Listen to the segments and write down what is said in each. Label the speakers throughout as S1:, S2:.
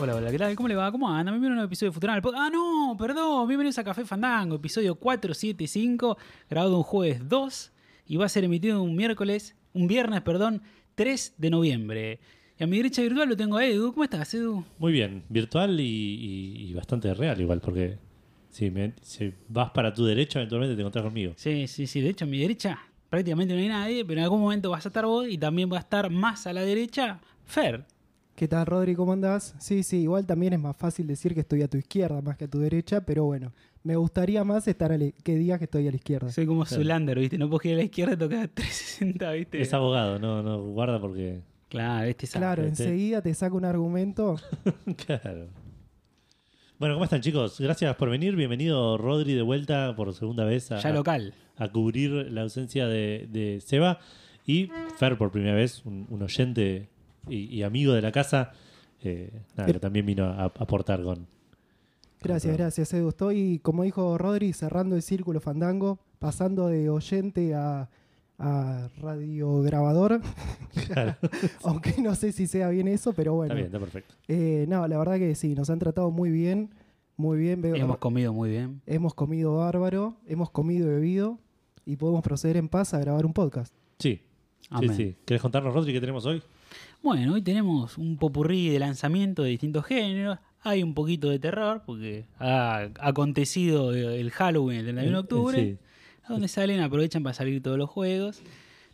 S1: Hola, hola, ¿qué tal? ¿Cómo le va? ¿Cómo andan? Bienvenidos a un episodio de Futurama. el pod- Ah, no, perdón. Bienvenidos a Café Fandango, episodio 475, grabado un jueves 2 y va a ser emitido un miércoles, un viernes, perdón, 3 de noviembre. Y a mi derecha virtual lo tengo a Edu. ¿Cómo estás, Edu?
S2: Muy bien, virtual y, y- y bastante real igual, porque si, me- si vas para tu derecho, eventualmente te encontrás conmigo.
S1: Sí, sí, sí. De hecho, a mi derecha prácticamente no hay nadie, pero en algún momento vas a estar vos y también va a estar más a la derecha Fer.
S3: ¿Qué tal, Rodri? ¿Cómo andás? Sí, sí, igual también es más fácil decir que estoy a tu izquierda más que a tu derecha, pero bueno, me gustaría más estar a la- que digas que estoy a la izquierda.
S1: Soy como Zulander, ¿viste? No puedo girar a la izquierda y tocar 360, ¿viste?
S2: Es abogado, no, no guarda porque...
S1: Claro, este es
S3: claro,
S2: Exactamente.
S3: enseguida te saco un argumento.
S2: claro. Bueno, ¿cómo están chicos? Gracias por venir. Bienvenido Rodri de vuelta por segunda vez a,
S1: ya local.
S2: a cubrir la ausencia de, de Seba. Y Fer por primera vez, un, un oyente y, y amigo de la casa, eh, nada, que también vino a a aportar con...
S3: Gracias,
S2: Claro.
S3: gracias, Edu. Estoy, como dijo Rodri, cerrando el círculo fandango, pasando de oyente a, a radiograbador,
S2: Claro.
S3: aunque no sé si sea bien eso, pero bueno.
S2: Está bien, está perfecto.
S3: Eh, no, la verdad que sí, nos han tratado muy bien, muy bien. Veo-
S1: Hemos comido muy bien.
S3: Hemos comido bárbaro, hemos comido y bebido y podemos proceder en paz a grabar un podcast.
S2: Sí.
S1: Amén.
S2: Sí, sí. ¿Querés contarnos, Rodri, qué tenemos hoy?
S1: Bueno, hoy tenemos un popurrí de lanzamiento de distintos géneros. Hay un poquito de terror, porque ha acontecido el Halloween el 31 de
S2: Eh,
S1: octubre.
S2: sí.
S1: A donde salen, aprovechan para salir todos los juegos.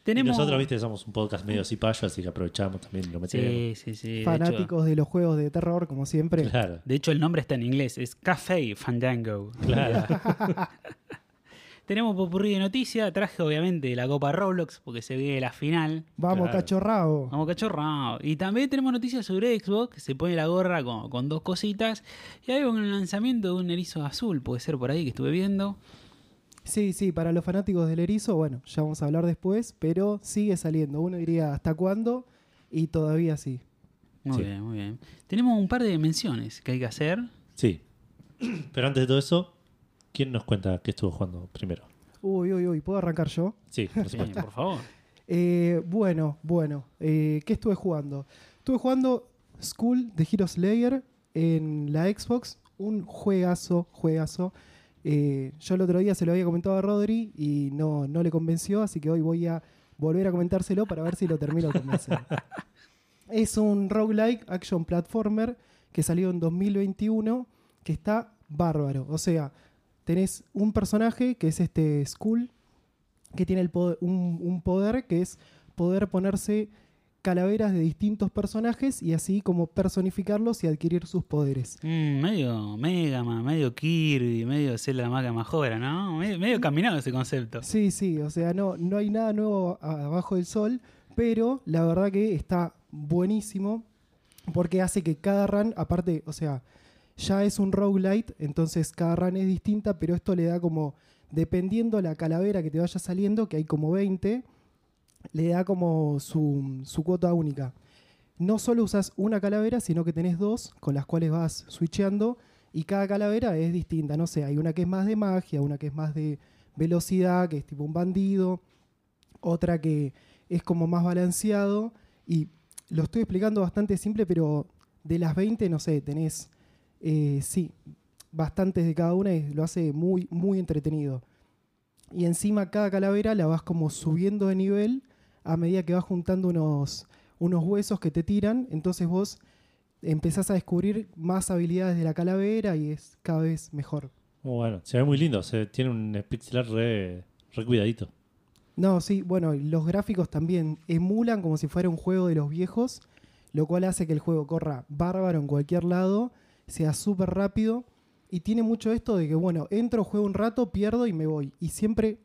S1: Tenemos...
S2: Y nosotros, viste, somos un podcast medio cipayo, así que aprovechamos también y lo metemos.
S1: Sí, sí, sí. de hecho-
S3: Fanáticos de los juegos de terror, como siempre.
S2: Claro.
S1: De hecho, el nombre está en inglés, es Café Fandango.
S2: Claro.
S1: Tenemos popurrí de noticias, traje obviamente la Copa Roblox, porque se viene la final.
S3: Vamos,
S2: Claro.
S3: cachorrao.
S1: Vamos cachorrao. Y también tenemos noticias sobre Xbox, que se pone la gorra con, con dos cositas. Y hay un lanzamiento de un erizo azul, puede ser por ahí que estuve viendo.
S3: Sí, sí, para los fanáticos del erizo, bueno, ya vamos a hablar después, pero sigue saliendo. Uno diría hasta cuándo y todavía sí.
S1: Muy
S2: Sí.
S1: bien, muy bien. Tenemos un par de menciones que hay que hacer.
S2: sí. Pero antes de todo eso, ¿quién nos cuenta qué estuvo jugando primero?
S3: Uy, uy, uy, ¿puedo arrancar yo?
S2: Sí, por
S1: Sí,
S2: supuesto.
S1: por favor.
S3: Eh, bueno, bueno, eh, ¿qué estuve jugando? Estuve jugando School de Hero Slayer en la Xbox, un juegazo, juegazo. Eh, yo el otro día se lo había comentado a Rodri y no, no le convenció, así que hoy voy a volver a comentárselo para ver si lo termino de convencer. es un roguelike action platformer que salió en 2021 que está bárbaro. O sea, tenés un personaje que es este Skull, que tiene el po- un, un poder que es poder ponerse calaveras de distintos personajes y así como personificarlos y adquirir sus poderes.
S1: Mm, medio Megaman, medio Kirby, medio Zelda Maca Majora, ¿no? Medio, medio caminado ese concepto.
S3: Sí, sí, o sea, no, no hay nada nuevo a- abajo del sol, pero la verdad que está buenísimo porque hace que cada run, aparte, o sea, ya es un roguelite, entonces cada run es distinta, pero esto le da como, dependiendo la calavera que te vaya saliendo, que hay como 20, le da como su, su cuota única. No solo usas una calavera, sino que tenés dos con las cuales vas switcheando y cada calavera es distinta, no sé, hay una que es más de magia, una que es más de velocidad, que es tipo un bandido, otra que es como más balanceado. Y lo estoy explicando bastante simple, pero de las 20, no sé, tenés, eh, sí, bastantes de cada una y lo hace muy, muy entretenido. Y encima cada calavera la vas como subiendo de nivel a medida que vas juntando unos, unos huesos que te tiran, entonces vos empezás a descubrir más habilidades de la calavera y es cada vez mejor.
S2: Muy bueno, se ve muy lindo. Se tiene un pixel art re, re cuidadito.
S3: No, sí, bueno, y los gráficos también emulan como si fuera un juego de los viejos, lo cual hace que el juego corra bárbaro en cualquier lado, sea súper rápido y tiene mucho esto de que, bueno, entro, juego un rato, pierdo y me voy. Y siempre,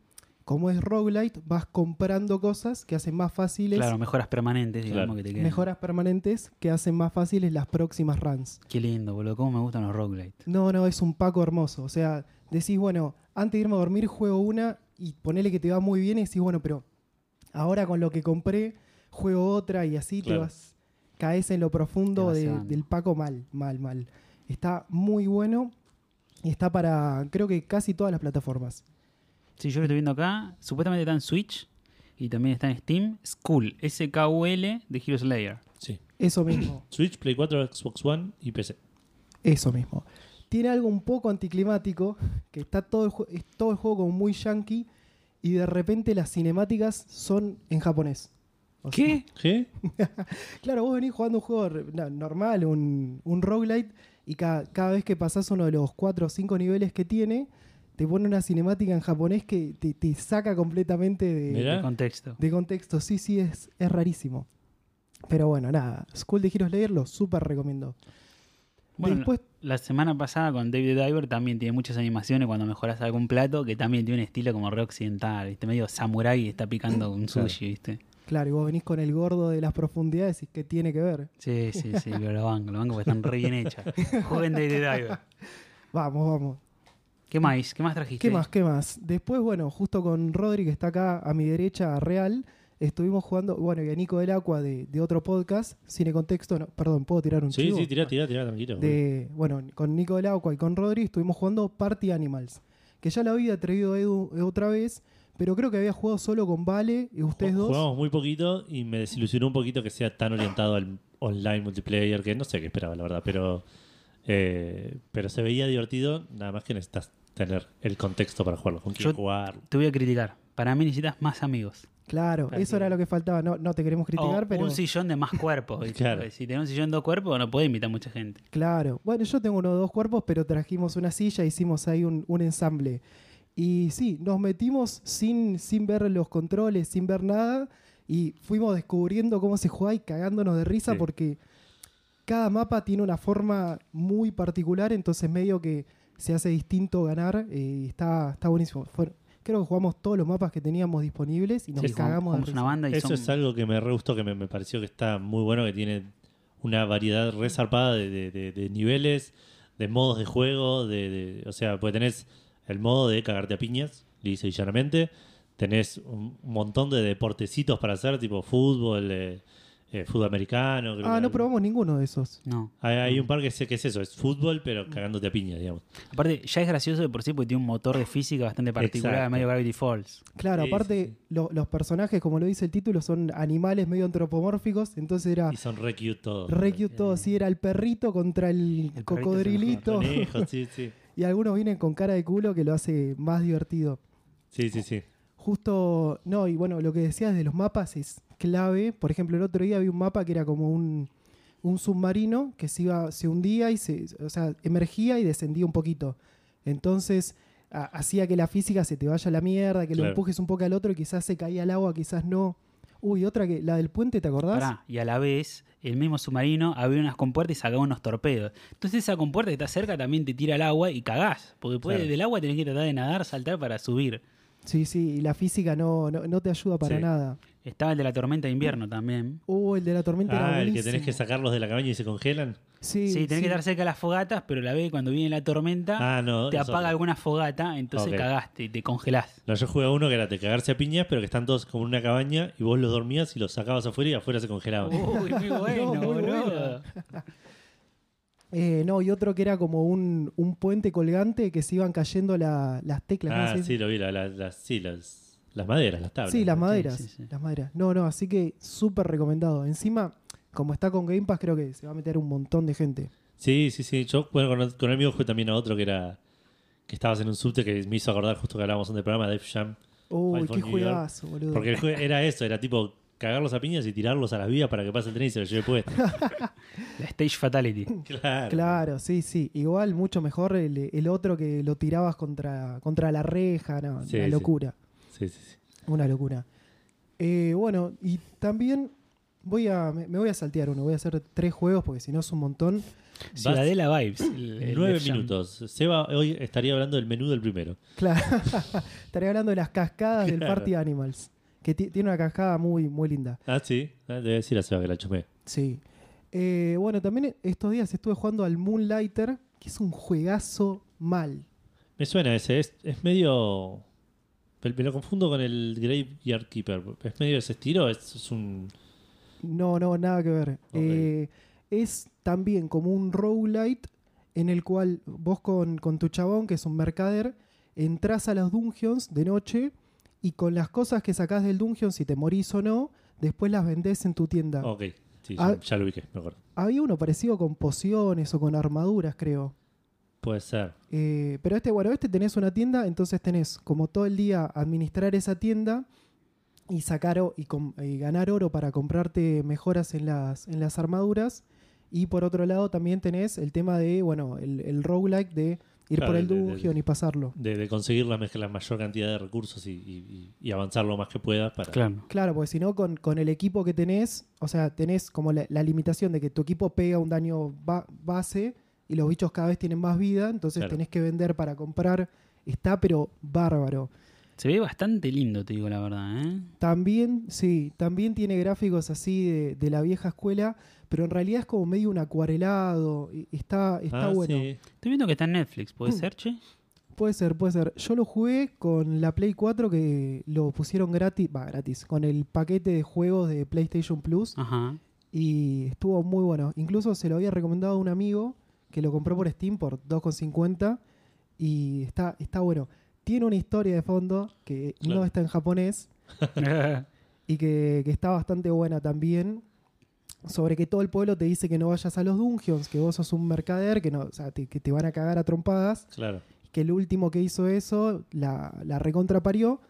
S3: como es roguelite, vas comprando cosas que hacen más fáciles,
S1: Claro, mejoras permanentes, digamos
S2: Claro.
S1: que te quedan.
S3: mejoras permanentes que hacen más fáciles las próximas runs.
S1: Qué lindo, boludo. Cómo me gustan los roguelites.
S3: No, no, es un paco hermoso. O sea, decís, bueno, antes de irme a dormir juego una y ponele que te va muy bien y decís, bueno, pero ahora con lo que compré juego otra y así
S2: Claro.
S3: te vas, caes en lo profundo
S1: vas
S3: de-
S1: llevando.
S3: del paco mal, mal, mal. Está muy bueno y está para, creo que casi todas las plataformas.
S1: Sí, yo lo estoy viendo acá. Supuestamente está en Switch. y también está en Steam, Skull, S-K-U-L de Hero Slayer.
S2: Sí.
S3: Eso mismo.
S2: Switch, Play 4, Xbox One y PC.
S3: Eso mismo. Tiene algo un poco anticlimático, que está todo el, jue- es todo el juego como muy yankee y de repente las cinemáticas son en japonés. O sea,
S1: ¿Qué?
S2: ¿Qué?
S3: claro, vos venís jugando un juego re- na- normal, un, un roguelite, y ca- cada vez que pasás uno de los cuatro o cinco niveles que tiene, te pone una cinemática en japonés que te, te saca completamente de,
S2: Mirá.
S1: De contexto.
S3: de contexto. Sí, sí, es, es rarísimo. Pero bueno, nada, School de Heroes Layer lo súper recomiendo.
S1: Bueno,
S3: Después,
S1: la semana pasada con David Diver también tiene muchas animaciones cuando mejoras algún plato que también tiene un estilo como re occidental, ¿viste? medio samurai y está picando un
S2: Claro.
S1: sushi, ¿viste?
S3: claro, y vos venís con el gordo de las profundidades y qué tiene que ver.
S1: Sí, sí, sí, pero lo banco, lo banco porque están re bien hechas. Joven David Diver.
S3: Vamos, vamos.
S1: ¿Qué más? ¿Qué más trajiste?
S3: ¿Qué más? ¿Qué más? Después, bueno, justo con Rodri, que está acá a mi derecha, a Real, estuvimos jugando, bueno, y a Nico del Aqua de, de otro podcast, Cine Contexto, no, perdón, ¿puedo tirar un
S2: Sí,
S3: chivo?
S2: sí, tirá, tirá, tirá, tranquilo.
S3: De, bueno, con Nico del Aqua y con Rodri estuvimos jugando Party Animals, que ya lo había traído Edu eh, otra vez, pero creo que había jugado solo con Vale y ustedes
S2: Ju-
S3: dos.
S2: Jugamos muy poquito y me desilusionó un poquito que sea tan orientado al online multiplayer, que no sé qué esperaba, la verdad, pero, eh, pero se veía divertido, nada más que necesitas tener el contexto para jugarlo, con quién
S1: Yo-
S2: jugar.
S1: Te voy a criticar. Para mí necesitas más amigos.
S3: Claro,
S1: Party
S3: eso era lo que faltaba, no, no te queremos criticar,
S1: O
S3: pero...
S1: Un sillón de más cuerpos. ¿viste?
S2: Claro.
S1: Porque Si tenés un sillón de dos cuerpos, no podés invitar mucha gente.
S3: Claro. Bueno, yo tengo uno o dos cuerpos, pero trajimos una silla, hicimos ahí un, un ensamble. Y sí, nos metimos sin, sin ver los controles, sin ver nada, y fuimos descubriendo cómo se juega y cagándonos de risa
S2: Sí.
S3: porque cada mapa tiene una forma muy particular, entonces medio que se hace distinto ganar eh, y está, está buenísimo. Fue- creo que jugamos todos los mapas que teníamos disponibles y nos
S1: Sí, jugamos-
S3: cagamos de
S1: jugamos
S3: risa.
S1: una banda y
S2: Eso
S1: son-
S2: es algo que me re gustó, que me, me pareció que está muy bueno, que tiene una variedad re zarpada de, de- de- de niveles, de modos de juego, de, de- o sea, pues tenés el modo de cagarte a piñas, liso y llanamente, tenés un montón de deportecitos para hacer, tipo fútbol, eh, eh, fútbol americano. creo
S3: Ah,
S2: que-
S3: no probamos ninguno de esos.
S1: No.
S2: Hay, hay un par que sé que es eso, es fútbol, pero cagándote a piñas, digamos.
S1: Aparte, ya es gracioso de por sí porque tiene un motor de física bastante particular,
S2: Exacto.
S1: medio Gravity Falls.
S3: Claro,
S2: Sí, sí,
S3: aparte
S2: sí.
S3: lo- los personajes, como lo dice el título, son animales medio antropomórficos, entonces era
S2: Y son re cute todos.
S3: Ah. re cute todo, sí, era el perrito contra el,
S1: perrito
S3: cocodrilito,
S2: Conejos, sí, sí.
S3: y algunos vienen con cara de culo que lo hace más divertido.
S2: Sí, sí, sí.
S3: Justo, no, y bueno, lo que decías de los mapas es clave, por ejemplo, el otro día vi un mapa que era como un, un submarino que se, iba, se hundía y se, o sea, emergía y descendía un poquito, entonces ha- hacía que la física se te vaya a la mierda, que
S2: Claro.
S3: lo empujes un poco al otro y quizás se caía al agua, quizás no. Uy, otra que, la del puente, ¿te acordás?
S1: Pará, y a la vez, el mismo submarino abrió unas compuertas y sacaba unos torpedos. Entonces esa compuerta que está cerca también te tira al agua y cagás. Porque después
S2: Claro.
S1: del agua tenés que tratar de nadar, saltar para subir.
S3: Sí, sí, y la física no, no, no te ayuda para
S2: Sí.
S3: nada.
S1: Estaba el de la tormenta de invierno también.
S3: Uh, el de la tormenta era
S2: Ah, el que
S3: buenísimo.
S2: tenés que sacarlos de la cabaña y se congelan.
S3: Sí,
S1: Sí, tenés que estar cerca de las fogatas, pero a la vez cuando viene la tormenta
S2: Ah, no.
S1: te
S2: es
S1: apaga
S2: otro.
S1: alguna fogata, entonces
S2: Ok.
S1: cagaste y te congelás.
S2: No, yo jugué a uno que era de cagarse a piñas, pero que están todos como en una cabaña y vos los dormías y los sacabas afuera y afuera se congelaban.
S3: Oh,
S1: Uy, muy bueno,
S3: No, muy
S1: boludo.
S3: buena. Eh, no, y otro que era como un, un puente colgante que se iban cayendo la- las teclas. ¿no?
S2: ah,
S3: Así-
S2: sí, lo vi. la- la- las- sí, las, las maderas, las tablas.
S3: Sí, las maderas.
S1: sí, sí.
S3: Las maderas. No, no, así que súper recomendado. Encima, como está con Game Pass, creo que se va a meter un montón de gente.
S2: Sí, sí, sí. Yo, bueno, con, con un amigo jugué también a otro que era... Que estabas en un subte que me hizo acordar justo que hablábamos antes del programa, Def Jam.
S3: Uy,
S2: iPhone
S3: qué
S2: New York.
S3: juegazo, boludo.
S2: Porque el jue- era eso, era tipo cagarlos a piñas y tirarlos a las vías para que pase el tren y se los lleve puesto.
S1: La Stage Fatality.
S2: Claro.
S3: Claro, sí, sí. Igual mucho mejor el, el otro que lo tirabas contra, contra la reja, no,
S2: Sí,
S3: una
S2: sí.
S3: locura.
S2: Sí, sí, sí.
S3: Una locura. Eh, bueno, y también voy a, me, me voy a saltear uno. Voy a hacer tres juegos porque si no es un montón.
S1: Ciudadela Vibes. el- el
S2: Nueve
S1: Def Jam.
S2: minutos. Seba hoy estaría hablando del menú del primero.
S3: Claro, estaré hablando de las cascadas del
S2: Claro.
S3: Party Animals. Que ti- tiene una cascada muy, muy linda.
S2: Ah, sí. Ah, Debe decir a Seba que la chumé.
S3: Sí. Eh, bueno, también estos días estuve jugando al Moonlighter, que es un juegazo mal.
S2: Me suena ese, es, es medio. Me me lo confundo con el Graveyard Keeper. ¿Es medio ese estilo? ¿Es, es un.
S3: No, no, nada que ver.
S2: Ok.
S3: Eh, es también como un roguelite en el cual vos con, con tu chabón, que es un mercader, entras a los dungeons de noche y con las cosas que sacás del dungeon, si te morís o no, después las vendés en tu tienda.
S2: Ok, sí,
S3: Ah.
S2: ya, ya lo ubiqué, me acuerdo.
S3: Había uno parecido con pociones o con armaduras, creo.
S2: Puede ser.
S3: Eh, pero este, bueno, este tenés una tienda, entonces tenés como todo el día administrar esa tienda y sacar o- y, com- y ganar oro para comprarte mejoras en las, en las armaduras. Y por otro lado también tenés el tema de, bueno, el, el roguelike de ir
S2: Claro,
S3: por el
S2: de- de-
S3: dungeon y pasarlo.
S2: De, de conseguir la, mezcla- la mayor cantidad de recursos y, y- y- y avanzar lo más que puedas para.
S1: Claro.
S3: Claro, porque si no, con, con el equipo que tenés, o sea, tenés como la, la limitación de que tu equipo pega un daño ba- base y los bichos cada vez tienen más vida, entonces
S2: Claro.
S3: tenés que vender para comprar. Está, pero bárbaro.
S1: Se ve bastante lindo, te digo la verdad, ¿eh?
S3: También, sí, también tiene gráficos así de, de la vieja escuela, pero en realidad es como medio un acuarelado. y- y Está, está
S2: Ah,
S3: bueno.
S2: sí.
S1: Estoy viendo que está en Netflix, ¿puede
S3: Mm.
S1: ser, che?
S3: Puede ser, puede ser. Yo lo jugué con la Play 4 que lo pusieron gratis, va, gratis, con el paquete de juegos de PlayStation Plus.
S1: Ajá.
S3: y estuvo muy bueno. Incluso se lo había recomendado a un amigo que lo compró por Steam por 2,50 y está, está bueno. Tiene una historia de fondo que
S2: Claro.
S3: no está en japonés y que, que está bastante buena también. Sobre que todo el pueblo te dice que no vayas a los dungeons, que vos sos un mercader, que, no, o sea, te, que te van a cagar a trompadas.
S2: Claro.
S3: Que el último que hizo eso la, la recontra parió.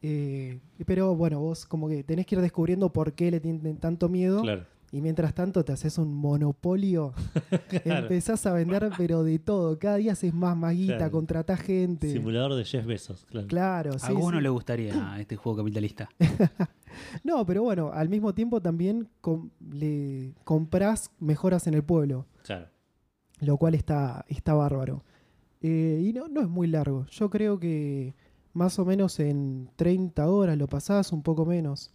S3: Eh, pero bueno, vos como que tenés que ir descubriendo por qué le tienen tanto miedo.
S2: Claro.
S3: Y mientras tanto te haces un monopolio,
S2: Claro.
S3: empezás a vender pero de todo, cada día haces más maguita,
S2: Claro.
S3: contratás gente.
S2: Simulador de 10 besos. Claro.
S3: Claro, sí,
S1: a vos no
S3: sí.
S1: le gustaría este juego capitalista.
S3: No, pero bueno, al mismo tiempo también com- le compras mejoras en el pueblo,
S2: Claro.
S3: lo cual está, está bárbaro. Eh, y no, no es muy largo, yo creo que más o menos en 30 horas lo pasás, un poco menos.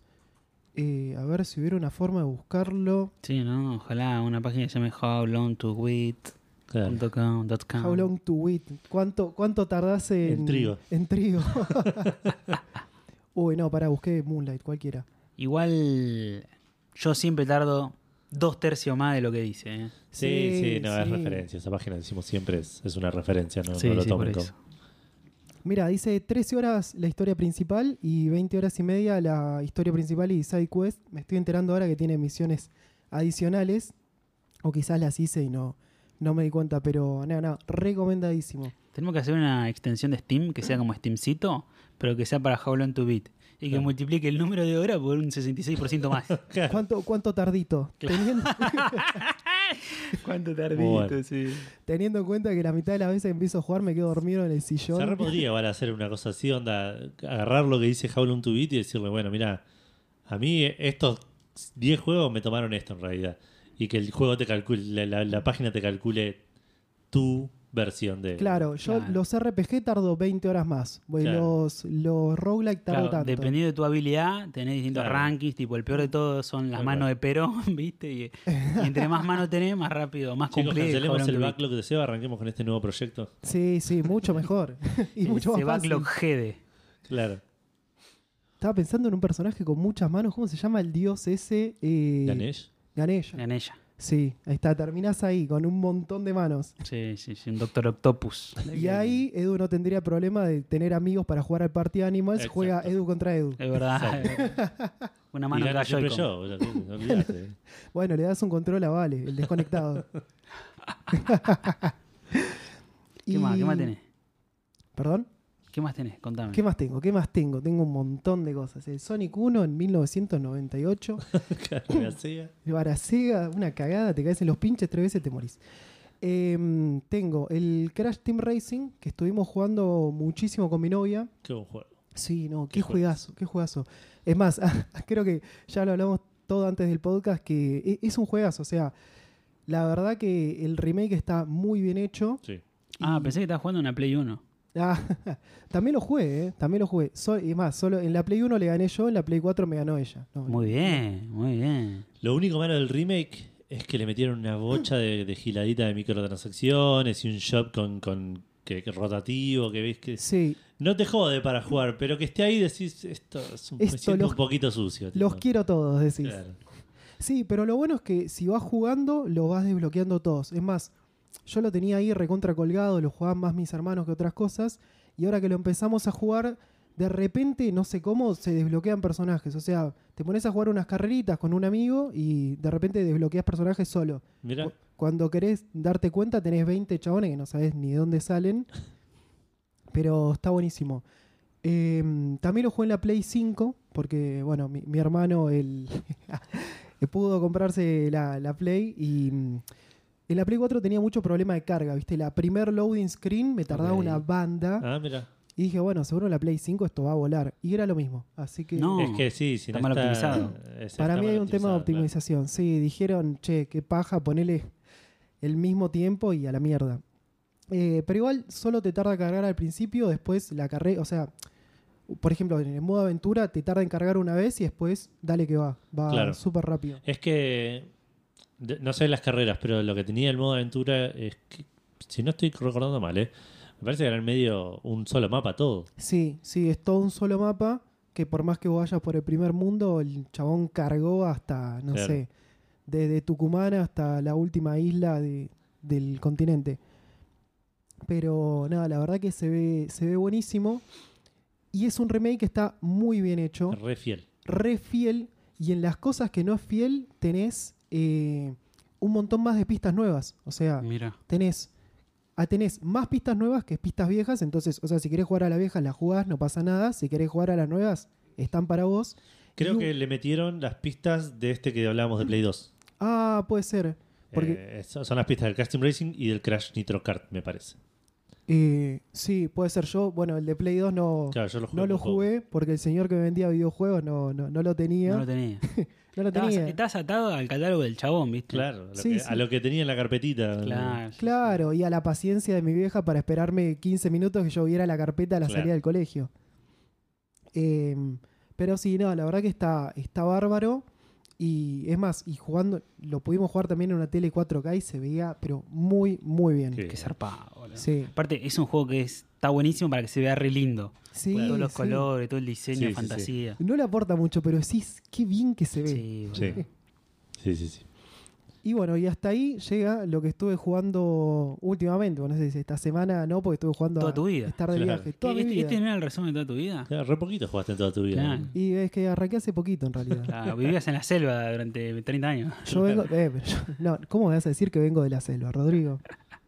S3: Eh, a ver si hubiera una forma de buscarlo.
S1: Sí, ¿no? Ojalá una página que se llame howlongtowit.com.com.
S2: claro.
S3: How long to wait? ¿Cuánto, cuánto tardás en,
S2: En trigo.
S3: en trigo? Uy, no, pará, busqué Moonlight, cualquiera.
S1: Igual yo siempre tardo dos tercios más de lo que dice, ¿eh?
S2: Sí, sí, no, es
S3: sí.
S2: referencia. Esa página, decimos siempre, es, es una referencia, no,
S1: Sí,
S2: no lo
S1: sí,
S2: tomen
S1: por
S2: como.
S1: eso.
S3: Mira, dice 13 horas la historia principal y 20 horas y media la historia principal y side quest. Me estoy enterando ahora que tiene misiones adicionales. O quizás las hice y no, no me di cuenta, pero no, no, recomendadísimo.
S1: Tenemos que hacer una extensión de Steam que sea como Steamcito, pero que sea para Howlong to Beat. Y que
S2: Claro.
S1: multiplique el número de horas por un 66% más.
S2: Claro.
S3: ¿Cuánto, cuánto tardito? Teniendo,
S1: ¿Cuánto
S2: tardito, Bueno.
S1: sí.
S3: teniendo en cuenta que la mitad de las veces que empiezo a jugar me quedo dormido en el sillón.
S2: Se re podría ¿vale? hacer una cosa así, onda, agarrar lo que dice Howlin' to Beat y decirle, bueno, mira, a mí estos 10 juegos me tomaron esto en realidad. Y que el juego te calcule, la, la- la página te calcule tu versión de...
S3: Claro, yo
S1: Claro.
S3: los RPG tardo 20 horas más. Bueno,
S2: Claro.
S3: Los, los roguelike
S1: Claro,
S3: tardo tanto.
S1: dependiendo de tu habilidad, tenés distintos
S2: Claro.
S1: rankings, tipo el peor de todos son las
S2: Claro.
S1: manos de Perón, ¿viste? Y, y entre más manos tenés, más rápido, más
S2: Chicos,
S1: complejo.
S2: cancelemos
S1: Howlong
S2: el
S1: to Beat.
S2: backlog de Seba, arranquemos con este nuevo proyecto.
S3: Sí, sí, mucho mejor. y mucho más
S1: Ese backlog
S3: fácil.
S1: GD.
S2: Claro.
S3: Estaba pensando en un personaje con muchas manos. ¿Cómo se llama el dios ese? Eh,
S2: Ganesh.
S3: Ganesh.
S1: En ella.
S3: Sí, ahí está. Terminás ahí con un montón de manos.
S1: Sí, sí, sí, un Doctor Octopus.
S3: Y ahí Edu no tendría problema de tener amigos para jugar al Party Animals.
S2: Exacto.
S3: Juega Edu contra Edu.
S1: Es verdad. Una
S2: Y
S1: mano de
S2: gana
S1: la
S2: siempre
S1: Joy-Con.
S2: yo, boludo, no olvidate.
S3: Bueno, le das un control a Vale, el desconectado.
S1: ¿Qué
S3: Y-
S1: más? ¿Qué más tenés?
S3: ¿Perdón?
S1: ¿Qué más tenés? Contame.
S3: ¿Qué más tengo? ¿Qué más tengo? Tengo un montón de cosas. El Sonic 1 en 1998.
S2: Claro, la Sega.
S3: El Barasega, una cagada, te caes en los pinches tres veces te morís. Em, tengo el Crash Team Racing, que estuvimos jugando muchísimo con mi novia.
S2: Qué buen juego.
S3: Sí, no, qué,
S2: Qué
S3: juegazo, qué juegazo. Es más, creo que ya lo hablamos todo antes del podcast, que e- es un juegazo. O sea, la verdad que el remake está muy bien hecho.
S2: Sí.
S1: Ah, pensé que estabas jugando una Play 1.
S3: Ah, también lo jugué, ¿eh? También lo jugué. So- es más, solo en la Play 1 le gané yo, en la Play 4 me ganó ella. No,
S1: Muy bien, muy bien.
S2: Lo único malo del remake es que le metieron una bocha de, de giladita de microtransacciones y un shop con, con que, que rotativo que ves que
S3: Sí,
S2: no te jode para jugar, pero que esté ahí decís esto es un, me
S3: Esto
S2: siento
S3: los-
S2: un poquito sucio. tipo.
S3: los quiero todos, decís.
S2: Claro.
S3: Sí, pero lo bueno es que si vas jugando, lo vas desbloqueando todos. Es más, yo lo tenía ahí recontra colgado, lo jugaban más mis hermanos que otras cosas. Y ahora que lo empezamos a jugar, de repente, no sé cómo, se desbloquean personajes. O sea, te pones a jugar unas carreritas con un amigo y de repente desbloqueas personajes solo.
S2: Mira,
S3: Cu- Cuando querés darte cuenta, tenés 20 chabones que no sabés ni de dónde salen. Pero está buenísimo. Eh, también lo jugué en la Play 5, porque, bueno, mi, mi hermano él, pudo comprarse la, la Play y. mm, En la Play 4 tenía mucho problema de carga, ¿viste? La primer loading screen me tardaba
S2: Ok.
S3: una banda.
S2: ah, mira.
S3: Y dije, bueno, seguro en la Play 5 esto va a volar. Y era lo mismo. Así que
S1: No,
S2: es que sí, si
S1: Uh, está
S2: no
S1: mal optimizado.
S2: es-
S3: para
S2: está
S3: mí
S2: mal
S3: hay un tema de
S2: optimizado, claro.
S3: optimización. Sí, dijeron, che, qué paja, ponele el mismo tiempo y a la mierda. Eh, pero igual solo te tarda cargar al principio, después la carrera, o sea, por ejemplo, en el modo aventura te tarda en cargar una vez y después dale que va, va
S2: Claro.
S3: súper rápido.
S2: Es que de- no sé las carreras, pero lo que tenía el modo aventura es que, si no estoy recordando mal, ¿eh? me parece que era en medio un solo mapa todo.
S3: Sí, sí, es todo un solo mapa que por más que vos vayas por el primer mundo, el chabón cargó hasta, no
S2: Claro.
S3: sé, desde Tucumán hasta la última isla de- del continente. Pero nada, la verdad que se ve, se ve buenísimo. Y es un remake que está muy bien hecho,
S2: Re fiel.
S3: re fiel. Y en las cosas que no es fiel, tenés eh, un montón más de pistas nuevas. O
S2: Mm.
S3: sea,
S1: Mira.
S3: tenés, ah, tenés más pistas nuevas que pistas viejas. Entonces, o sea, si querés jugar a las viejas, las jugás, no pasa nada. Si querés jugar a las nuevas, están para vos.
S2: Creo
S3: Y-
S2: que le metieron las pistas de este que hablábamos de Play 2.
S3: Ah, puede ser. Porque
S2: Eh, son son las pistas del Casting Racing y del Crash Nitro Kart, me parece.
S3: eh, sí, puede ser yo. Bueno, el de Play 2 no,
S2: Claro, yo lo jugué.
S3: no lo
S2: un poco.
S3: jugué porque el señor que me vendía videojuegos no, no, no lo tenía.
S1: No lo tenía.
S3: No lo
S1: Estabas,
S3: tenía.
S1: estás atado al catálogo del chabón, ¿viste?
S2: Claro, a lo,
S3: Sí,
S2: que,
S3: sí.
S2: a lo que tenía en la carpetita.
S1: Claro. sí,
S3: Claro, y a la paciencia de mi vieja para esperarme 15 minutos que yo viera la carpeta a la
S2: Claro.
S3: salida del colegio. Eh, pero sí, no, la verdad que está, está bárbaro. Y es más, y jugando, lo pudimos jugar también en una tele 4K y se veía, pero muy, muy bien.
S2: Sí.
S1: Qué zarpado, boludo.
S3: Sí,
S1: Aparte, es un juego que es- está buenísimo para que se vea re lindo.
S3: sí.
S1: Todos los
S3: sí.
S1: colores, todo el
S2: Sí,
S1: diseño,
S2: sí,
S1: fantasía.
S3: No le aporta mucho, pero sí, qué bien que se ve.
S1: Sí, boludo.
S2: Sí. Sí, sí, sí.
S3: Y bueno, y hasta ahí llega lo que estuve jugando últimamente. Bueno, no sé si esta semana no, porque estuve jugando
S1: Toda
S3: a
S1: tu vida.
S3: estar de
S2: Claro.
S3: viaje. Toda mi
S1: ¿Este,
S3: vida.
S1: este no era el resumen de toda tu vida?
S2: Claro, re poquito jugaste en toda tu vida.
S1: Claro.
S2: ¿no?
S3: Y es que arranqué hace poquito en realidad.
S1: Claro, vivías en la selva durante 30 años.
S3: Yo vengo. eh, pero yo- no, ¿cómo me vas a decir que vengo de la selva, Rodrigo?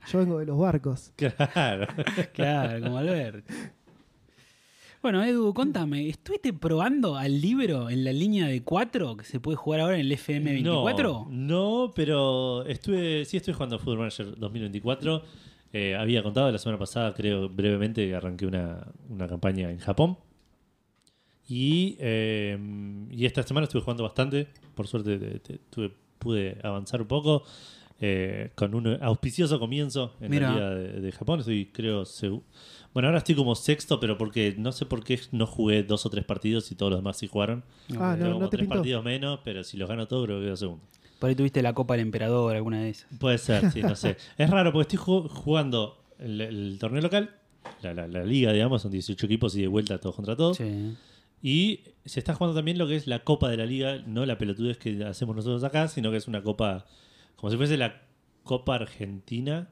S3: Yo vengo de los barcos.
S2: Claro.
S1: Claro, como Albert. Bueno, Edu, contame, ¿estuviste probando al libro en la línea de 4 que se puede jugar ahora en el FM24?
S2: No, no, pero estuve, sí estuve jugando a Football Manager 2024. Eh, había contado la semana pasada, creo brevemente, que arranqué una, una campaña en Japón. Y, eh, y esta semana estuve jugando bastante. Por suerte te- te- tuve- pude avanzar un poco. eh, con un auspicioso comienzo en
S1: Mira.
S2: la Liga de, de Japón. Estoy, creo, segu- Bueno, ahora estoy como sexto, pero porque no sé por qué no jugué dos o tres partidos y todos los demás sí jugaron.
S3: Ah,
S2: Tengo
S3: no,
S2: como
S3: no te
S2: tres
S3: pintó.
S2: partidos menos, pero si los gano todos creo que quedo segundo.
S1: Por ahí tuviste la Copa del Emperador, alguna de esas.
S2: Puede ser, sí, no sé. Es raro porque estoy ju- jugando el, el torneo local, la, la- la liga, digamos, son 18 equipos y de vuelta todos contra todos.
S1: Sí.
S2: Y se está jugando también lo que es la copa de la liga, no la pelotudez que hacemos nosotros acá, sino que es una copa, como si fuese la Copa Argentina,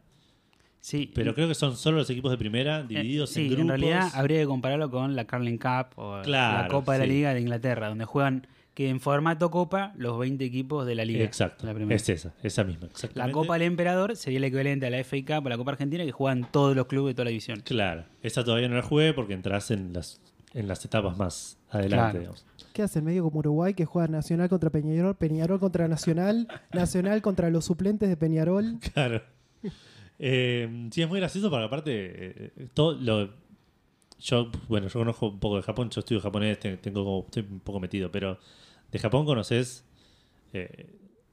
S1: Sí.
S2: pero creo que son solo los equipos de primera,
S1: Eh,
S2: divididos
S1: sí,
S2: en grupos.
S1: en realidad habría que compararlo con la Carling Cup o la
S2: Claro,
S1: Copa de la
S2: sí.
S1: Liga de Inglaterra, donde juegan que en formato Copa los 20 equipos de la Liga.
S2: Exacto,
S1: La, primera.
S2: es esa, esa misma.
S1: La
S2: exactamente.
S1: Copa del Emperador sería el equivalente a la FA Cup o la Copa Argentina que juegan todos los clubes de toda la división.
S2: Claro, esa todavía no la jugué porque entras en las, en las etapas más adelante,
S1: Claro.
S2: digamos.
S3: ¿Qué hacen? Medio como Uruguay que juega Nacional contra Peñarol, Peñarol contra Nacional, Nacional contra los suplentes de Peñarol.
S2: Claro. Eh, sí, es muy gracioso porque aparte eh, eh, todo lo yo bueno, yo conozco un poco de Japón, yo estudio japonés, te- tengo como- estoy un poco metido, pero de Japón conoces eh,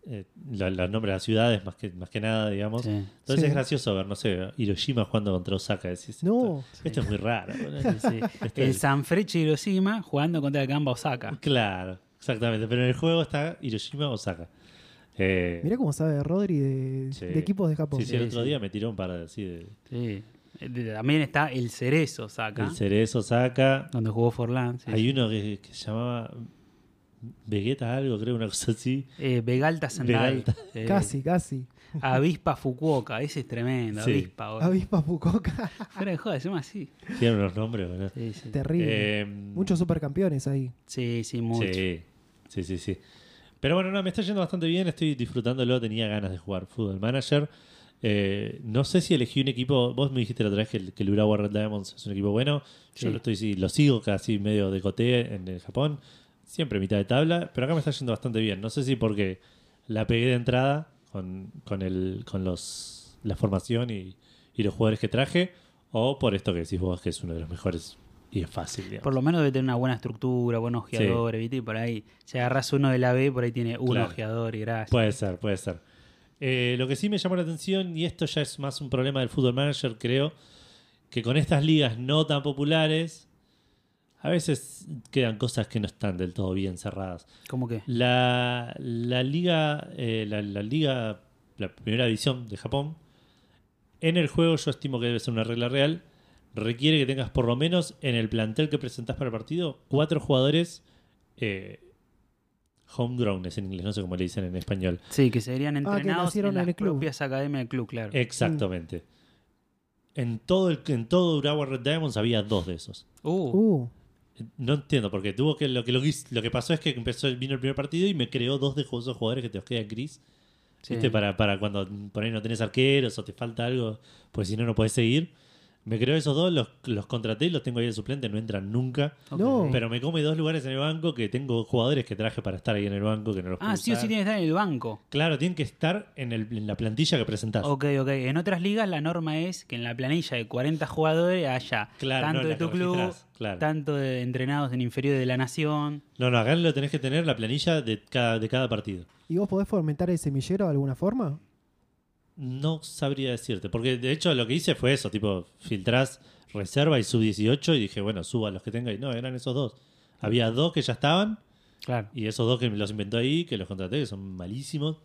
S2: eh, la- los nombres de las ciudades más que más que nada, digamos.
S1: Sí.
S2: Entonces
S3: Sí.
S2: es gracioso ver, no sé, Hiroshima jugando contra Osaka, decís,
S3: No.
S2: esto, esto es muy raro.
S1: Sí, sí.
S2: Este
S1: El
S2: es-
S1: Sanfrecce Hiroshima jugando contra el Gamba Osaka.
S2: Claro, exactamente, pero en el juego está Hiroshima Osaka. Eh,
S3: Mirá cómo sabe Rodri de,
S2: Sí.
S3: de equipos de Japón.
S2: sí, sí, el
S1: Sí,
S2: otro
S1: sí.
S2: día me tiró un par de así de
S1: Sí. Eh, También está el Cerezo Osaka,
S2: el cerezo Osaka,
S1: donde jugó Forlán. sí.
S2: Hay uno que, que se llamaba Vegeta algo, creo, una cosa así.
S1: Eh, Vegalta Sendai.
S2: Vegalta.
S1: Eh,
S3: Casi, casi.
S1: Avispa Fukuoka, ese es tremendo.
S2: Sí.
S1: Avispa, boludo.
S3: Avispa Fukuoka.
S1: Fuera de joda, se llama así.
S2: Tiene unos nombres, ¿verdad?
S1: Sí, sí.
S3: Terrible.
S2: Eh,
S3: Muchos supercampeones ahí.
S1: Sí, sí, mucho.
S2: Sí, sí, sí, sí. Pero bueno, no, me está yendo bastante bien, estoy disfrutándolo, tenía ganas de jugar Football Manager. Eh, no sé si elegí un equipo, vos me dijiste la otra vez que el, que el Urawa Red Diamonds es un equipo bueno,
S1: Sí.
S2: yo lo, estoy, sí, lo sigo casi medio de cote en el Japón, siempre mitad de tabla, pero acá me está yendo bastante bien, no sé si porque la pegué de entrada con, con, el, con los, la formación y, y los jugadores que traje, o por esto que decís vos que es uno de los mejores y es fácil. digamos.
S1: Por lo menos debe tener una buena estructura, buen ojeador, ¿viste? Y por ahí, si agarras uno de la B, por ahí tiene un
S2: Claro.
S1: ojeador y gracias.
S2: Puede ser, puede ser. Eh, lo que sí me llamó la atención, y esto ya es más un problema del fútbol manager, creo, que con estas ligas no tan populares, a veces quedan cosas que no están del todo bien cerradas.
S1: ¿Cómo que?
S2: La, la liga, eh, la, la liga, la primera división de Japón, en el juego yo estimo que debe ser una regla real, requiere que tengas por lo menos en el plantel que presentás para el partido cuatro jugadores eh, homegrown, es en inglés, no sé cómo le dicen en español.
S1: Sí, que serían
S3: Ah, que
S1: entrenados
S3: nacieron
S1: en las
S3: en el club.
S1: propias academias del club, claro.
S2: Eh, Exactamente. En todo, el, en todo Urawa Red Diamonds había dos de esos.
S1: Uh,
S3: Uh,
S2: No entiendo, porque tuvo que lo que lo, que hiz- lo que pasó es que empezó el- vino el primer partido y me creó dos de ju- esos jugadores que te quedan gris.
S1: sí.
S2: ¿Viste? Para, para cuando por ahí no tenés arqueros o te falta algo, pues si no, no podés seguir. Me creó esos dos, los, los contraté y los tengo ahí de suplente, no entran nunca.
S1: Ok.
S3: No.
S2: Pero me come dos lugares en el banco que tengo jugadores que traje para estar ahí en el banco que no los puedo
S1: ah, sí o sí
S2: usar.
S1: tiene que estar en el banco.
S2: Claro, tienen que estar en, el- en la plantilla que presentás.
S1: Ok, ok. En otras ligas la norma es que en la planilla de 40 jugadores haya
S2: Claro,
S1: tanto
S2: no,
S1: de
S2: la que
S1: tu club,
S2: registrás, claro.
S1: tanto de entrenados en inferiores de la nación.
S2: No, no, acá lo tenés que tener la planilla de cada, de cada partido.
S3: ¿Y vos podés fomentar el semillero de alguna forma?
S2: No sabría decirte, porque de hecho lo que hice fue eso, tipo, filtrás reserva y sub-18 y dije, bueno, suba los que tenga y no, eran esos dos. Había dos que ya estaban
S1: Claro.
S2: y esos dos que los inventó ahí, que los contraté, que son malísimos.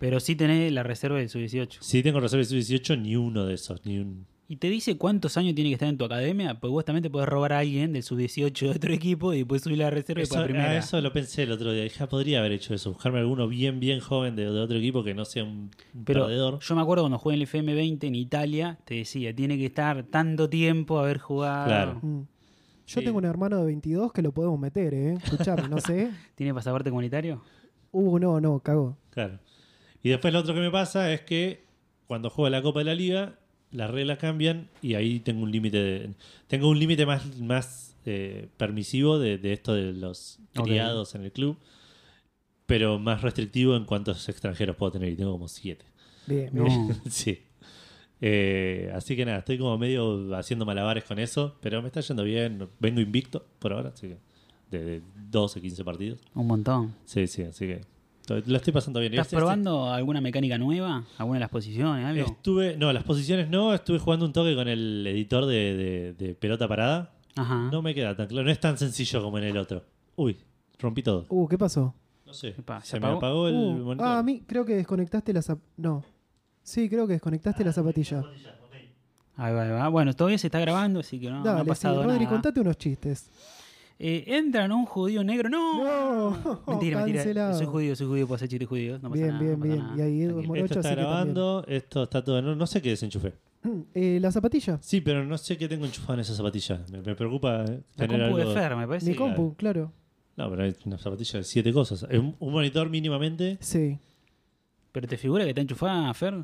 S1: Pero sí tenés la reserva del sub-18.
S2: Si tengo reserva y sub-18, ni uno de esos, ni un...
S1: ¿Y te dice cuántos años tiene que estar en tu academia? Pues vos también te podés robar a alguien del sub-18 de otro equipo y después subir la reserva y
S2: Eso,
S1: para primera.
S2: a eso lo pensé el otro día, ya podría haber hecho eso, buscarme alguno bien, bien joven de, de otro equipo que no sea un
S1: Pero
S2: perdedor.
S1: yo me acuerdo cuando jugué en el FM20 en Italia, te decía, tiene que estar tanto tiempo haber jugado.
S2: Claro.
S3: Mm. Yo
S2: Sí.
S3: tengo un hermano de 22 que lo podemos meter, ¿eh? Escuchame, no sé.
S1: ¿Tiene pasaporte comunitario?
S3: Uh, no, no, cago.
S2: Claro. Y después lo otro que me pasa es que cuando juego la Copa de la Liga, las reglas cambian y ahí tengo un límite de- tengo un límite más, más eh, permisivo de, de esto de los
S1: Ok.
S2: criados en el club, pero más restrictivo en cuántos extranjeros puedo tener y tengo como siete.
S3: Bien,
S1: No.
S3: bien.
S2: sí. Eh, así que nada, estoy como medio haciendo malabares con eso, pero me está yendo bien, vengo invicto por ahora, así que de, de 12, 15 partidos.
S1: Un montón.
S2: Sí, sí, así que lo estoy pasando bien. Y
S1: ¿Estás
S2: este- este-
S1: probando alguna mecánica nueva? ¿Alguna de las posiciones? Algo?
S2: Estuve, Ah, no, las posiciones no, estuve jugando un toque con el editor de, de- de pelota parada.
S1: Ajá.
S2: No me queda tan claro, no es tan sencillo como en el otro. Uy, rompí todo.
S3: Uh, ¿qué pasó?
S2: No sé,
S1: Epa, ¿se
S2: se me
S1: apagó?
S2: apagó el
S3: Uh,
S2: monitor.
S3: ah, a mí creo que desconectaste la zap- No. Sí, creo que desconectaste la zapatilla.
S2: Ah,
S1: Ahí va, ahí va. Bueno, todavía se está grabando, así que no, no
S3: Dale,
S1: ha
S3: sí,
S1: pasado
S3: Rodri,
S1: nada.
S3: contate unos chistes.
S1: Eh, entran un judío negro. ¡No!
S3: No,
S1: mentira, mentira.
S3: cancelado.
S1: Soy judío, soy judío, puedo hacer chistes judíos. No pasa
S3: Bien,
S1: nada.
S3: bien,
S1: no pasa
S3: bien.
S1: nada.
S3: Y ahí Edu
S1: Tranquilo.
S3: Moro-
S2: Esto
S3: Morocho,
S2: está
S3: así que
S2: grabando, esto está todo. No, no sé qué desenchufé.
S3: Eh, la zapatilla.
S2: Sí, pero no sé qué tengo enchufado en esa zapatilla. Me, me preocupa eh,
S1: La
S2: tener
S1: compu
S2: algo.
S1: de Fer, me parece.
S3: Mi
S1: que-
S3: compu, claro.
S2: No, pero es una zapatilla de siete cosas. Es Un, un monitor mínimamente.
S3: Sí.
S1: Pero te figura que está enchufada, Fer.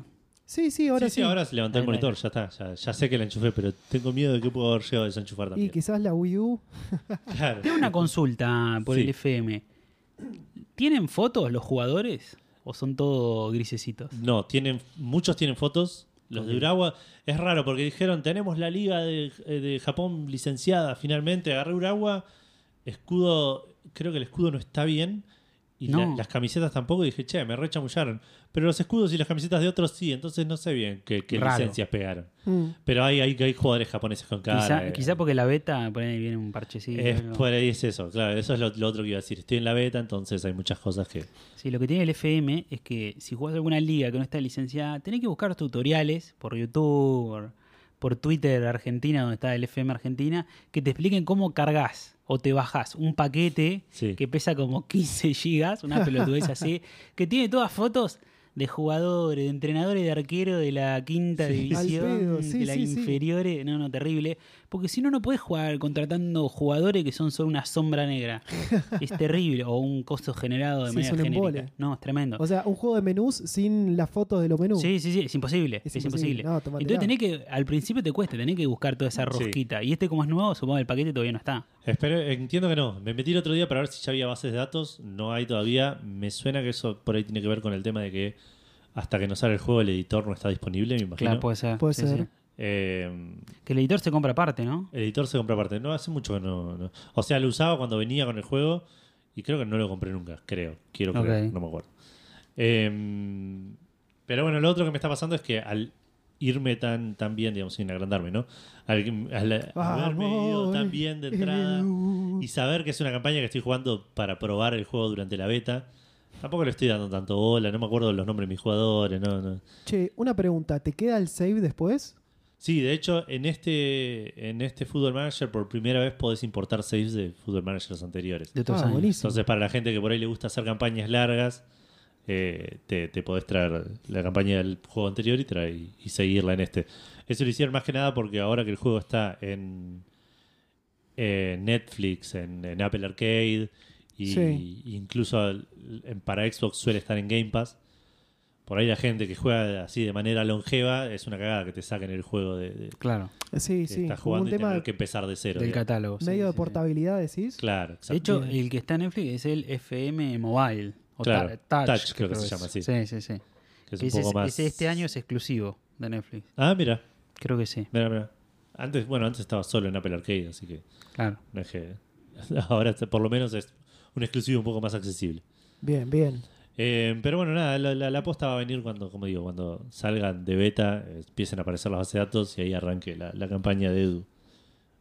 S3: Sí, sí, ahora
S2: sí,
S3: sí.
S2: sí, ahora levanté
S1: Ahí
S2: el
S1: va, ahí
S2: monitor,
S1: va.
S2: ya está. Ya, ya sé que la enchufé, pero tengo miedo de que puedo haber llegado a desenchufar
S3: y
S2: también.
S3: quizás la Wii U.
S2: Claro.
S1: Tengo una consulta por
S2: Sí.
S1: el FM. ¿Tienen fotos los jugadores? ¿O son todos grisecitos?
S2: No, tienen, muchos tienen fotos. Los de Urawa es raro porque dijeron, tenemos la liga de, eh, de Japón licenciada finalmente. Agarré Urawa, escudo, creo que el escudo no está bien. Y
S1: No.
S2: la- las camisetas tampoco. Y dije, che, me rechamullaron. Pero los escudos y las camisetas de otros sí, entonces no sé bien qué, qué
S1: Raro.
S2: licencias pegaron.
S3: Mm.
S2: Pero hay, hay, hay jugadores japoneses con cara.
S1: quizá,
S2: eh,
S1: quizá porque la beta, por ahí viene un parchecito.
S2: es,
S1: algo.
S2: por ahí es eso, claro. Eso es lo, lo otro que iba a decir. Estoy en la beta, entonces hay muchas cosas que...
S1: Sí, lo que tiene el FM es que si jugás alguna liga que no está licenciada, tenés que buscar tutoriales por YouTube, por, por Twitter Argentina, donde está el FM Argentina, que te expliquen cómo cargas o te bajás un paquete
S2: Sí.
S1: que pesa como 15 gigas, una pelotudez así, que tiene todas fotos de jugadores, de entrenadores, de arquero de la quinta división,
S3: Al pedo, sí,
S1: de la
S3: sí, sí.
S1: inferiores, no, no, terrible, porque si no, no puedes jugar contratando jugadores que son solo una sombra negra. es terrible, o un costo generado de
S3: Sí,
S1: manera
S3: es un
S1: genérica.
S3: embole.
S1: No, es tremendo.
S3: O sea, un juego de menús sin las fotos de los menús.
S1: Sí, sí, sí, es imposible. Es,
S3: Es
S1: imposible.
S3: imposible. No, tómatela.
S1: Entonces tenés que, al principio te cuesta, tenés que buscar toda esa
S2: Sí.
S1: rosquita. Y este como es nuevo, supongo que el paquete todavía no está.
S2: Espero- entiendo que no. Me metí el otro día para ver si ya había bases de datos. No hay todavía. Me suena que eso por ahí tiene que ver con el tema de que hasta que no sale el juego el editor no está disponible, me imagino.
S1: Claro, pues. puede ser.
S3: Puede
S1: Sí,
S3: ser.
S1: sí.
S2: Eh,
S1: Que el editor se compra aparte, ¿no?
S2: el editor se compra aparte. No, hace mucho que no, no. O sea, lo usaba cuando venía con el juego y creo que no lo compré nunca. Creo. Quiero creer.
S1: Ok.
S2: No me acuerdo. Eh, pero bueno, lo otro que me está pasando es que al irme tan, tan bien, digamos, sin agrandarme, ¿no? Al, al haberme ido
S3: Vamos,
S2: tan bien de entrada.
S3: EU.
S2: Y saber que es una campaña que estoy jugando para probar el juego durante la beta. Tampoco le estoy dando tanto bola, no me acuerdo los nombres de mis jugadores, no, no.
S3: Che, una pregunta, ¿te queda el save después?
S2: Sí, de hecho, en este, en este Football Manager por primera vez podés importar saves de Football Managers anteriores.
S1: De otros
S3: ah,
S1: años.
S3: buenísimo.
S2: Entonces, para la gente que por ahí le gusta hacer campañas largas, eh, te, te podés traer la campaña del juego anterior y, traer, y seguirla en este. Eso lo hicieron más que nada porque ahora que el juego está en eh, Netflix, en, en Apple Arcade, y
S3: Sí.
S2: incluso al- en- para Xbox suele estar en Game Pass. Por ahí la gente que juega así de manera longeva es una cagada que te saquen el juego de, de-
S1: Claro,
S3: sí,
S2: que
S3: sí,
S2: estás
S3: como
S2: jugando
S3: un
S2: y
S3: tema
S2: tener que empezar de cero.
S1: del
S2: digamos.
S1: catálogo. sí,
S3: medio
S1: sí,
S3: de
S1: sí.
S3: portabilidad, decís.
S2: Claro,
S1: De
S2: exacto.
S1: hecho, eh,
S3: Bien.
S1: el que está en Netflix es el FM Mobile. O
S2: Claro,
S1: ta- Touch,
S2: Touch creo que se llama, sí.
S1: Sí, sí, sí.
S2: Que es
S1: Que
S2: un
S1: ese
S2: poco
S1: es-
S2: más-
S1: ese este año es exclusivo de Netflix.
S2: Ah, mira.
S1: Creo que sí,
S2: Mira, mira. Antes, bueno, antes estaba solo en Apple Arcade, así que
S1: claro.
S2: no es que. Ahora está- por lo menos es un exclusivo un poco más accesible.
S3: Bien, bien.
S2: Eh, pero bueno, nada, la, la, la posta va a venir cuando, como digo, cuando salgan de beta, eh, empiecen a aparecer las bases de datos y ahí arranque la, la campaña de Edu.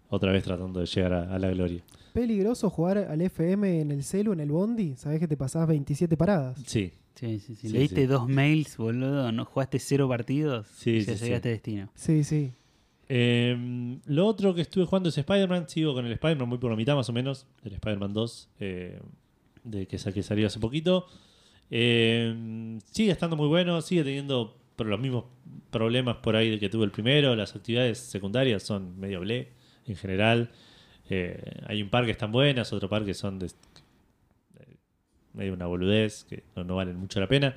S2: Otra vez tratando de llegar a, a la gloria.
S3: Peligroso jugar al FM en el celu, en el bondi. Sabés que te pasás 27 paradas.
S2: Sí,
S1: Sí, sí, sí.
S2: Sí,
S1: Leíste
S2: sí.
S1: dos mails, boludo, no jugaste cero partidos
S2: Sí,
S1: y
S2: sí,
S1: ya
S2: sí.
S1: llegaste a destino.
S3: Sí, sí.
S2: Eh, lo otro que estuve jugando es Spider-Man. Sigo con el Spider-Man, muy por la mitad más o menos. El Spider-Man 2, eh, de que, sa- que salió hace poquito. Eh, sigue estando muy bueno, sigue teniendo por los mismos problemas por ahí que tuvo el primero. Las actividades secundarias son medio ble en general. Eh, hay un par que están buenas, otro par que son de, eh, medio una boludez, que no, no valen mucho la pena.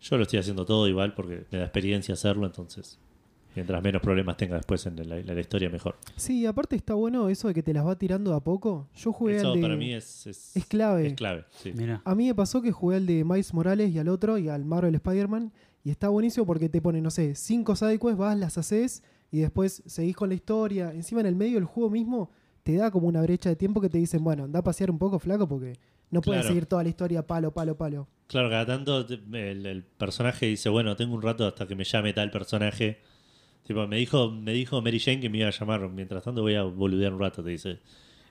S2: Yo lo estoy haciendo todo igual porque me da experiencia hacerlo, entonces Mientras menos problemas tenga después en la, la- la historia, mejor.
S3: Sí, aparte está bueno eso de que te las va tirando de a poco. Yo jugué
S2: Eso
S3: al de...
S2: para mí es, es,
S3: es clave.
S2: es clave, sí.
S1: Mira.
S3: A mí me pasó que jugué al de Miles Morales y al otro, y al Marvel Spider-Man, y está buenísimo porque te pone, no sé, cinco sidequests, vas, las haces, y después seguís con la historia. Encima en el medio el juego mismo te da como una brecha de tiempo que te dicen, bueno, anda a pasear un poco, flaco, porque no puedes
S2: Claro.
S3: seguir toda la historia palo, palo, palo.
S2: Claro, cada tanto te- el, el personaje dice, bueno, tengo un rato hasta que me llame tal personaje. Tipo, me dijo, me dijo Mary Jane que me iba a llamar, mientras tanto voy a boludear un rato, te dice.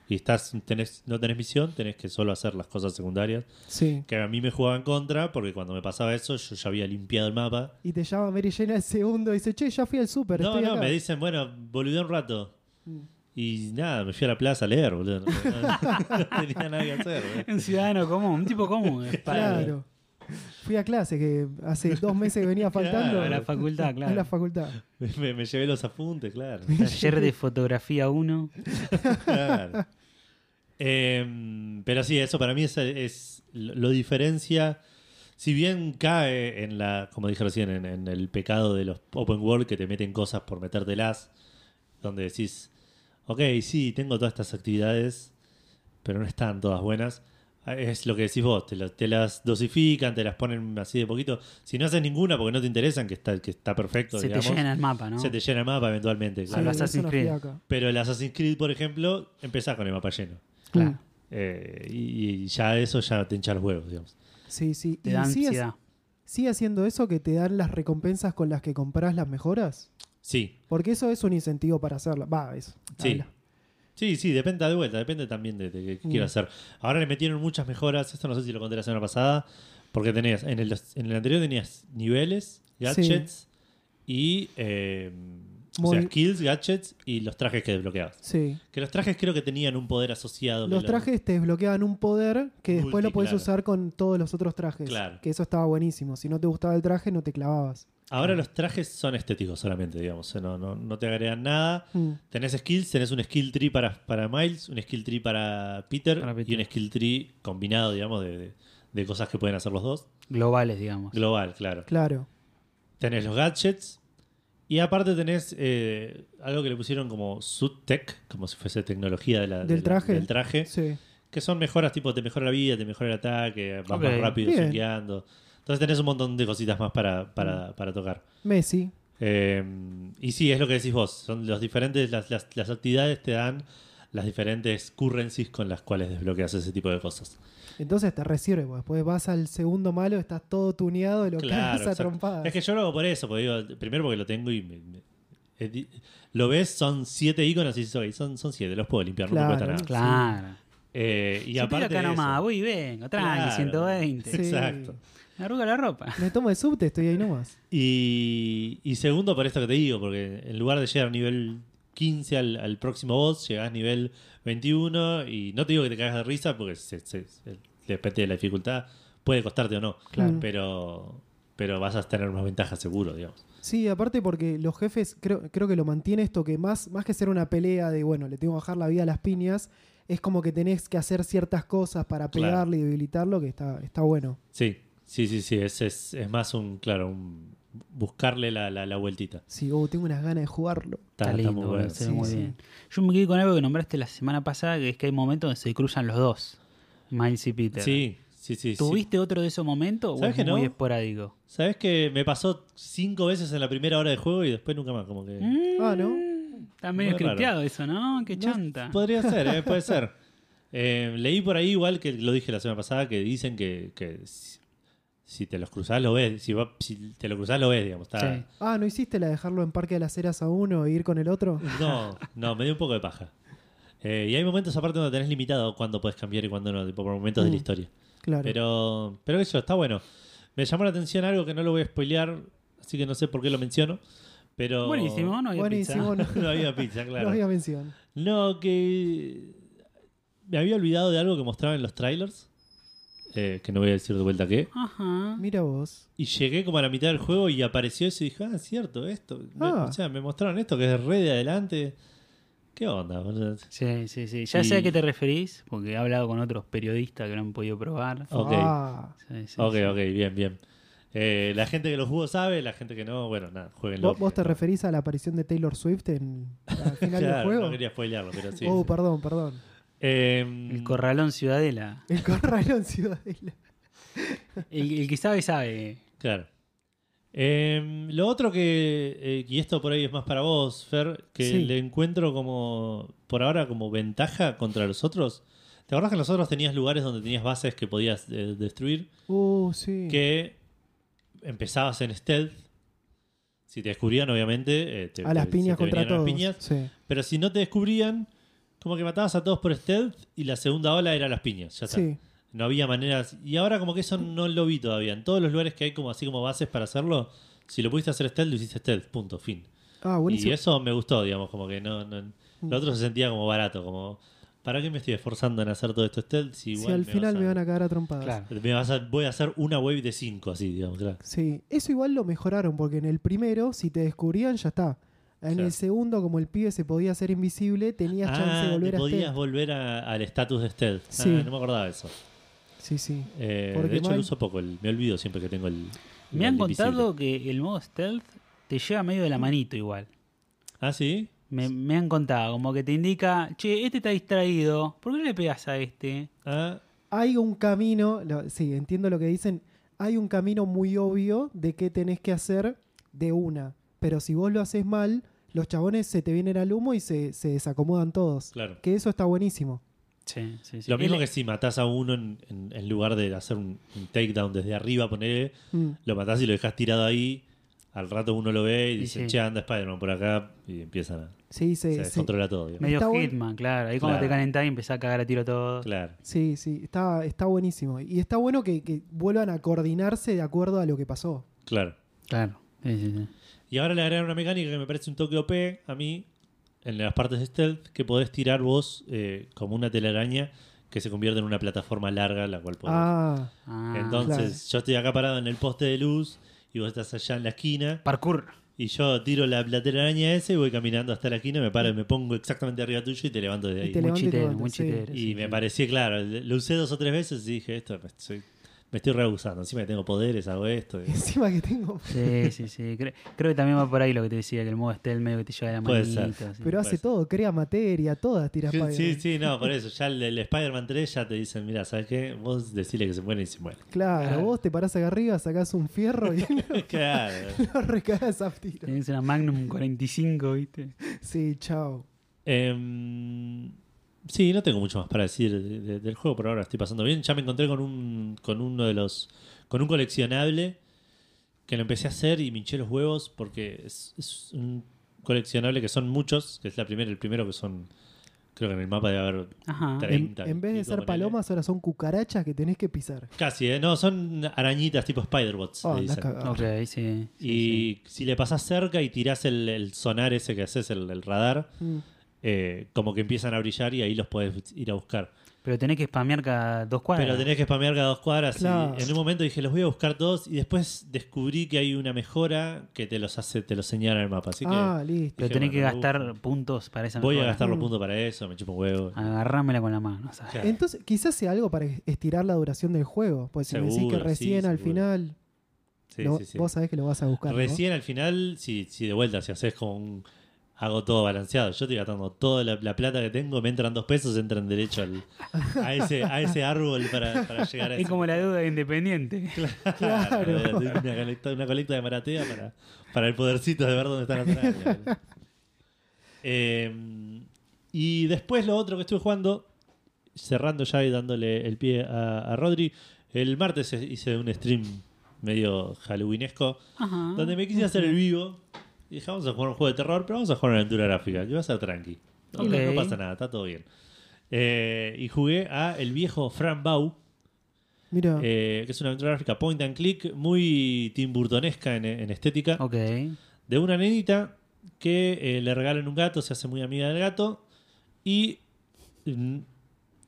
S2: Y estás, tenés, no tenés misión, tenés que solo hacer las cosas secundarias.
S3: Sí.
S2: Que a mí me jugaba en contra, porque cuando me pasaba eso, yo ya había limpiado el mapa.
S3: Y te llama Mary Jane al segundo y dice, che, ya fui al súper,
S2: no,
S3: estoy
S2: no,
S3: acá.
S2: me dicen, bueno, boludea un rato.
S3: Mm.
S2: Y nada, me fui a la plaza a leer, boludo. No, no- no tenía nada que hacer. boludo.
S1: Un ciudadano común, un tipo común. eh. es para-
S3: Claro. Fui a clase, que hace dos meses que venía faltando.
S1: A la
S2: Claro.
S1: facultad,
S3: a la
S1: claro.
S3: facultad.
S2: Me, me llevé los apuntes, claro.
S1: Taller de fotografía 1.
S2: Claro. Em, pero sí, eso para mí es, es- lo lo diferencia. Si bien cae en la, como dije recién, en, en el pecado de los open world que te meten cosas por metértelas, donde decís, ok, sí, tengo todas estas actividades, pero no están todas buenas. Ah, Es lo que decís vos, te, lo- te las dosifican, te las ponen así de poquito. Si no haces ninguna porque no te interesan, que está, que está perfecto,
S1: Se te
S2: digamos,
S1: llena el mapa, ¿no?
S2: se te llena el mapa eventualmente.
S1: Sí. Al
S3: es
S1: Assassin's
S3: una
S1: Creed.
S3: fiaca.
S2: Pero el Assassin's Creed, por ejemplo, empezás con el mapa lleno.
S1: Claro.
S3: Mm.
S2: Eh, y, y ya eso ya te hincha los huevos, digamos.
S3: Sí, sí.
S1: Te
S3: Y
S1: da
S3: sigue-
S1: ansiedad.
S3: ¿Sigue haciendo eso que te dan las recompensas con las que compras las mejoras?
S2: Sí,
S3: Porque eso es un incentivo para hacerlo. Va, eso.
S2: Sí.
S3: Habla.
S2: sí, sí, depende de vuelta, depende también de, de qué
S3: Mm.
S2: quiero hacer. Ahora le metieron muchas mejoras, esto no sé si lo conté la semana pasada, porque tenías, en el, en el anterior tenías niveles, gadgets y eh, O sea,
S3: movi-
S2: skills, gadgets y los trajes que desbloqueabas.
S3: sí.
S2: Que los trajes creo que tenían un poder asociado. que
S3: Los
S2: lo-
S3: trajes te desbloqueaban un poder que después
S2: Multi,
S3: lo podés
S2: claro.
S3: usar con todos los otros trajes.
S2: Claro.
S3: Que eso estaba buenísimo. Si no te gustaba el traje, no te clavabas.
S2: Ahora los trajes son estéticos solamente, digamos. No, no, no te agregan nada.
S3: Mm.
S2: Tenés skills, tenés un skill tree para, para Miles, un skill tree para Peter,
S1: Para Peter.
S2: y un skill tree combinado, digamos, de, de- de cosas que pueden hacer los dos.
S1: Globales, digamos.
S2: Global, claro.
S3: Claro.
S2: Tenés los gadgets. Y aparte tenés eh, algo que le pusieron como suit tech, como si fuese tecnología de la-
S3: Del
S2: de la-
S3: traje.
S2: del traje.
S3: Sí.
S2: Que son mejoras tipo, te mejora la vida, te mejora el ataque, vas
S1: Ok.
S2: más rápido
S3: Bien.
S2: suqueando. Entonces tenés un montón de cositas más para, para, para tocar.
S3: Messi.
S2: Eh, y sí, es lo que decís vos. Son los diferentes, las, las, las actividades te dan las diferentes currencies con las cuales desbloqueas ese tipo de cosas.
S3: Entonces te resirve, porque después vas al segundo malo, estás todo tuneado y lo
S2: Claro.
S3: cagas a
S2: exacto.
S3: trompadas.
S2: Es que yo lo hago por eso, porque digo, primero porque lo tengo y me- me- eh, di- lo ves, son siete iconos y dices, "Ok, son, son siete, los puedo limpiar, no me
S3: Claro.
S2: cuesta nada.
S1: Claro.
S2: Eh, y
S1: Yo
S2: aparte.
S1: tiro acá
S2: de eso-
S1: nomás, voy y vengo, tranqui,
S2: Claro.
S1: 120.
S3: Sí.
S2: Exacto.
S1: Me arruga la ropa.
S3: Me tomo el subte, estoy ahí nomás.
S2: Y, y segundo, por esto que te digo, porque en lugar de llegar a nivel 15 al, al próximo boss, llegás nivel 21 y no te digo que te cagas de risa porque se, se- se- depende de la dificultad, puede costarte o no.
S3: Claro.
S2: Pero, pero vas a tener más ventaja seguro, digamos.
S3: Sí, aparte porque los jefes, creo, creo que lo mantiene esto, que más, más que ser una pelea de, bueno, le tengo que bajar la vida a las piñas, es como que tenés que hacer ciertas cosas para
S2: Claro.
S3: pegarle y debilitarlo, que está, está bueno.
S2: Sí, sí, sí, sí. Es, es, es más un, claro, un buscarle la, la, la vueltita.
S3: Sí, oh, tengo unas ganas de jugarlo.
S1: Está, lindo, boludo, se ve
S3: sí,
S1: muy
S3: sí.
S1: bien. Yo me quedé con algo que nombraste la semana pasada, que es que hay momentos donde se cruzan los dos, Miles y Peter.
S2: Sí, sí, sí. sí.
S1: ¿Tuviste otro de esos momentos o
S2: ¿Sabes
S1: es
S2: que no?
S1: muy esporádico?
S2: ¿Sabes que me pasó cinco veces en la primera hora de juego y después nunca más? Como que...
S1: Mm.
S3: Ah, ¿no?
S1: Está medio
S2: Muy raro.
S1: scripteado eso, ¿no? Qué
S2: No,
S1: chanta.
S2: podría ser, ¿eh? puede ser. Eh, leí por ahí igual que lo dije la semana pasada que dicen que, que si, si te los cruzás lo ves, si, va- si te lo cruzás lo ves, digamos. Está,
S1: Sí.
S3: Ah, ¿no hiciste la de dejarlo en Parque de las Heras a uno e ir con el otro?
S2: No, no, me dio un poco de paja. Eh, y hay momentos aparte donde tenés limitado cuándo puedes cambiar y cuándo no, tipo por momentos de
S3: Mm,
S2: la historia.
S3: Claro.
S2: Pero, pero eso, está bueno. Me llamó la atención algo que no lo voy a spoilear, así que no sé por qué lo menciono. Pero
S1: Buenísimo, no había
S3: Buenísimo, no,
S2: No había pizza, claro.
S3: no había mención.
S2: No, que. Me había olvidado de algo que mostraba en los trailers. eh, que no voy a decir de vuelta qué.
S1: pizza. Ajá.
S3: Mira vos.
S2: Y llegué como a la mitad del juego y apareció eso y dije, ah, cierto, esto. Me-
S3: Ah.
S2: o sea, me mostraron esto que es re de adelante. ¿Qué onda? boludo?
S1: Sí, sí, sí. Ya
S2: Y-
S1: sé a qué te referís, porque he hablado con otros periodistas que lo han podido probar.
S2: Ok.
S3: Ah.
S1: Sí, sí,
S2: ok,
S1: sí.
S2: ok, bien, bien. Eh, la gente que lo jugó sabe, la gente que no, bueno, nada, jueguenlo.
S3: ¿Vos, vos te referís a la aparición de Taylor Swift en al final
S2: Claro,
S3: del juego?
S2: No quería spoilearlo, pero sí.
S3: oh,
S2: sí.
S3: perdón, perdón.
S2: Eh,
S1: El corralón ciudadela.
S3: El corralón Ciudadela.
S1: El, el que sabe, sabe.
S2: Claro. Em, lo otro que, eh, y esto por ahí es más para vos, Fer, que
S3: Sí.
S2: le encuentro como, por ahora, como ventaja contra los otros. ¿Te acordás que en los otros tenías lugares donde tenías bases que podías eh, destruir?
S3: Oh, sí.
S2: Que empezabas en stealth. Si te descubrían, obviamente, eh, te,
S3: a las
S2: te-
S3: piñas
S2: se te
S3: contra
S2: venían a las
S3: todos.
S2: piñas.
S3: Sí.
S2: Pero si no te descubrían, como que matabas a todos por stealth y la segunda ola era las piñas. Ya está.
S3: Sí.
S2: No había maneras. Y ahora como que eso no lo vi todavía. En todos los lugares que hay como así como bases para hacerlo, si lo pudiste hacer stealth, lo hiciste stealth. Punto, fin.
S3: Ah, buenísimo.
S2: Y eso me gustó, digamos, como que no, no- Lo otro se sentía como barato, como... ¿Para qué me estoy esforzando en hacer todo esto stealth? Si,
S3: si
S2: igual
S3: al final me van a cagar a trompadas.
S1: Claro.
S2: me vas a- voy a hacer una wave de 5, así, digamos, claro.
S3: Sí, eso igual lo mejoraron, porque en el primero, si te descubrían, ya está. En
S2: Claro.
S3: el segundo, como el pibe se podía hacer invisible, tenías chance de
S2: Ah,
S3: volver
S2: te
S3: a
S2: podías
S3: stealth.
S2: volver a- al estatus de stealth. Ah,
S3: Sí.
S2: no me acordaba de eso.
S3: Sí, sí.
S2: Eh,
S3: Porque
S2: de hecho,
S3: mal-
S2: lo uso poco. el- me olvido siempre que tengo el...
S1: Me
S2: el
S1: han
S2: invisible.
S1: contado que el modo stealth te lleva medio de la manito igual.
S2: Ah, sí.
S1: Me, me han contado, como que te indica, che, este está distraído, ¿por qué no le pegas a este?
S2: Ah,
S3: Hay un camino, lo- sí, entiendo lo que dicen. Hay un camino muy obvio de qué tenés que hacer de una. Pero si vos lo haces mal, los chabones se te vienen al humo y se, se desacomodan todos.
S2: claro.
S3: Que eso está buenísimo.
S1: Sí, sí, sí.
S2: Lo mismo
S1: Él-
S2: que si matás a uno en, en- en lugar de hacer un, un takedown desde arriba, ponele,
S3: Mm.
S2: lo matás y lo dejás tirado ahí. Al rato uno lo ve y dice,
S1: sí.
S2: che, anda Spider-Man por acá. Y empiezan a.
S3: Sí,
S2: Se
S3: se, se-
S2: descontrola todo. digamos.
S1: Medio
S3: Está bueno.
S1: Hitman, claro. Ahí cuando
S2: Claro.
S1: te calentás y empezás a cagar a tiro todo.
S2: Claro.
S3: sí, sí, está, está buenísimo. Y está bueno que, que vuelvan a coordinarse de acuerdo a lo que pasó.
S2: Claro.
S1: Claro. Sí, sí, sí.
S2: Y ahora le agregaron una mecánica que me parece un toque OP a mí, en las partes de stealth, que podés tirar vos eh, como una telaraña que se convierte en una plataforma larga, la cual podés.
S3: Ah,
S1: Ah,
S2: Entonces,
S3: claro.
S2: yo estoy acá parado en el poste de luz y vos estás allá en la esquina.
S1: Parkour.
S2: Y yo tiro la, la telaraña esa y voy caminando hasta la esquina, me paro y me pongo exactamente arriba tuyo y te levanto de
S3: Y
S2: ahí.
S3: te
S1: Muy
S3: levanto y te
S1: chitero,
S3: levanto,
S1: muy
S3: sí.
S1: chitero.
S2: Y me parecía claro, lo usé dos o tres veces y dije, esto me estoy, me estoy rehusando, encima que tengo poderes, hago esto. y-
S3: encima que tengo.
S1: Sí, sí, sí. Cre- Creo que también va por ahí lo que te decía, que el modo esté el medio que te lleva de la
S2: Puede
S1: manito.
S2: ser.
S1: así.
S3: Pero hace
S2: pues.
S3: todo, crea materia, todas tiras
S2: Sí,
S3: para
S2: sí, sí, no, por eso, ya el, el Spider-Man 3 ya te dicen, mira, ¿sabes qué? Vos decile que se muere y se muere.
S3: Claro,
S2: Ah.
S1: Claro.
S3: vos te parás acá arriba, sacás un fierro y
S2: claro.
S3: lo recagás a tiro.
S1: Tenés una Magnum 45, ¿viste?
S3: Sí, chao.
S2: Em, sí, no tengo mucho más para decir de- de- del juego, por ahora estoy pasando bien. Ya me encontré con un con uno de los con un coleccionable que lo empecé a hacer y me hinché los huevos porque es, es un coleccionable que son muchos, que es la primera, el primero que son creo que en el mapa debe haber
S1: Ajá.
S2: Tre-
S3: En,
S2: 30
S3: en vez de
S2: pico,
S3: ser
S2: ponele.
S3: palomas, ahora son cucarachas que tenés que pisar.
S2: casi, ¿eh? no, son arañitas tipo Spider-Bots,
S3: Ah,
S2: le
S3: andás
S2: dicen.
S3: cagado.
S1: Ok, sí. Oh, sí, sí.
S2: Y si le pasás cerca y tirás el, el sonar ese que haces, el, el radar,
S3: Mm.
S2: eh, como que empiezan a brillar y ahí los podés ir a buscar.
S1: Pero tenés que spamear cada dos cuadras.
S2: Pero tenés que spamear cada dos cuadras. y
S3: Claro.
S2: en un momento dije, los voy a buscar todos. Y después descubrí que hay una mejora que te los hace, te los señala el mapa. Así que
S3: Ah, listo.
S1: Pero
S2: Dije,
S1: tenés que
S2: bueno,
S1: gastar
S2: busco.
S1: puntos para esa
S2: voy a
S1: mejora.
S2: gastar los
S3: Mm. Ah,
S2: puntos para eso, me chupo un huevo.
S1: Agarrámela con la mano, ¿sabes?
S2: Claro.
S3: Entonces, quizás sea algo para estirar la duración del juego. Pues si me decís
S2: Seguro,
S3: que
S2: sí,
S3: recién al
S2: seguro.
S3: final,
S2: Sí,
S3: lo-
S2: sí, sí.
S3: vos sabés que lo vas a buscar. ¿no?
S2: Recién al final, si, si de vuelta, si haces con un- Hago todo balanceado. Yo estoy gastando toda la, la plata que tengo, me entran dos pesos, entran derecho al, a, ese, a ese árbol para, para llegar a
S1: Es
S2: ese.
S1: como la deuda de independiente.
S3: Claro.
S2: Una colecta, una colecta de maratea para, para el podercito de ver dónde están atrás. boludo. Eh, y después lo otro que estuve jugando, cerrando ya y dándole el pie a, a Rodri, el martes hice un stream medio halloweenesco
S1: Ajá.
S2: donde me quise hacer el vivo y dije, vamos a jugar un juego de terror, pero vamos a jugar una aventura gráfica, que va a ser tranqui. No, no- no
S1: Ok.
S2: pasa nada, está todo bien. Eh, y jugué a el viejo Fran Bau,
S3: Mira,
S2: eh, que es una aventura gráfica point and click, muy timburtonesca en, en estética,
S1: Ok.
S2: de una nenita que eh, le regalan un gato, se hace muy amiga del gato, y mm,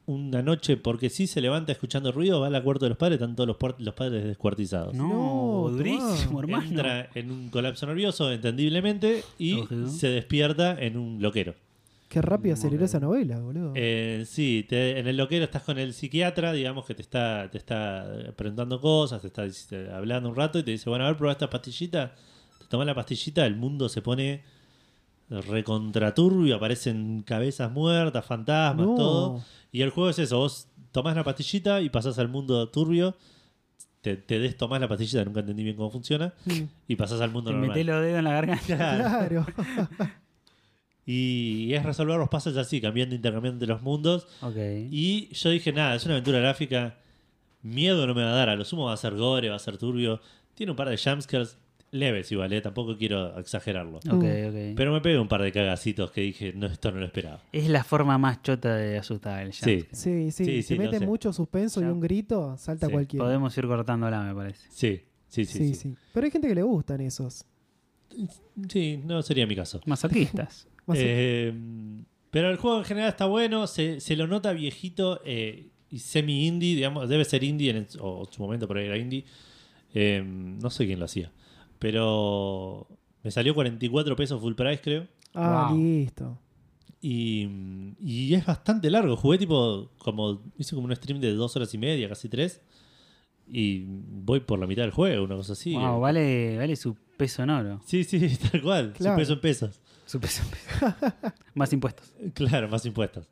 S2: una noche, porque sí, se levanta escuchando ruido, va a la cuarto de los padres, están todos los, puer- los padres descuartizados.
S1: No,
S3: No,
S1: durísimo,
S3: tomá.
S1: hermano.
S2: Entra en un colapso nervioso, entendiblemente, y
S1: Lógico.
S2: se despierta en un loquero.
S3: qué rápido aceleró esa novela, boludo.
S2: mm, Eh, sí, te- en el loquero estás con el psiquiatra, digamos que te está, te está preguntando cosas, te está dic- te- hablando un rato y te dice, bueno, a ver, prueba esta pastillita. Te tomas la pastillita, el mundo se pone recontraturbio, aparecen cabezas muertas, fantasmas,
S3: No.
S2: todo. Y el juego es eso, vos tomás la pastillita y pasás al mundo turbio, te, te des tomás la pastillita, nunca entendí bien cómo funciona,
S3: Mm.
S2: y pasás al mundo
S1: Te
S2: normal.
S1: metés los dedos en la garganta.
S3: Claro.
S2: Y es resolver los pasos así, cambiando, intercambiando los mundos.
S1: Ok.
S2: Y yo dije, nada, es una aventura gráfica. Miedo no me va a dar, a lo sumo va a ser gore, va a ser turbio. Tiene un par de jumpscares leves igual, ¿eh? tampoco quiero exagerarlo.
S1: Ok, ok.
S2: Pero me pegué un par de cagacitos que dije, no, esto no lo esperaba.
S1: Es la forma más chota de asustar el
S2: Sí.
S1: jumpscare.
S3: Sí, sí.
S2: Sí,
S3: si
S2: sí, lo
S3: mete
S2: sé.
S3: mucho suspenso y
S1: Ya.
S3: un grito, salta
S2: Sí,
S3: cualquiera.
S1: Podemos ir cortándola, me parece.
S2: Sí, sí, sí. Sí, sí.
S3: sí. Pero hay gente que le gustan esos.
S2: no sería mi caso.
S1: Masoquistas.
S3: Más o-
S2: Eh, pero el juego en general está bueno, se, se lo nota viejito eh, y semi-indie, digamos, debe ser indie en, el- o en su momento por ahí era indie. Eh, no sé quién lo hacía, pero me salió 44 pesos full price, creo.
S3: ah,
S1: wow.
S3: listo.
S2: Y, y es bastante largo. Jugué tipo, como hice como un stream de dos horas y media, casi tres. Y voy por la mitad del juego, una cosa así.
S1: Wow, vale, vale su peso en oro.
S2: Sí, sí, tal cual.
S3: Claro.
S2: Su peso en pesos.
S1: Su peso en peso. Más impuestos.
S2: Claro, más impuestos.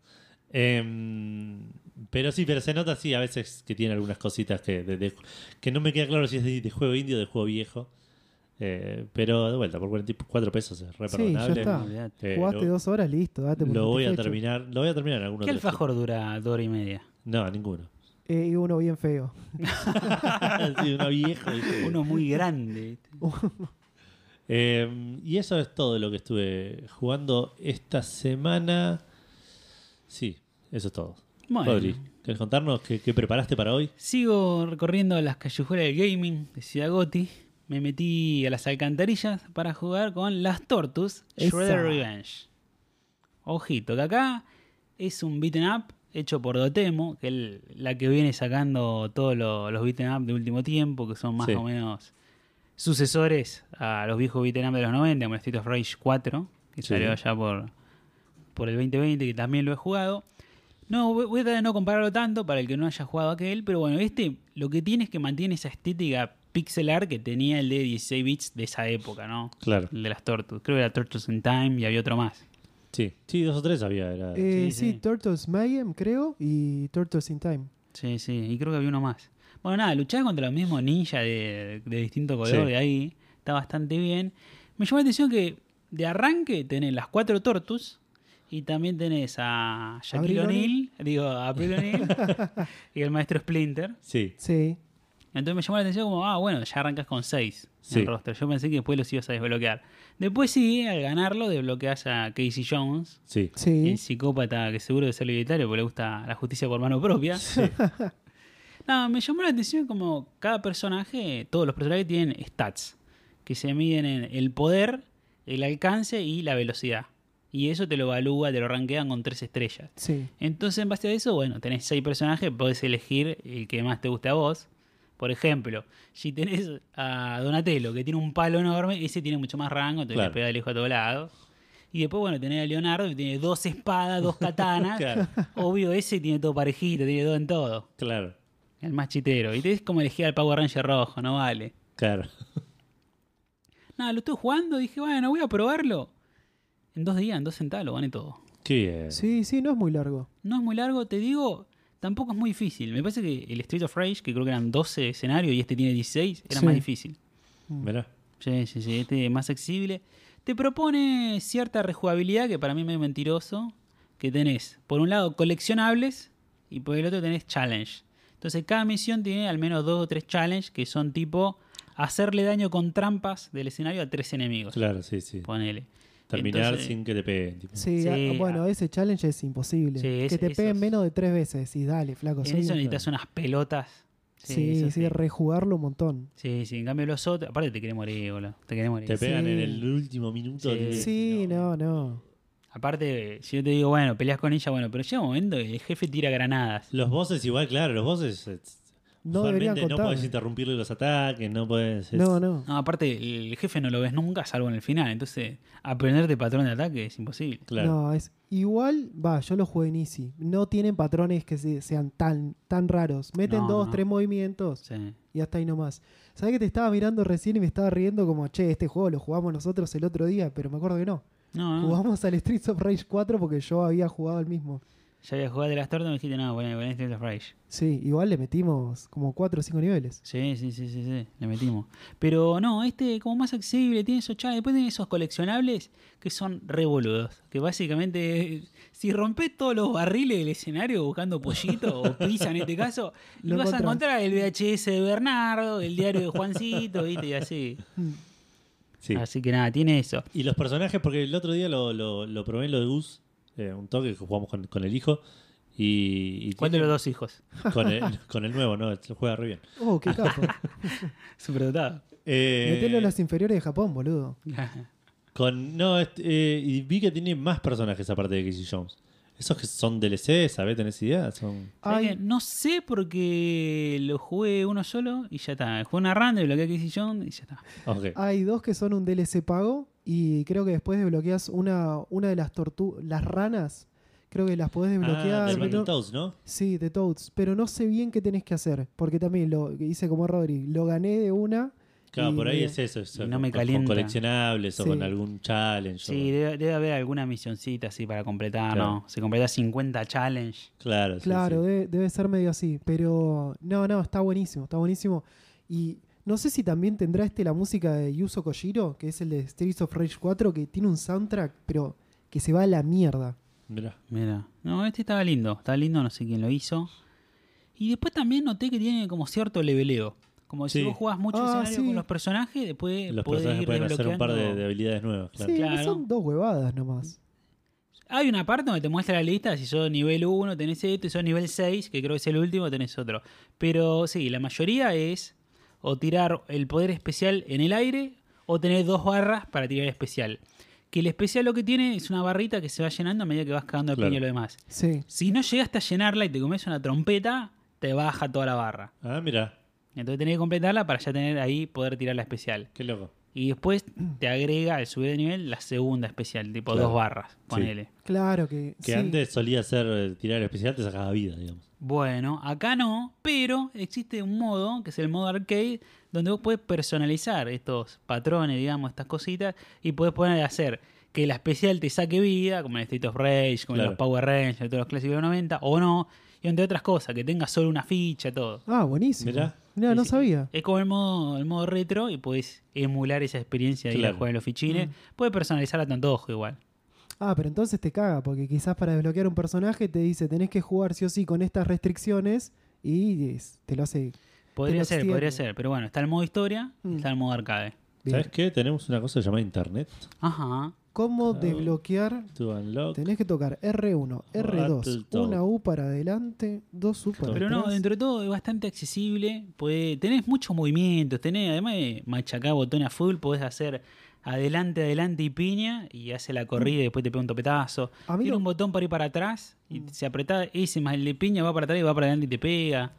S2: Em, pero sí, pero se nota sí a veces que tiene algunas cositas que, de- de- que no me queda claro si es de, de juego indio o de juego viejo. Eh, pero de vuelta, por 44 pesos es re
S3: Sí, ya
S2: perdonable.
S3: está.
S1: Olvidate.
S2: Eh,
S3: Jugaste
S2: lo,
S3: dos horas, listo, date por
S2: lo voy a
S3: satisfecho.
S2: terminar. Lo voy a terminar en alguno
S1: ¿Qué
S2: de los-
S1: alfajor dura dos horas y media?
S2: No, ninguno.
S3: Eh, y uno bien feo.
S2: sí, uno viejo. ¿viste?
S1: Uno muy grande. ¿viste?
S2: Eh, y eso es todo lo que estuve jugando esta semana. Sí, eso es todo.
S1: Bueno.
S2: Rodri, ¿querés contarnos qué, qué preparaste para hoy?
S1: Sigo recorriendo las callejuelas del gaming de Ciudad Gotti. me metí a las alcantarillas para jugar con las Tortus Shredder
S3: Esa.
S1: Revenge. Ojito, que acá es un beaten up hecho por Dotemo, que es la que viene sacando todos lo- los beaten up de último tiempo, que son más
S2: Sí.
S1: o menos sucesores a los viejos beaten up de los 90, como el Street of Rage 4, que
S2: Sí.
S1: salió allá por, por el 2020, que también lo he jugado. No, voy voy a tratar de no compararlo tanto para el que no haya jugado aquel, pero bueno, este lo que tiene es que mantiene esa estética pixelar que tenía el de 16 bits de esa época, ¿no?
S2: Claro.
S1: El de las Tortus. Creo que era Tortus in Time y había otro más.
S2: Sí, sí, dos o tres había. Era,
S3: Eh,
S1: sí,
S3: sí,
S1: sí.
S3: Turtles Mayhem, creo, y Turtles in Time.
S1: Sí, sí, y creo que había uno más. Bueno, nada, luchaba contra los mismos ninjas de, de distinto color
S2: Sí.
S1: de ahí. Está bastante bien. Me llamó la atención que de arranque tenés las cuatro tortus y también tenés a Shaquille
S3: Abril
S1: O'Neal, digo, a April O'Neal y el maestro Splinter.
S2: Sí,
S3: Sí.
S1: Entonces me llamó la atención como, ah, bueno, ya arrancas con 6 en
S2: Sí.
S1: el roster. Yo pensé que después los ibas a desbloquear. Después sí, al ganarlo, desbloqueas a Casey Jones,
S2: sí.
S3: Sí.
S1: el psicópata que seguro de ser libertario porque le gusta la justicia por mano propia. Nada, me llamó la atención como cada personaje, todos los personajes tienen stats, que se miden en el poder, el alcance y la velocidad. Y eso te lo evalúa, te lo rankean con 3 estrellas.
S3: Sí.
S1: Entonces, en base a eso, bueno, tenés seis personajes, podés elegir el que más te guste a vos. Por ejemplo, si tenés a Donatello, que tiene un palo enorme, ese tiene mucho más rango, te
S2: Claro.
S1: pega de lejos a todo lado. Y después, bueno, tenés a Leonardo, que tiene dos espadas, dos katanas.
S2: Claro.
S1: Obvio, ese tiene todo parejito, tiene todo en todo.
S2: Claro,
S1: El más chitero. Y tenés como elegir al Power Ranger rojo, no vale.
S2: claro.
S1: Nada, lo estoy jugando, dije, bueno, voy a probarlo. En dos días, en dos centavos, lo gané todo.
S2: Qué bien.
S3: Sí, sí, no es muy largo.
S1: No es muy largo, te digo, tampoco es muy difícil. Me parece que el Street of Rage, que creo que eran 12 escenarios y este tiene 16, era
S3: Sí.
S1: más difícil.
S2: Mirá.
S1: Sí, sí, sí, este es más accesible. Te propone cierta rejugabilidad que para mí es medio mentiroso, que tenés, por un lado, coleccionables y por el otro tenés challenge. Entonces cada misión tiene al menos dos o tres challenges que son tipo hacerle daño con trampas del escenario a tres enemigos.
S2: Claro, sí, sí.
S1: Ponele.
S2: Terminar
S1: Entonces-
S2: sin que te peguen. tipo.
S3: Sí,
S1: Sí,
S3: ah, bueno,
S1: ah.
S3: ese challenge es imposible.
S1: Sí, es-
S3: que te
S1: esos-
S3: peguen menos de tres veces. Y dale, flaco.
S1: En
S3: soy
S1: eso
S3: un-
S1: necesitas unas pelotas.
S3: Sí,
S1: eso
S3: sí, rejugarlo un montón.
S1: Sí, sí, en cambio los otros. Aparte te querés morir, boludo. Te querés morir.
S2: Te pegan
S3: Sí.
S2: en el último minuto.
S1: Sí.
S2: de-
S3: Sí, no, no.
S1: Aparte, si yo te digo, bueno, peleas con ella, bueno, pero llega un momento que el jefe tira granadas.
S2: Los bosses igual, claro, los bosses. eh,
S3: No
S2: usualmente
S3: deberían
S2: no podés
S3: contar.
S2: interrumpirle los ataques, no podés. es-
S3: No, no.
S1: No, aparte, el jefe no lo ves nunca, salvo en el final. Entonces, aprender de patrón de ataque es imposible.
S2: Claro.
S3: No, es igual, va, yo lo jugué en Easy. No tienen patrones que se- sean tan, tan raros. Meten
S1: No,
S3: dos,
S1: no.
S3: tres movimientos
S1: Sí.
S3: y hasta ahí nomás. ¿Sabés que te estaba mirando recién y me estaba riendo como, che, este juego lo jugamos nosotros el otro día, pero me acuerdo que no.
S2: Ah.
S1: No, no.
S3: Jugamos al Streets of Rage 4 porque yo había jugado el mismo.
S1: Ya había jugado de las tortas y me dijiste, no, bueno, bueno, este es el Rage.
S3: Sí, igual le metimos como cuatro o cinco niveles.
S1: Sí, sí, sí, sí, sí, le metimos. Pero no, este como más accesible, tiene esos chales, después tiene esos coleccionables que son revoludos. Que básicamente, eh, si rompes todos los barriles del escenario buscando pollito o pizza en este caso, y
S3: Lo
S1: vas a encontrar
S3: encontrás.
S1: el VHS de Bernardo, el diario de Juancito, ¿viste? Y así.
S3: Mm.
S2: Sí.
S1: Así que nada, tiene eso.
S2: Y los personajes, porque el otro día lo, lo, lo probé en lo de Gus, eh, un toque que jugamos con, con el hijo. Y, y
S1: ¿Cuál de
S2: tiene-
S1: los dos hijos?
S2: Con el, con el nuevo, ¿no? Lo juega re bien.
S3: Oh, qué capo.
S1: Superdotado.
S2: Eh,
S3: Metelo en las inferiores de Japón, boludo.
S2: Con, no, este, eh, y vi que tiene más personajes aparte de Casey Jones. Esos que son DLC, ¿sabés? ¿Tenés idea? Son...
S1: ¿Sabés
S3: Ay.
S1: qué? No sé porque lo jugué uno solo y ya está. Jugué una random, bloqueé a Casey Jones y ya está.
S2: Ok.
S1: Ah,
S3: Hay dos que son un DLC pago y creo que después desbloqueas una, una de las tortugas, las ranas, creo que las podés
S2: Ah,
S3: desbloquear.
S2: del
S3: pero-
S2: Battletoads, ¿no?
S3: sí, de Toads, pero no sé bien qué tenés que hacer, porque también lo hice como Rodri, lo gané de una.
S2: Claro,
S3: y
S2: por ahí
S3: me-
S2: es eso. eso,
S1: y no me
S2: con- con
S1: calienta.
S2: coleccionables o
S3: Sí.
S2: con algún challenge. o-
S1: Sí, debe, debe haber alguna misioncita así para completar,
S2: Claro.
S1: ¿no? Se completa 50 challenge.
S2: Claro, sí,
S3: Claro,
S2: sí.
S3: Debe, debe ser medio así, pero no, no, está buenísimo, está buenísimo. Y no sé si también tendrá este la música de Yuzo Koshiro, que es el de Streets of Rage 4, que tiene un soundtrack, pero que se va a la mierda.
S2: Mirá.
S1: Mira. No, este estaba lindo. Estaba lindo, no sé quién lo hizo. Y después también noté que tiene como cierto leveleo. Como si
S2: Sí.
S1: vos jugás mucho
S3: Ah,
S1: escenario
S3: sí.
S1: con los personajes, después
S2: Los
S1: Eh, podés
S2: personajes
S1: ir
S2: pueden hacer un par de, de
S1: desbloqueando-
S2: habilidades nuevas. Claro. Mm.
S3: Sí,
S1: Claro.
S3: son dos huevadas nomás.
S1: Hay una parte donde te muestra la lista, si sos nivel 1 tenés esto, si sos nivel 6, que creo que es el último, tenés otro. Pero sí, la mayoría es o tirar el poder especial en el aire, o tener dos barras para tirar el especial. Que el especial lo que tiene es una barrita que se va llenando a medida que vas cagando el
S2: Claro.
S1: piño lo demás.
S3: Sí.
S1: Si no llegaste a llenarla y te comes una trompeta, te baja toda la barra.
S2: Ah, mira,
S1: Entonces tenés que completarla para ya tener ahí poder tirar la especial.
S2: qué loco.
S1: Y después te agrega al subir de nivel la segunda especial, tipo
S2: Claro.
S1: dos barras, ponele.
S3: Claro que.
S2: Que
S3: sí.
S2: antes solía ser eh, tirar especial, te sacaba vida, digamos.
S1: Bueno, acá no, pero existe un modo, que es el modo arcade, donde vos podés personalizar estos patrones, digamos, estas cositas, y podés poner a hacer que la especial te saque vida, como en State of Rage, como en
S2: Claro.
S1: los Power Rangers, todos los clásicos de los 90, o no, y entre otras cosas, que tenga solo una ficha, todo.
S3: Ah, buenísimo.
S2: Mirá.
S3: Mirá, no
S1: Sí, sí.
S3: sabía.
S1: Es como el modo, el modo retro y podés emular esa experiencia de ir a
S2: Claro.
S1: jugar en los fichines. Podés personalizarla a tu antojo igual.
S3: Ah, pero entonces te caga, porque quizás para desbloquear un personaje te dice tenés que jugar sí o sí con estas restricciones y es- te lo hace.
S1: Podría
S3: lo
S1: ser,
S3: extiende.
S1: podría ser, pero bueno, está el modo historia,
S3: Mm.
S1: está el modo arcade.
S3: Bien.
S2: ¿Sabes qué? Tenemos una cosa llamada internet.
S1: Ajá.
S3: ¿Cómo
S2: Ah.
S3: desbloquear?
S2: To unlock.
S3: Tenés que tocar R1, R2,
S2: Battletoad.
S3: una U para adelante, dos U para
S1: Pero
S3: atrás.
S1: no, dentro de todo es bastante accesible. Podés- tenés muchos movimientos, tenés, además de machacar botón a full, podés hacer adelante, adelante y piña y hace la corrida y después te pega un topetazo.
S3: Mm. A mí
S1: Tiene
S3: lo- Mm.
S1: un botón para ir para atrás y se apretá ese más el de piña, va para atrás y va para adelante y te pega.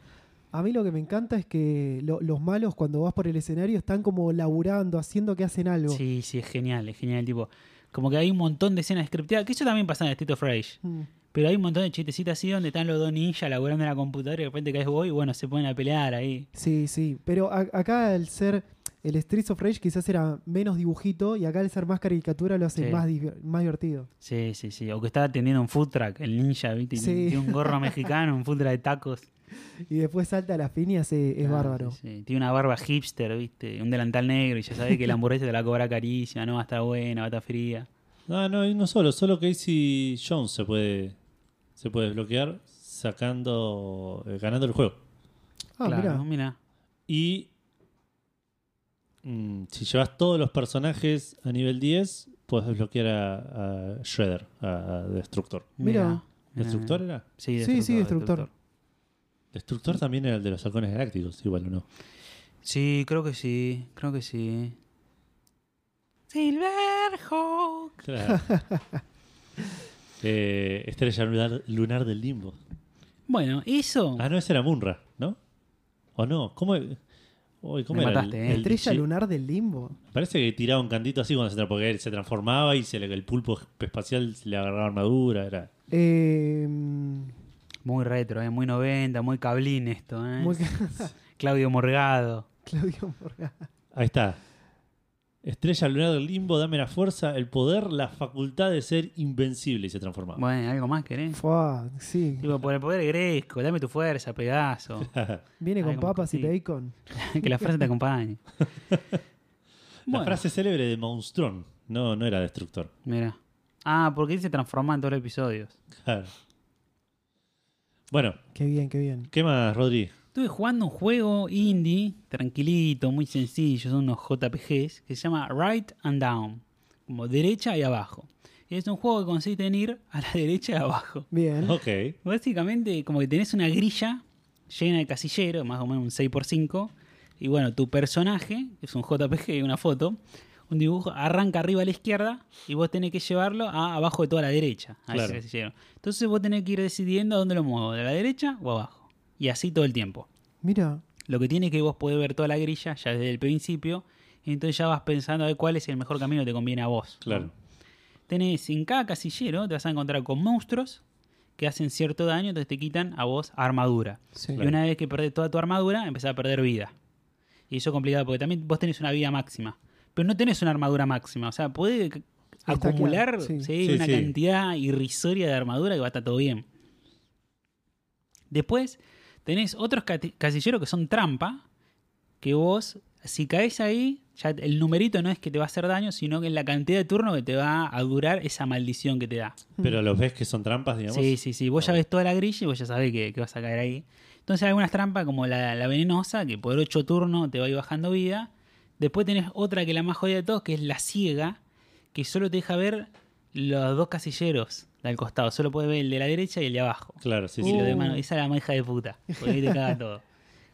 S3: A mí lo que me encanta es que lo- los malos cuando vas por el escenario están como laburando, haciendo que hacen algo.
S1: Sí, sí, es genial, es genial. Tipo, como que hay un montón de escenas scripteadas, que eso también pasa en State of Rage.
S3: Mm.
S1: Pero hay un montón de chistecitas así donde están los dos ninjas laburando en la computadora y de repente caes vos y bueno, se ponen a pelear ahí.
S3: Sí, sí. Pero a- acá al ser el Streets of Rage quizás era menos dibujito y acá al ser más caricatura lo hace
S1: Sí.
S3: más, div- más divertido.
S1: Sí, sí, sí. O que está atendiendo un food truck, el ninja, ¿viste? Y
S3: Sí.
S1: Tiene un gorro mexicano, un food truck de tacos.
S3: Y después salta a la fin y hace, es
S1: Ah,
S3: bárbaro.
S1: sí, sí. Tiene una barba hipster, ¿viste? Un delantal negro y ya sabes que la hamburguesa te la cobra carísima, no va a estar buena, va a estar fría.
S2: Ah, no, hay uno solo. Solo Casey Jones se puede, se puede desbloquear sacando, eh, ganando el juego.
S3: Ah,
S1: claro,
S3: mirá.
S1: mira.
S2: Y mm, si llevas todos los personajes a nivel 10, puedes desbloquear a, a Shredder, a, a Destructor.
S3: Mirá.
S2: ¿Destructor era?
S1: Sí,
S3: Sí,
S1: destructor.
S3: sí, Destructor.
S2: Destructor también era el de los halcones galácticos, igual o no.
S1: Sí, creo que sí, creo que sí. Silverhawk.
S2: Claro. Eh, estrella lunar, lunar del limbo.
S1: Bueno, eso.
S2: Ah, no, ese era Munra, ¿no? ¿O no? ¿Cómo, Uy, ¿cómo
S1: Me
S2: era?
S1: mataste, ¿eh?
S3: Estrella
S2: chi-
S3: lunar del limbo.
S2: Parece que tiraba un cantito así cuando se, tra- porque él se transformaba y se le- el pulpo espacial le agarraba armadura. Era,
S3: Eh, muy...
S1: Muy retro, ¿eh? muy 90, muy cablín esto. ¿eh? Claudio Morgado.
S3: Claudio Morgado.
S2: Ahí está. Estrella lunar del limbo, dame la fuerza, el poder, la facultad de ser invencible y se transformaba.
S1: Bueno, ¿algo más querés?
S3: Fua, sí.
S1: Tipo, por el poder de Gresco, dame tu fuerza, pedazo.
S3: Viene
S1: Ay,
S3: con
S1: como
S3: papas
S1: que
S3: y
S1: sí.
S3: bacon.
S1: que la frase te acompañe.
S2: La
S1: Bueno,
S2: frase célebre de Monstrón. No, no era destructor.
S1: mira. Ah, porque él se transforma en todos los episodios.
S2: Claro. Bueno,
S3: Qué bien, qué bien.
S2: ¿qué más, Rodri?
S1: Estuve jugando un juego indie, tranquilito, muy sencillo, son unos JPGs, que se llama Right and Down, como derecha y abajo. Y es un juego que consiste en ir a la derecha y abajo.
S3: Bien.
S2: Ok.
S1: Básicamente, como que tenés una grilla llena de casillero, más o menos un 6x5. Y bueno, tu personaje, que es un JPG, una foto, un dibujo, arranca arriba a la izquierda y vos tenés que llevarlo a abajo de toda la derecha, a ese
S2: Claro.
S1: casillero. Entonces vos tenés que ir decidiendo a dónde lo muevo, de la derecha o abajo. Y así todo el tiempo.
S3: Mira,
S1: Lo que tiene es que vos podés ver toda la grilla ya desde el principio. Y entonces ya vas pensando a ver cuál es el mejor camino que te conviene a vos.
S2: Claro.
S1: Tenés en cada casillero, te vas a encontrar con monstruos que hacen cierto daño, entonces te quitan a vos armadura.
S3: sí.
S1: Y una vez que perdés toda tu armadura, empezás a perder vida. Y eso es complicado porque también vos tenés una vida máxima. Pero no tenés una armadura máxima. O sea, puede c-
S3: Está
S1: acumular
S3: claro, sí.
S1: sí,
S2: Sí,
S1: una
S2: sí.
S1: cantidad irrisoria de armadura que va a estar todo bien. Después tenés otros cati- casilleros que son trampa. Que vos, si caes ahí, ya el numerito no es que te va a hacer daño, sino que es la cantidad de turno que te va a durar esa maldición que te da.
S2: Pero los ves que son trampas, digamos.
S1: Mm. Sí, sí, sí. Vos ya ves toda la grilla y vos ya sabés que, que vas a caer ahí. Entonces hay algunas trampas como la, la venenosa, que por 8 turnos te va a ir bajando vida. Después tenés otra que es la más jodida de todos, que es la ciega, que solo te deja ver los dos casilleros del costado. Solo puedes ver el de la derecha y el de abajo.
S2: Claro, sí,
S1: y
S2: sí.
S1: lo
S3: Uh.
S1: demás, no. esa es la más hija de puta. Porque ahí te caga todo.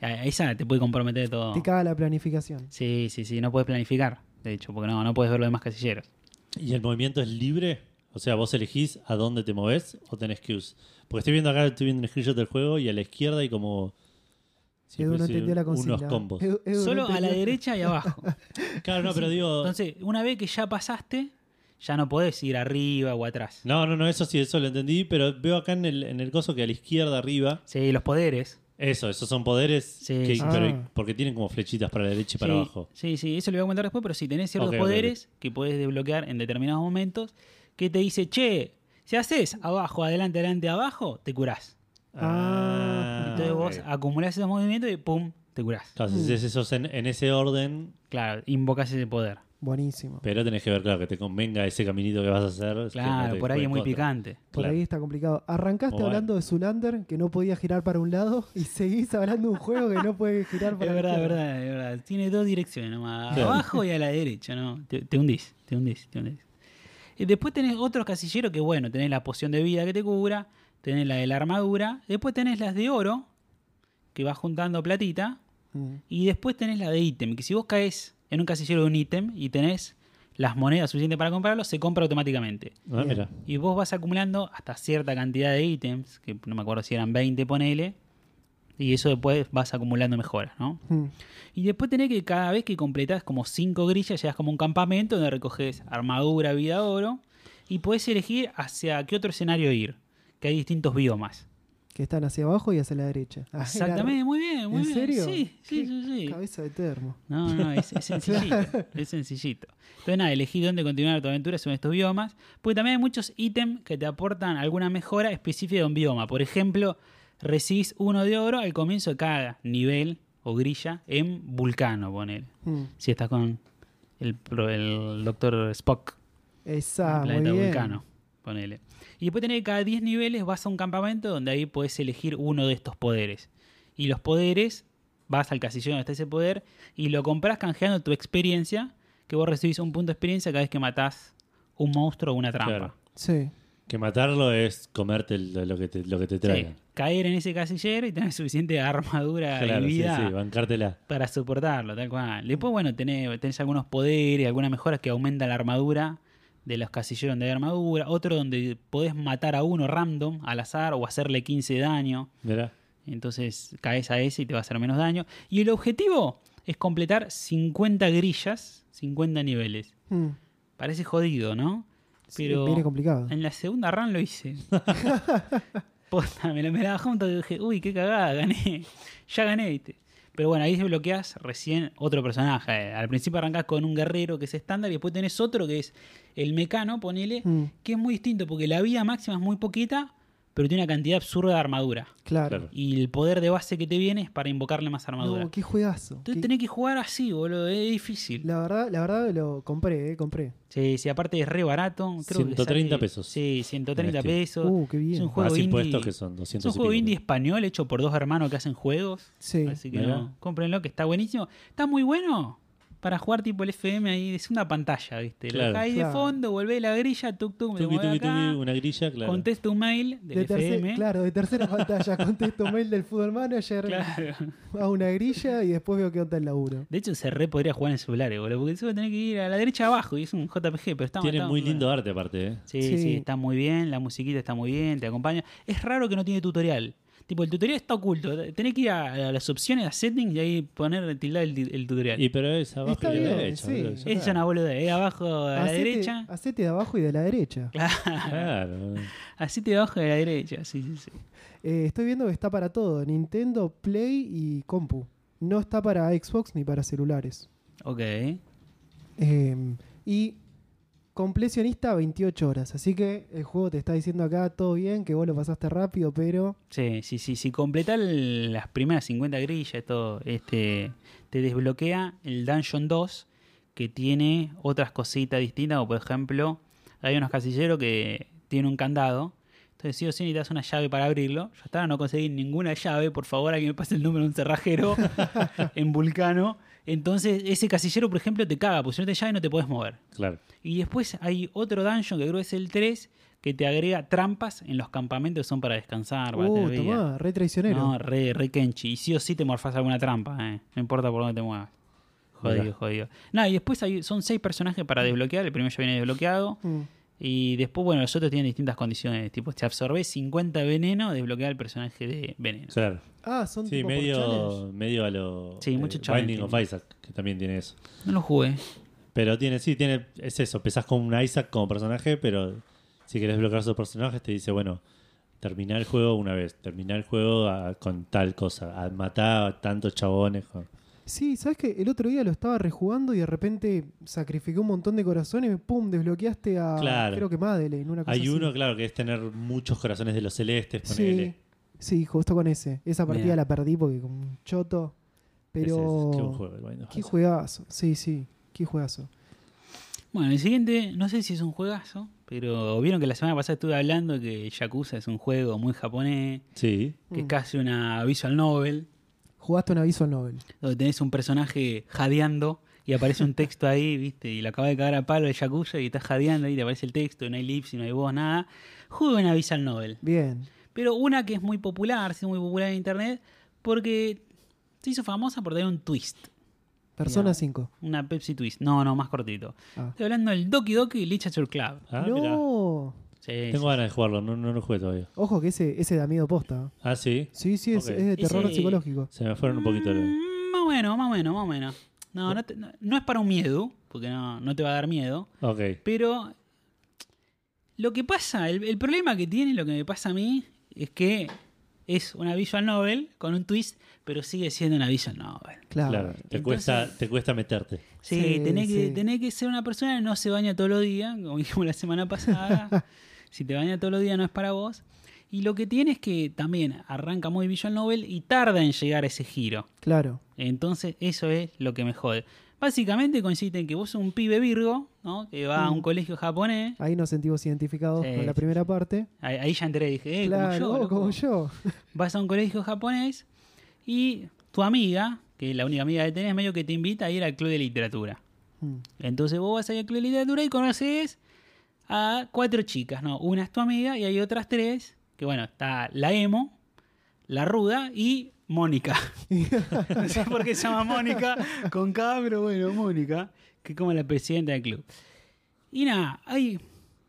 S1: a- esa te puede comprometer todo.
S3: Te caga la planificación.
S1: Sí, sí, sí, no puedes planificar, de hecho, porque no, no puedes ver los demás casilleros.
S2: ¿Y el movimiento es libre? O sea, vos elegís a dónde te movés o tenés que us- Porque estoy viendo acá, estoy viendo un screenshot del juego y a la izquierda hay como. si
S3: Edu no
S2: fuese
S3: entendió la consigna.
S2: pues Unos combos.
S3: Edu- Edu no
S1: Solo a la
S3: entendió-
S1: derecha y abajo.
S2: Claro, no, pero digo.
S1: Entonces, una vez que ya pasaste, ya no podés ir arriba o atrás.
S2: No, no, no, eso sí, eso lo entendí, pero veo acá en el, en el coso que a la izquierda arriba.
S1: Sí, los poderes.
S2: Eso, esos son poderes.
S1: Sí,
S2: que-
S1: sí.
S2: pero-
S3: Ah.
S2: porque tienen como flechitas para la derecha y para
S1: sí,
S2: abajo.
S1: Sí, sí, eso lo voy a comentar después, pero sí, tenés ciertos
S2: Ok, ok, ok.
S1: poderes que podés desbloquear en determinados momentos que te dice, che, si haces abajo, adelante, adelante, abajo, te curás.
S3: Ah,
S1: Entonces
S2: ok.
S1: vos Mm. acumulás esos movimientos y pum, te curás.
S2: Claro, si haces esos en, en ese orden,
S1: Claro, invocás ese
S2: Pues
S1: poder.
S3: Buenísimo.
S2: pero tenés que ver, claro, que te convenga ese caminito que vas a hacer. es que no
S1: Claro,
S2: te
S1: por ahí
S2: juegue
S1: es muy
S2: en contra.
S1: picante.
S3: Por
S2: Claro.
S3: ahí está complicado. Arrancaste
S2: Bueno.
S3: hablando de Zulander, que no podía girar para un lado, y seguís hablando de un juego que no puede girar para
S1: Es
S3: la
S1: verdad, es
S3: izquierda.
S1: verdad, es verdad. Tiene dos direcciones nomás,
S2: Claro.
S1: abajo y a la derecha, ¿no? Te, te hundís, te hundís, te hundís. Y después tenés otros casilleros que, bueno, tenés la poción de vida que te cubra, tenés la de la armadura, después tenés las de oro, que vas juntando platita,
S3: Mm.
S1: y después tenés la de ítem, que si vos caes en un casillero de un ítem y tenés las monedas suficientes para comprarlo, se compra automáticamente.
S2: Ah,
S3: Bien.
S2: mira.
S1: Y vos vas acumulando hasta cierta cantidad de ítems, que no me acuerdo si eran 20, ponele, y eso después vas acumulando mejoras, ¿no?
S3: Mm.
S1: Y después tenés que cada vez que completás como cinco grillas, llegas como a un campamento donde recoges armadura, vida, oro, y podés elegir hacia qué otro escenario ir, que hay distintos biomas.
S3: Que están hacia abajo y hacia la derecha. Ah, era-
S1: Exactamente, muy bien, muy
S3: ¿En
S1: bien.
S3: serio?
S1: Sí, sí,
S3: Qué
S1: sí, sí.
S3: Cabeza de termo.
S1: No, no, es, es sencillito, es sencillito. Entonces nada, elegí dónde continuar tu aventura según estos biomas, porque también hay muchos ítems que te aportan alguna mejora específica de un bioma. Por ejemplo, recibís uno de oro al comienzo de cada nivel o grilla en Vulcano, ponele.
S3: Mm.
S1: Si estás con el, pro- el doctor Spock, el
S3: Esa, Ah, muy
S1: planeta
S3: bien.
S1: Vulcano, ponele. Y después tenés que cada 10 niveles vas a un campamento donde ahí podés elegir uno de estos poderes. Y los poderes, vas al casillero donde está ese poder y lo compras canjeando tu experiencia, que vos recibís un punto de experiencia cada vez que matás un monstruo o una trampa.
S2: Claro.
S3: Sí.
S2: Que matarlo es comerte el- lo, que te, lo que te
S1: Sí,
S2: traigan.
S1: caer en ese casillero y tener suficiente armadura
S2: Claro,
S1: y
S2: sí,
S1: vida
S2: sí, bancártela.
S1: para soportarlo, tal cual. Después, bueno, tenés, tenés algunos poderes, algunas mejoras que aumentan la armadura de los casilleros donde hay armadura, otro donde podés matar a uno random al azar o hacerle 15 de daño,
S2: Mira.
S1: entonces caes a ese y te va a hacer menos daño. Y el objetivo es completar 50 grillas, 50 niveles.
S3: Mm.
S1: Parece jodido, ¿no?
S3: Sí,
S1: Pero
S3: viene complicado.
S1: en la segunda run lo hice. Posta, me la, me la bajó un toque y dije, uy, qué cagada, gané. Ya gané, viste. Pero bueno, ahí desbloqueas recién otro personaje. Al principio arrancás con un guerrero que es estándar y después tenés otro que es el mecano, ponele,
S3: Mm.
S1: que es muy distinto porque la vida máxima es muy poquita, pero tiene una cantidad absurda de armadura.
S3: Claro.
S2: Claro.
S1: Y el poder de base que te viene es para invocarle más armadura.
S3: No, qué juegazo.
S1: Entonces
S3: Qué-
S1: tenés que jugar así, boludo, es difícil.
S3: La verdad, la verdad lo compré, eh, compré.
S1: Sí, sí, aparte es re barato. Creo que
S2: 130
S1: sale-
S2: pesos.
S1: Sí, 130
S2: En Steam.
S1: pesos.
S3: Uh, qué bien.
S1: Es un juego
S2: Más
S1: indie.
S2: impuestos que son 200
S1: Es un
S2: y
S1: juego
S2: pico.
S1: indie español hecho por dos hermanos que hacen juegos.
S3: Sí.
S1: Así que
S2: Mirá.
S1: no, cómprenlo, que está buenísimo. Está muy bueno para jugar tipo el FM ahí. Es una pantalla, ¿viste?
S2: Claro.
S1: Lo dejáis de
S3: Claro.
S1: fondo, volvés la grilla, tuk tuk, me
S2: Tuki,
S1: muevo
S2: tuki,
S1: acá,
S2: tuki, una grilla, claro.
S1: Contesto un mail del
S3: De tercer,
S1: FM.
S3: claro, de tercera pantalla contesto mail del Fútbol Manager,
S1: Claro.
S3: a una grilla y después veo qué onda el laburo.
S1: De hecho, se re podría jugar en celular, boludo, porque eso tenés que ir a la derecha abajo y es un JPG, pero está
S2: Tiene
S1: está
S2: muy
S1: bueno.
S2: lindo arte aparte, ¿eh?
S1: Sí,
S3: Sí.
S1: sí, está muy bien, la musiquita está muy bien, te acompaña. Es raro que no tiene tutorial. Tipo, el tutorial está oculto. Tenés que ir a, a las opciones, a settings y ahí poner, tildar el, ti- el tutorial.
S2: Y pero es abajo
S3: Está
S2: y a la
S3: bien,
S2: derecha.
S3: sí.
S2: boludo, ya
S1: es
S2: está.
S1: una boluda, es abajo a la
S3: Hacete-
S1: derecha.
S3: Hacete de abajo y de la derecha.
S2: Claro.
S1: Así te abajo de la derecha, sí, sí, sí.
S3: Eh, estoy viendo que está para todo, Nintendo, Play y compu. No está para Xbox ni para celulares.
S1: Ok.
S3: Eh, y completionista 28 horas. Así que el juego te está diciendo acá todo bien, que vos lo pasaste rápido, pero
S1: Sí, sí, sí. Si completás el- las primeras 50 grillas, todo, este, te desbloquea el Dungeon 2, que tiene otras cositas distintas, como por ejemplo, hay unos casilleros que tienen un candado. Entonces sí o sí necesitas una llave para abrirlo. Yo hasta ahora no conseguí ninguna llave. Por favor, alguien me pase el número de un cerrajero en Vulcano. Entonces ese casillero, por ejemplo, te caga, porque si no te llave no te puedes mover.
S2: Claro.
S1: Y después hay otro dungeon que creo que es el 3, que te agrega trampas en los campamentos que son para descansar, para
S3: Uh,
S1: tener vida.
S3: tomá, re traicionero.
S1: No, re, re Kenchi. Y sí o sí te morfás alguna trampa, eh. No importa por dónde te muevas. Jodido,
S2: Mirá.
S1: jodido. Nada, y después hay, son seis personajes para desbloquear. El primero ya viene desbloqueado.
S3: Mm.
S1: Y después, bueno, los otros tienen distintas condiciones. Tipo, te absorbes 50 veneno, desbloquear el personaje de veneno.
S2: Claro.
S3: Ah, son
S2: Sí,
S3: tipo por challenge.
S2: medio, medio a lo eh,
S1: Sí, mucho challenge
S2: Binding of
S1: tiene.
S2: Isaac, que también tiene eso.
S1: No lo jugué.
S2: Pero tiene, sí, tiene, es eso, empezás con un Isaac como personaje, pero si querés bloquear sus personajes, te dice, bueno, terminar el juego una vez, terminar el juego a- con tal cosa, a matar a tantos chabones. con-
S3: Sí, ¿sabes que El otro día lo estaba rejugando y de repente sacrificé un montón de corazones y pum, desbloqueaste a
S2: Claro.
S3: creo que Madeleine, una cosa
S2: Hay
S3: así.
S2: uno, claro, que es tener muchos corazones de los celestes, ponele.
S3: Sí. Sí, justo con ese. Esa partida
S1: Mirá.
S3: la perdí porque con un choto, pero
S2: Ese es- qué buen juego el Binding of
S3: qué
S2: Isaac.
S3: juegazo. Sí, sí, qué juegazo.
S1: Bueno, el siguiente, no sé si es un juegazo, pero vieron que la semana pasada estuve hablando que Yakuza es un juego muy japonés,
S2: Sí.
S1: que es
S3: Mm.
S1: casi una visual novel.
S3: Jugaste un aviso al Nobel.
S1: donde tenés un personaje jadeando y aparece un texto ahí, ¿viste? Y lo acaba de cagar a palo el Yakuza y está jadeando ahí, te aparece el texto, y no hay lips, y no hay voz, nada. Juega una Visual Novel.
S3: Bien.
S1: Pero una que es muy popular, sí, muy popular en internet, porque se hizo famosa por tener un twist,
S3: Persona
S1: Mirá.
S3: 5.
S1: una Pepsi twist. No, no, más cortito.
S3: Ah.
S1: Estoy hablando del Doki Doki Literature Club.
S2: Ah, mirá.
S3: no.
S1: Sí,
S2: Tengo ganas de jugarlo, no, no lo jugué todavía.
S3: Ojo que ese ese da miedo posta.
S2: Ah, sí.
S3: Sí, sí, es,
S2: Ok.
S3: es de terror
S1: Ese-
S3: psicológico.
S2: Se me fueron un poquito los...
S1: Mm, Más bueno, más bueno, más bueno. No, no, te- no- no es para un miedo, porque no, no te va a dar miedo.
S2: Ok.
S1: Pero lo que pasa, el, el problema que tiene, lo que me pasa a mí, es que es una visual novel con un twist, pero sigue siendo una visual novel.
S3: Claro.
S2: Claro, te,
S1: Entonces-
S2: cuesta, te cuesta meterte.
S1: Sí,
S3: Sí,
S1: tenés, Que,
S3: sí.
S1: tenés que ser una persona que no se baña todos los días, como dijimos la semana pasada. si te baña todos los días no es para vos. Y lo que tiene es que también arranca muy visual novel y tarda en llegar a ese giro.
S3: Claro.
S1: Entonces, eso es lo que me jode. Básicamente consiste en que vos sos un pibe virgo, ¿no? Que va a un
S3: Mm.
S1: colegio japonés.
S3: Ahí nos sentimos identificados
S1: Sí,
S3: con la
S1: sí,
S3: primera parte.
S1: Ahí, ahí ya entré y dije, eh,
S3: claro,
S1: como yo.
S3: oh,
S1: loco.
S3: como yo.
S1: Vas a un colegio japonés y tu amiga, que es la única amiga que tenés, medio que te invita a ir al club de literatura.
S3: Mm.
S1: Entonces vos vas ahí al club de literatura y conoces a cuatro chicas, ¿no? Una es tu amiga y hay otras tres, que bueno, está la Emo, la Ruda y Mónica. no sé por qué se llama Mónica con K, pero bueno, Mónica, que es como la presidenta del club. Y nada, hay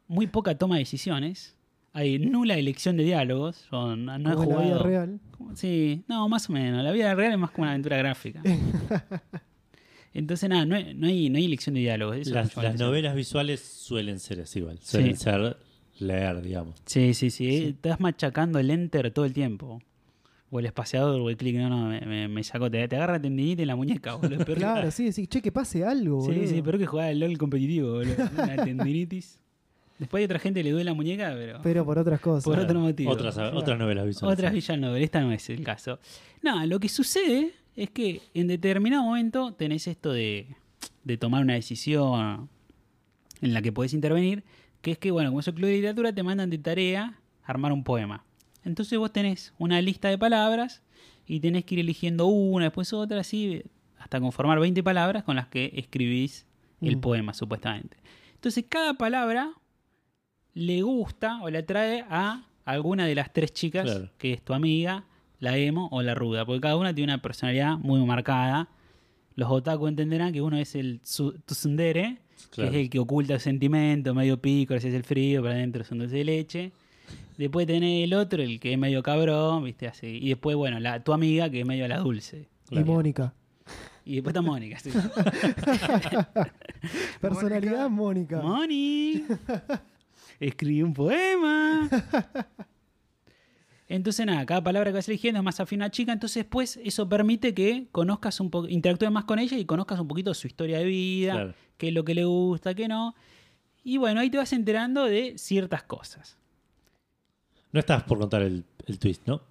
S1: muy poca toma de decisiones, hay nula elección de diálogos, yo no, no he
S3: Como en la vida
S1: jugado-
S3: real.
S1: como- Sí, no, más o menos. La vida real es más como una aventura gráfica. Entonces, nada, no hay, no hay, no hay elección de diálogos. eso me
S2: Las,
S1: llama la
S2: las
S1: atención.
S2: novelas visuales suelen ser así, igual. Suelen
S1: Sí.
S2: ser leer, digamos.
S1: Sí, sí, sí, eh, Estás machacando el enter todo el tiempo. O el espaciador o el clic. No, no, me, me, me sacó. Te, te agarra tendinita en la muñeca, boludo. Peor que-
S3: Claro, sí, sí, che, que pase algo,
S1: ah. Sí,
S3: boludo.
S1: sí, pero que jugar al LOL competitivo, boludo. Una tendinitis. Después hay otra gente que le duele la muñeca, pero.
S3: Pero por otras cosas.
S1: Por otro motivo.
S2: Otras, otras novelas visuales.
S1: Otras Visual Novel, esta no es el caso. Nada, lo que sucede es que en determinado momento tenés esto de, de tomar una decisión en la que podés intervenir, que es que, bueno, como es el club de literatura, te mandan de tarea armar un poema. Entonces vos tenés una lista de palabras y tenés que ir eligiendo una, después otra, así, hasta conformar 20 palabras con las que escribís el
S3: Mm.
S1: poema, supuestamente. Entonces cada palabra le gusta o le atrae a alguna de las tres chicas
S2: Claro.
S1: que es tu amiga, la emo o la ruda, porque cada una tiene una personalidad muy marcada. Los otaku entenderán que uno es el tsu- tsundere,
S2: Claro.
S1: que es el que oculta el sentimiento, medio pico, ese es el frío, para adentro es un dulce de leche. Después tenés el otro, el que es medio cabrón, viste, así. Y después, bueno, la, tu amiga, que es medio la dulce.
S3: Y Mónica.
S1: Y después está Mónica, sí.
S3: Personalidad Mónica.
S1: Moni, escribí un poema. Entonces, nada, cada palabra que vas eligiendo es más afín a una chica. Entonces, después, eso permite que conozcas un poco, interactúes más con ella y conozcas un poquito su historia de vida,
S2: Claro.
S1: qué es lo que le gusta, qué no. Y bueno, ahí te vas enterando de ciertas cosas.
S2: No estás por contar el, el twist, ¿no?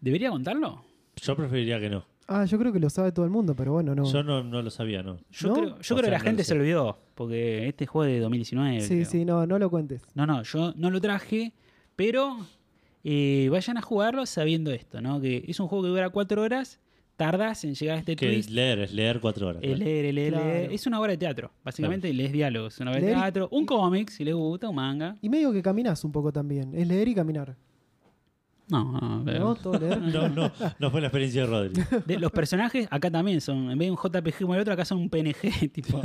S1: ¿Debería contarlo?
S2: Yo preferiría que no.
S3: Ah, yo creo que lo sabe todo el mundo, pero bueno, no.
S2: Yo no, no lo sabía, ¿no?
S1: Yo
S3: ¿No?
S1: creo, yo
S2: O
S1: creo
S2: sea,
S1: que la
S2: no lo
S1: gente
S2: sé.
S1: se lo olvidó, porque este juego es de 2019.
S3: sí,
S1: creo.
S3: sí, no, no lo cuentes.
S1: No, no, yo no lo traje, Pero eh, vayan a jugarlo sabiendo esto, ¿no? Que es un juego que dura cuatro horas, tardas en llegar a este
S2: Que es
S1: twist.
S2: leer, es leer cuatro horas.
S1: Es
S2: ¿verdad?
S1: leer, es leer,
S3: Claro.
S1: leer. Es una obra de teatro, básicamente, y lees diálogos. Una obra de
S3: Leer y-
S1: teatro, un cómic, si les gusta, un manga.
S3: Y medio que caminas un poco también. Es leer y caminar.
S1: No, pero-
S3: ¿No? Todo leer.
S2: No, no, no fue la experiencia de Rodri.
S1: De- los personajes acá también son, en vez de un JPG como el otro, acá son un PNG, tipo.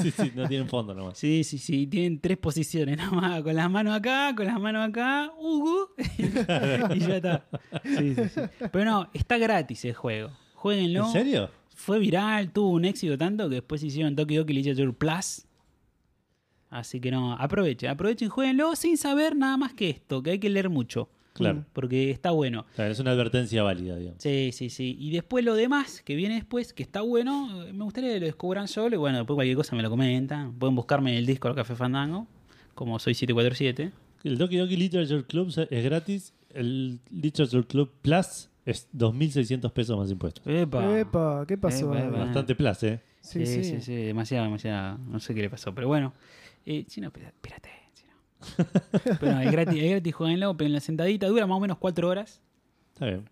S2: sí, sí, no tienen fondo nomás.
S1: Sí, sí, sí, tienen tres posiciones nomás, con las manos acá, con las manos acá, Hugo, y ya está. Sí, sí, sí. Pero no, está gratis el juego. Jueguenlo.
S2: ¿En serio?
S1: Fue viral, tuvo un éxito tanto que después hicieron Tokyo Doki Literature Plus. Así que no, aprovechen, aprovechen, jueguenlo sin saber nada más que esto, que hay que leer mucho,
S2: Claro.
S1: porque está bueno.
S2: O sea, es una advertencia válida, digamos.
S1: Sí, sí, sí. Y después lo demás que viene después, que está bueno, eh, me gustaría que lo descubran solo. Y bueno, después cualquier cosa me lo comentan. Pueden buscarme en el disco del Café Fandango, como soy 747.
S2: El Doki Doki Literature Club se- es gratis. El Literature Club Plus es 2.600 pesos más impuestos.
S1: Epa.
S3: Epa, ¿qué pasó?
S1: Epa, epa.
S2: Bastante plus, ¿eh?
S1: Sí, sí, sí, Demasiado, demasiado. No sé qué le pasó, pero bueno. Eh, si no, pira- pirate. Si no. pero no, es gratis, es gratis, jueguenlo, pero en la sentadita dura más o menos cuatro horas.
S2: Está bien.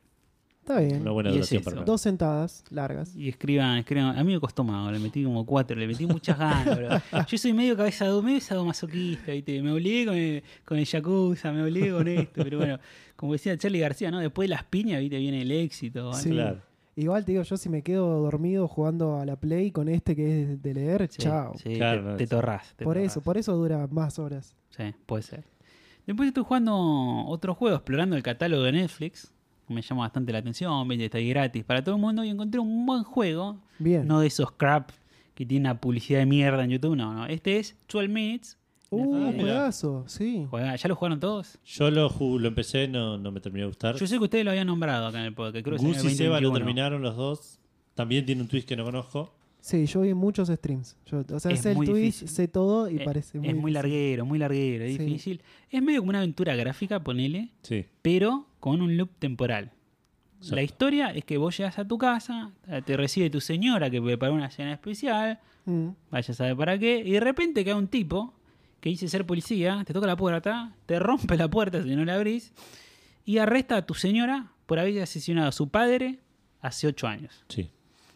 S3: Está bien.
S2: Una buena
S1: Y es
S2: duración
S1: eso.
S2: para acá.
S3: Dos sentadas largas.
S1: Y escriban, escriban. A mí me costó más, le metí como cuatro, le metí muchas ganas, bro. Yo soy medio cabeza de medio sadomasoquista, ¿viste? Me obligué con el, con el Yakuza, me obligué con esto, pero bueno, como decía Charlie García, ¿no? Después de las piñas, ¿viste? Viene el éxito. ¿vale?
S3: Sí.
S2: Claro.
S3: Igual te digo, yo si me quedo dormido jugando a la Play con este que es de leer,
S1: Sí,
S3: chao.
S1: sí,
S2: Claro,
S1: te,
S2: no,
S1: te
S2: sí.
S1: torrás. te
S3: por
S1: torrás.
S3: eso, por eso dura más horas.
S1: Sí, puede ser. Después estoy jugando otro juego, explorando el catálogo de Netflix. Me llama bastante la atención, ¿viste? Está ahí gratis para todo el mundo y encontré un buen juego
S3: Bien.
S1: No de esos crap que tiene una publicidad de mierda en YouTube, no, no. Este es 12 Minutes.
S3: uh,
S2: Ah,
S3: un
S2: mira.
S3: juegazo, sí.
S1: Juega- ¿Ya lo jugaron todos?
S2: Yo lo, ju- lo empecé, no, no me terminó de gustar.
S1: Yo sé que ustedes lo habían nombrado acá en el podcast. Creo que
S2: Gus
S1: salió en
S2: y
S1: el
S2: Seba lo
S1: 2021.
S2: terminaron los dos. También tiene un twist que no conozco.
S3: Sí, yo vi muchos streams. Yo, o sea,
S1: Es
S3: sé el
S1: muy
S3: Twitch,
S1: difícil.
S3: sé todo y
S1: Eh,
S3: parece muy
S1: es muy
S3: difícil.
S1: larguero, muy larguero, es
S3: Sí.
S1: difícil. Es medio como una aventura gráfica, ponele,
S2: Sí.
S1: pero con un loop temporal.
S2: Exacto.
S1: La historia es que vos llegas a tu casa, te recibe tu señora que preparó una cena especial,
S3: Mm.
S1: vaya a saber para qué, y de repente cae un tipo que dice ser policía, te toca la puerta, te rompe la puerta si no la abrís, y arresta a tu señora por haber asesinado a su padre hace ocho años.
S2: Sí.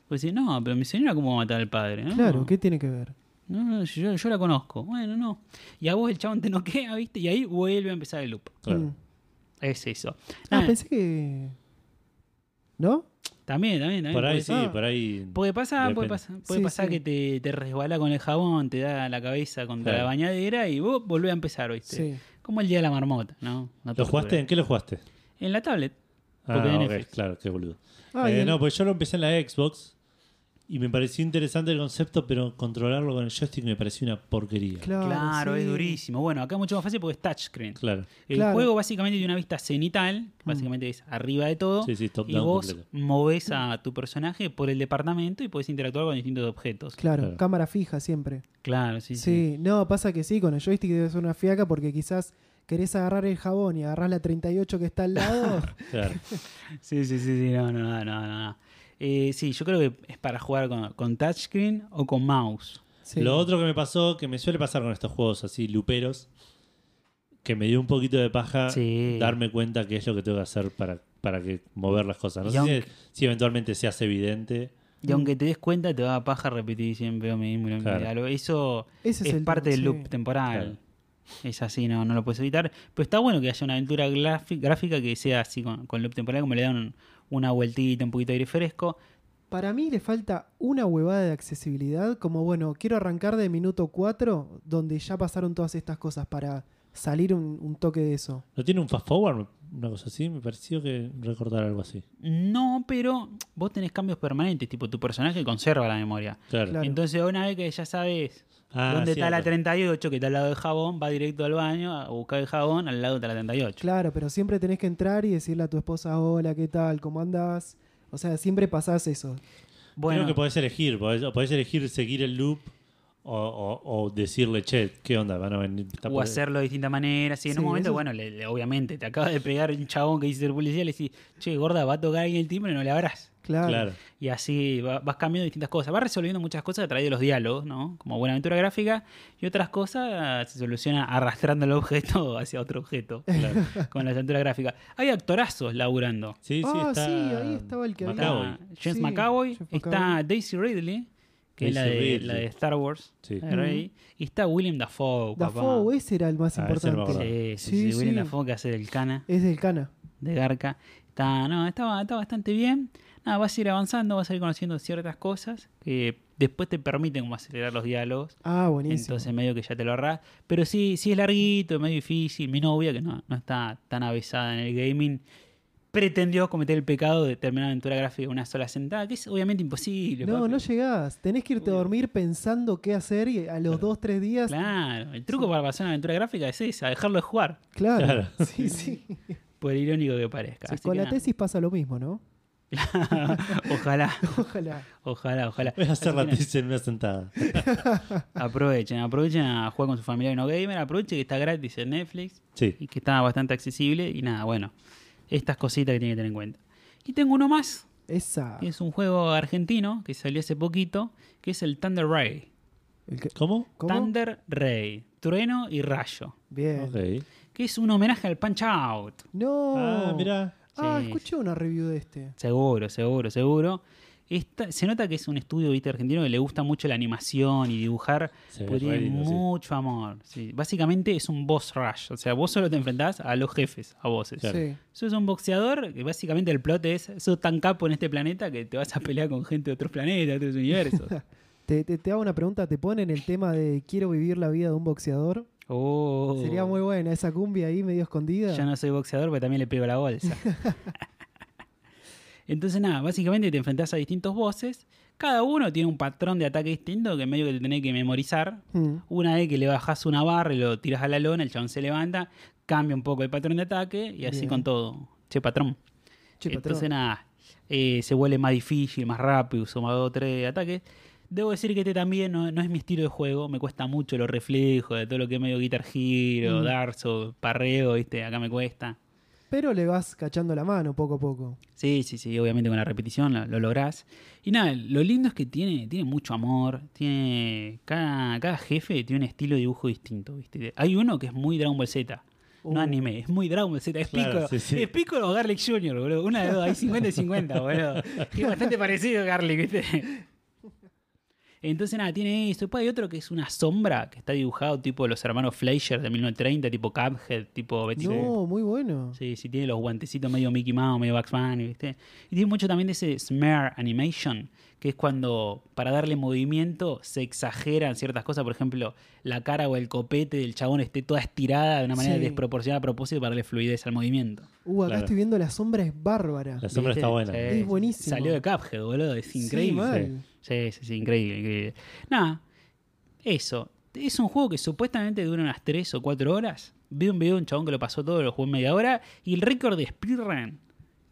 S1: Pues dice, no, pero mi señora, ¿cómo va a matar al padre? No,
S3: Claro, ¿qué tiene que ver?
S1: no, no, yo, yo la conozco. Bueno, no. Y a vos el chabón te noquea, ¿viste? Y ahí vuelve a empezar el loop.
S2: Claro.
S3: Mm.
S1: Es eso.
S3: Ah,
S1: Nada,
S3: pensé que. ¿No?
S1: También, también, también.
S2: Por ahí
S1: puede
S2: sí,
S1: ser.
S2: por ahí.
S1: Puede pasar, puede
S2: Depende.
S1: pasar, puede
S3: Sí,
S1: pasar
S3: sí.
S1: que te, te resbala con el jabón, te da la cabeza contra
S2: Claro.
S1: la bañadera y vos volvés a empezar, ¿viste?
S3: Sí.
S1: Como el día de la marmota, ¿no? Una
S2: ¿Lo
S1: tortura.
S2: jugaste? ¿En qué lo jugaste?
S1: En la tablet.
S2: Ah,
S1: Porque en
S2: ok,
S1: Netflix.
S2: claro, qué boludo.
S3: Ah,
S2: Eh,
S3: bien.
S2: no, pues yo lo empecé en la Xbox y me pareció interesante el concepto, pero controlarlo con el joystick me pareció una porquería. Claro.
S3: Claro,
S1: Claro, es
S3: sí.
S1: durísimo. Bueno, acá es mucho más fácil porque es touchscreen. El
S3: Claro.
S1: juego básicamente tiene una vista cenital, que básicamente es arriba de todo.
S2: Sí, sí, top
S1: y
S2: down
S1: vos
S2: completo.
S1: movés a tu personaje por el departamento y podés interactuar con distintos objetos.
S3: Claro,
S2: Claro.
S3: cámara fija siempre.
S1: Claro, sí,
S3: Sí,
S1: sí.
S3: no, pasa que sí, con el joystick debe ser una fiaca porque quizás querés agarrar el jabón y agarrás la 38 que está al lado.
S2: claro.
S1: Sí, sí, sí, sí, no, no, no, no. no. Eh, sí, yo creo que es para jugar con, con touchscreen o con mouse.
S3: Sí.
S2: Lo otro que me pasó, que me suele pasar con estos juegos así, luperos, que me dio un poquito de paja
S1: Sí.
S2: darme cuenta qué es lo que tengo que hacer para, para que mover las cosas. No
S1: Y
S2: sé si,
S1: aunque-
S2: si eventualmente se hace evidente.
S1: Y aunque te des cuenta, te va a paja repetir siempre lo mismo. lo mismo.
S2: Claro.
S1: Algo- Eso
S3: Ese es
S1: es
S3: el
S1: parte
S3: tema,
S1: del
S3: sí.
S1: loop temporal. Es así, no, no lo puedes evitar. Pero está bueno que haya una aventura grafi- gráfica que sea así con, con loop temporal, como le dan un- una vueltita, un poquito de aire fresco.
S3: Para mí le falta una huevada de accesibilidad, como bueno, quiero arrancar de minuto 4, donde ya pasaron todas estas cosas, para salir un, un toque de eso.
S2: ¿No tiene un fast forward? Una cosa así, me pareció que recordar algo así.
S1: No, pero vos tenés cambios permanentes, tipo tu personaje conserva la memoria.
S2: Claro.
S3: Claro.
S1: Entonces, una vez que ya sabes
S2: Ah,
S1: dónde está la
S2: cierto.
S1: 38, que está al lado del jabón, va directo al baño a buscar el jabón, al lado está la 38.
S3: Claro, pero siempre tenés que entrar y decirle a tu esposa, hola, ¿qué tal? ¿Cómo andás? O sea, siempre pasás eso.
S1: Bueno,
S2: Creo que podés elegir, podés, podés elegir seguir el loop O, o- o decirle, che, ¿qué onda? Van a venir. está
S1: O
S2: por-
S1: hacerlo de distintas maneras. Y en
S3: Sí,
S1: un momento,
S3: eso-
S1: bueno, le- le- obviamente, te acaba de pegar un chabón que dice ser policía, le decís, che, gorda, va a tocar alguien el timbre, no le abras.
S3: Claro.
S2: Claro.
S1: Y así va- vas cambiando distintas cosas. Vas resolviendo muchas cosas a través de los diálogos, ¿no? Como buena aventura gráfica. Y otras cosas se soluciona arrastrando el objeto hacia otro objeto.
S2: claro.
S1: Con la aventura gráfica. Hay actorazos laburando.
S2: Sí, sí,
S3: Ah,
S2: está.
S3: sí, ahí estaba el que había-
S2: Macaboy.
S1: Está James
S3: Sí,
S1: McAvoy.
S3: James
S1: Está
S3: McAvoy.
S1: Daisy Ridley, que es la
S2: Daisy
S1: de, la
S2: Ridley.
S1: de Star Wars.
S2: Sí.
S1: la de Rey. Y está William Dafoe, papá.
S3: Dafoe, ese era el más
S2: Ah, ese no me
S3: importante.
S2: acordaba.
S1: Sí, sí, sí,
S3: Sí,
S1: William
S3: sí.
S1: Dafoe que hace el cana
S3: Es del Cana.
S1: de Garca. Está, no, está, está bastante bien. Nada, vas a ir avanzando, vas a ir conociendo ciertas cosas que después te permiten como acelerar los diálogos.
S3: Ah, buenísimo.
S1: Entonces medio que ya te lo ahorrás. Pero sí, sí es larguito, es medio difícil. Mi novia, que no, no está tan avesada en el gaming, pretendió cometer el pecado de terminar la aventura gráfica en una sola sentada, que es obviamente imposible.
S3: no,
S1: papi.
S3: no llegás. Tenés que irte a dormir pensando qué hacer y a los dos, tres días.
S1: Claro, el truco para pasar una aventura gráfica es esa, dejarlo de jugar,
S3: Claro.
S2: Claro.
S3: Sí, sí.
S1: por irónico que parezca.
S3: Sí,
S1: Así
S3: con
S1: que
S3: la
S1: nada.
S3: tesis pasa lo mismo, ¿no?
S1: ojalá,
S3: Ojalá.
S1: ojalá, ojalá.
S2: Voy a hacer
S1: Así
S2: la
S1: que nada.
S2: tesis en una sentada.
S1: Aprovechen, aprovechen a jugar con su familia no gamer, aprovechen que está gratis en Netflix
S2: Sí.
S1: y que está bastante accesible y nada, bueno, estas cositas que tienen que tener en cuenta. Y tengo uno más,
S3: Esa.
S1: que es un juego argentino que salió hace poquito, que es el Thunder Ray.
S3: El que-
S2: ¿Cómo?
S3: ¿Cómo?
S1: Thunder Ray, trueno y rayo,
S3: Bien.
S2: Ok.
S1: que es un homenaje al Punch Out.
S3: No.
S2: Ah, mirá.
S3: Ah,
S1: Sí.
S3: escuché una review de este.
S1: Seguro, seguro, seguro. Esta- se nota que es un estudio ¿viste, argentino que le gusta mucho la animación y dibujar,
S2: Se ve
S1: porque
S2: re
S1: tiene
S2: lindo, sí.
S1: mucho amor. Sí, Básicamente es un boss rush, o sea, vos solo te enfrentás a los jefes, a voces.
S2: Claro.
S3: Sí.
S1: Sos un boxeador, que básicamente el plot es, sos tan capo en este planeta que te vas a pelear con gente de otros planetas, de otros universos.
S3: Te, te- te hago una pregunta. ¿Te ponen el tema de quiero vivir la vida de un boxeador?
S1: Oh,
S3: Sería muy buena esa cumbia ahí medio escondida.
S1: Yo no soy boxeador, pero también le pego la bolsa. Entonces, nada, básicamente te enfrentás a distintos bosses. Cada uno tiene un patrón de ataque distinto que medio que te tenés que memorizar.
S3: Mm.
S1: Una vez que le bajás una barra y lo tirás a la lona, el chabón se levanta, cambia un poco el patrón de ataque y así
S3: Bien.
S1: con todo. Che, patrón.
S3: Che, patrón.
S1: Entonces, nada, eh, se vuelve más difícil, más rápido, uso más dos o tres ataques. Debo decir que este también no, no es mi estilo de juego, me cuesta mucho los reflejos de todo lo que es medio guitar giro,
S3: Mm.
S1: darzo, parreo, ¿viste? Acá me cuesta.
S3: Pero le vas cachando la mano poco a poco.
S1: Sí, sí, sí, obviamente con la repetición lo, lo lográs. Y nada, lo lindo es que tiene, tiene mucho amor, tiene cada, cada jefe tiene un estilo de dibujo distinto, ¿viste? Hay uno que es muy Dragon Ball Z.
S3: Uh.
S1: No anime, es muy Dragon Ball Z, es
S2: Claro,
S1: Piccolo.
S2: sí, sí.
S1: Es Piccolo o Garlic Jr., boludo. Una de dos, hay 50 y 50, boludo. Es bastante parecido a Garlic, ¿viste? Entonces, nada, tiene eso. Después hay otro que es una sombra que está dibujado tipo los hermanos Fleischer de 1930, tipo Cuphead, tipo Betty Boop.
S3: No, muy bueno.
S1: Sí, sí, tiene los guantecitos medio Mickey Mouse, medio Bugs Bunny, ¿viste? Y tiene mucho también de ese smear animation, que es cuando para darle movimiento se exageran ciertas cosas. Por ejemplo, la cara o el copete del chabón esté toda estirada de una manera
S3: Sí.
S1: desproporcionada a propósito para darle fluidez al movimiento.
S3: Uh, acá
S2: Claro.
S3: estoy viendo la sombra es bárbara.
S2: La sombra
S1: ¿Viste?
S2: está buena.
S1: Sí,
S3: Es buenísimo.
S1: Salió de Cuphead, boludo, es
S3: Sí,
S1: increíble.
S3: mal.
S1: Sí, sí, sí, increíble, increíble. Nada, eso. Es un juego que supuestamente dura unas 3 o 4 horas. Vi un video de un chabón que lo pasó todo, lo jugó en media hora. Y el récord de speedrun,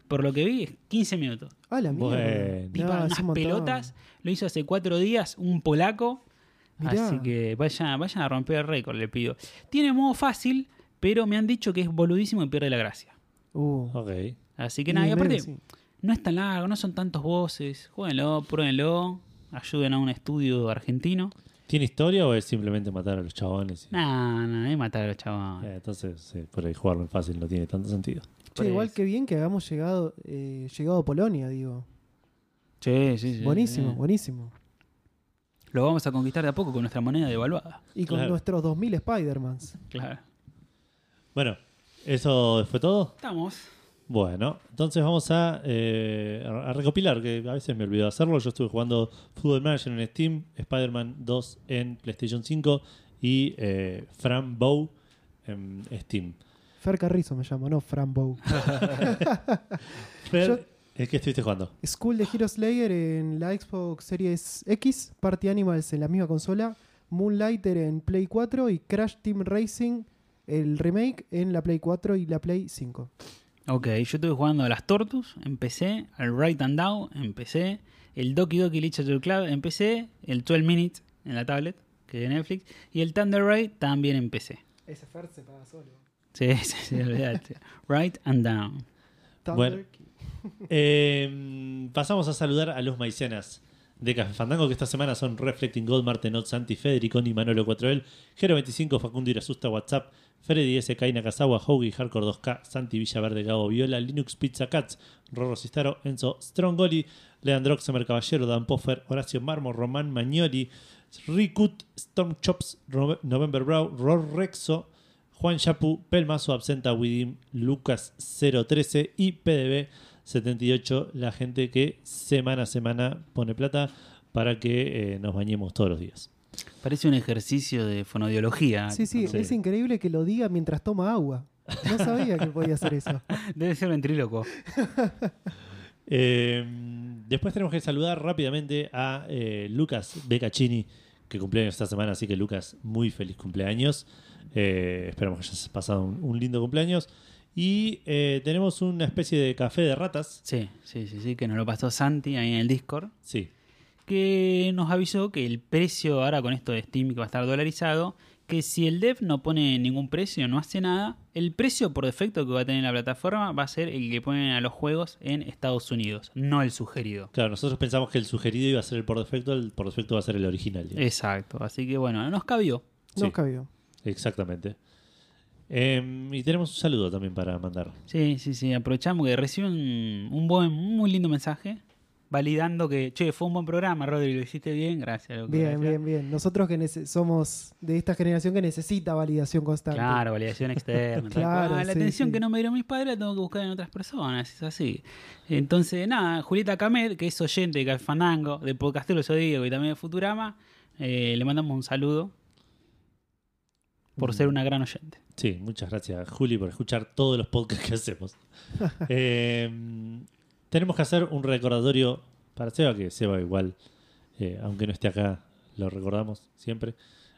S1: por lo que vi, es 15 minutos.
S3: Ah, la mierda.
S2: Bueno.
S1: Tipo,
S3: No, es
S1: unas
S3: un montón.
S1: pelotas. Lo hizo hace 4 días un polaco.
S3: Mirá.
S1: Así que vayan, vayan a romper el récord, le pido. Tiene modo fácil, pero me han dicho que es boludísimo y pierde la gracia.
S3: Uh.
S2: Ok.
S1: Así que
S3: Y
S1: nada, y
S3: medio
S1: aparte,
S3: que sí.
S1: no es tan largo, no son tantos voces. Júguenlo, pruébenlo. Ayuden a un estudio argentino.
S2: ¿Tiene historia o es simplemente matar a los chabones? y-
S1: No, no, es matar a los chavales.
S2: Eh, entonces, sí, por ahí jugarlo en fácil no tiene tanto sentido.
S3: Che, igual
S1: Tres.
S3: que bien que hagamos llegado, eh, llegado a Polonia, digo.
S1: Sí, sí, sí.
S3: buenísimo,
S1: sí.
S3: buenísimo.
S1: Lo vamos a conquistar de a poco con nuestra moneda devaluada.
S3: Y con
S2: Claro.
S3: nuestros 2000 Spider-Mans.
S1: Claro.
S2: Bueno, ¿eso fue todo?
S1: Estamos.
S2: Bueno, entonces vamos a, eh, a recopilar, que a veces me olvido hacerlo. Yo estuve jugando Football Manager en Steam, Spider-Man 2 en PlayStation 5 y eh, Fran Bow en Steam.
S3: Fer Carrizo me llamo, no Fran Bow.
S2: Fer,
S3: Yo-
S2: ¿es que estuviste jugando?
S3: School de Hero Slayer en la Xbox Series X, Party Animals en la misma consola, Moonlighter en Play 4 y Crash Team Racing, el remake, en la Play 4 y la Play 5.
S1: Ok, yo estuve jugando a las Tortus, empecé. Al Right and Down, empecé. El Doki Doki Literature Club, empecé. El 12 Minutes en la tablet, que de Netflix. Y el Thunder Ray también en PC.
S3: Ese Fer se paga solo.
S1: Sí, sí, sí, olvidate. Right and down.
S2: Bueno. Eh, pasamos a saludar a los maicenas de Café Fandango, que esta semana son Reflecting Gold, Martenot, Santi, Federiconi, Manolo 4L, Gero25, Facundo Irasusta, WhatsApp, Freddy S. K. Nakazawa, Hoagie, Hardcore 2K, Santi Villaverde, Gabo Viola, Linux Pizza Cats, Rorro Cistaro, Enzo Strongoli, Leandro Oxemer Caballero, Dan Poffer, Horacio Marmo, Román Magnoli, Rikut, Storm Chops, Robe- November Brow, Ror Rexo, Juan Chapu, Pelmazo Absenta, Widim, Lucas 013 y PDB 78, la gente que semana a semana pone plata para que eh, nos bañemos todos los días.
S1: Parece un ejercicio de fonodiología.
S3: Sí, sí,
S2: Sí.
S3: es increíble que lo diga mientras toma agua. No sabía que podía hacer eso.
S1: Debe ser ventríloco.
S2: Eh, después tenemos que saludar rápidamente a eh, Lucas Beccacini, que cumpleaños esta semana, así que Lucas, muy feliz cumpleaños. Eh, esperamos que hayas pasado un, un lindo cumpleaños. Y eh, tenemos una especie de café de ratas.
S1: Sí, sí, sí, sí, que nos lo pasó Santi ahí en el Discord.
S2: Sí,
S1: que nos avisó que el precio ahora con esto de Steam que va a estar dolarizado, que si el dev no pone ningún precio, no hace nada, el precio por defecto que va a tener la plataforma va a ser el que ponen a los juegos en Estados Unidos, no el sugerido.
S2: claro, nosotros pensamos que el sugerido iba a ser el por defecto, el por defecto va a ser el original. digamos.
S1: Exacto, así que bueno, nos cabió.
S3: No
S2: Sí.
S3: cabió.
S2: Exactamente. Eh, y tenemos un saludo también para mandar.
S1: Sí, sí, sí, aprovechamos que recibe un, un buen, un muy lindo mensaje, validando que, che, fue un buen programa, Rodri, lo hiciste bien, gracias. loco,
S3: Bien,
S1: gracias.
S3: bien, bien. Nosotros que nece- somos de esta generación que necesita validación constante.
S1: Claro, validación externa. tal
S3: Claro,
S1: cual. La
S3: sí,
S1: atención
S3: sí.
S1: que no me dieron mis padres la tengo que buscar en otras personas, es así. Entonces, nada, Julieta Camet, que es oyente de Café Fandango, de Podcastero Zodíaco y también de Futurama, eh, le mandamos un saludo por ser una gran oyente.
S2: Sí, muchas gracias, Juli, por escuchar todos los podcasts que hacemos. Eh, tenemos que hacer un recordatorio para Seba, que Seba igual, eh, aunque no esté acá, lo recordamos siempre.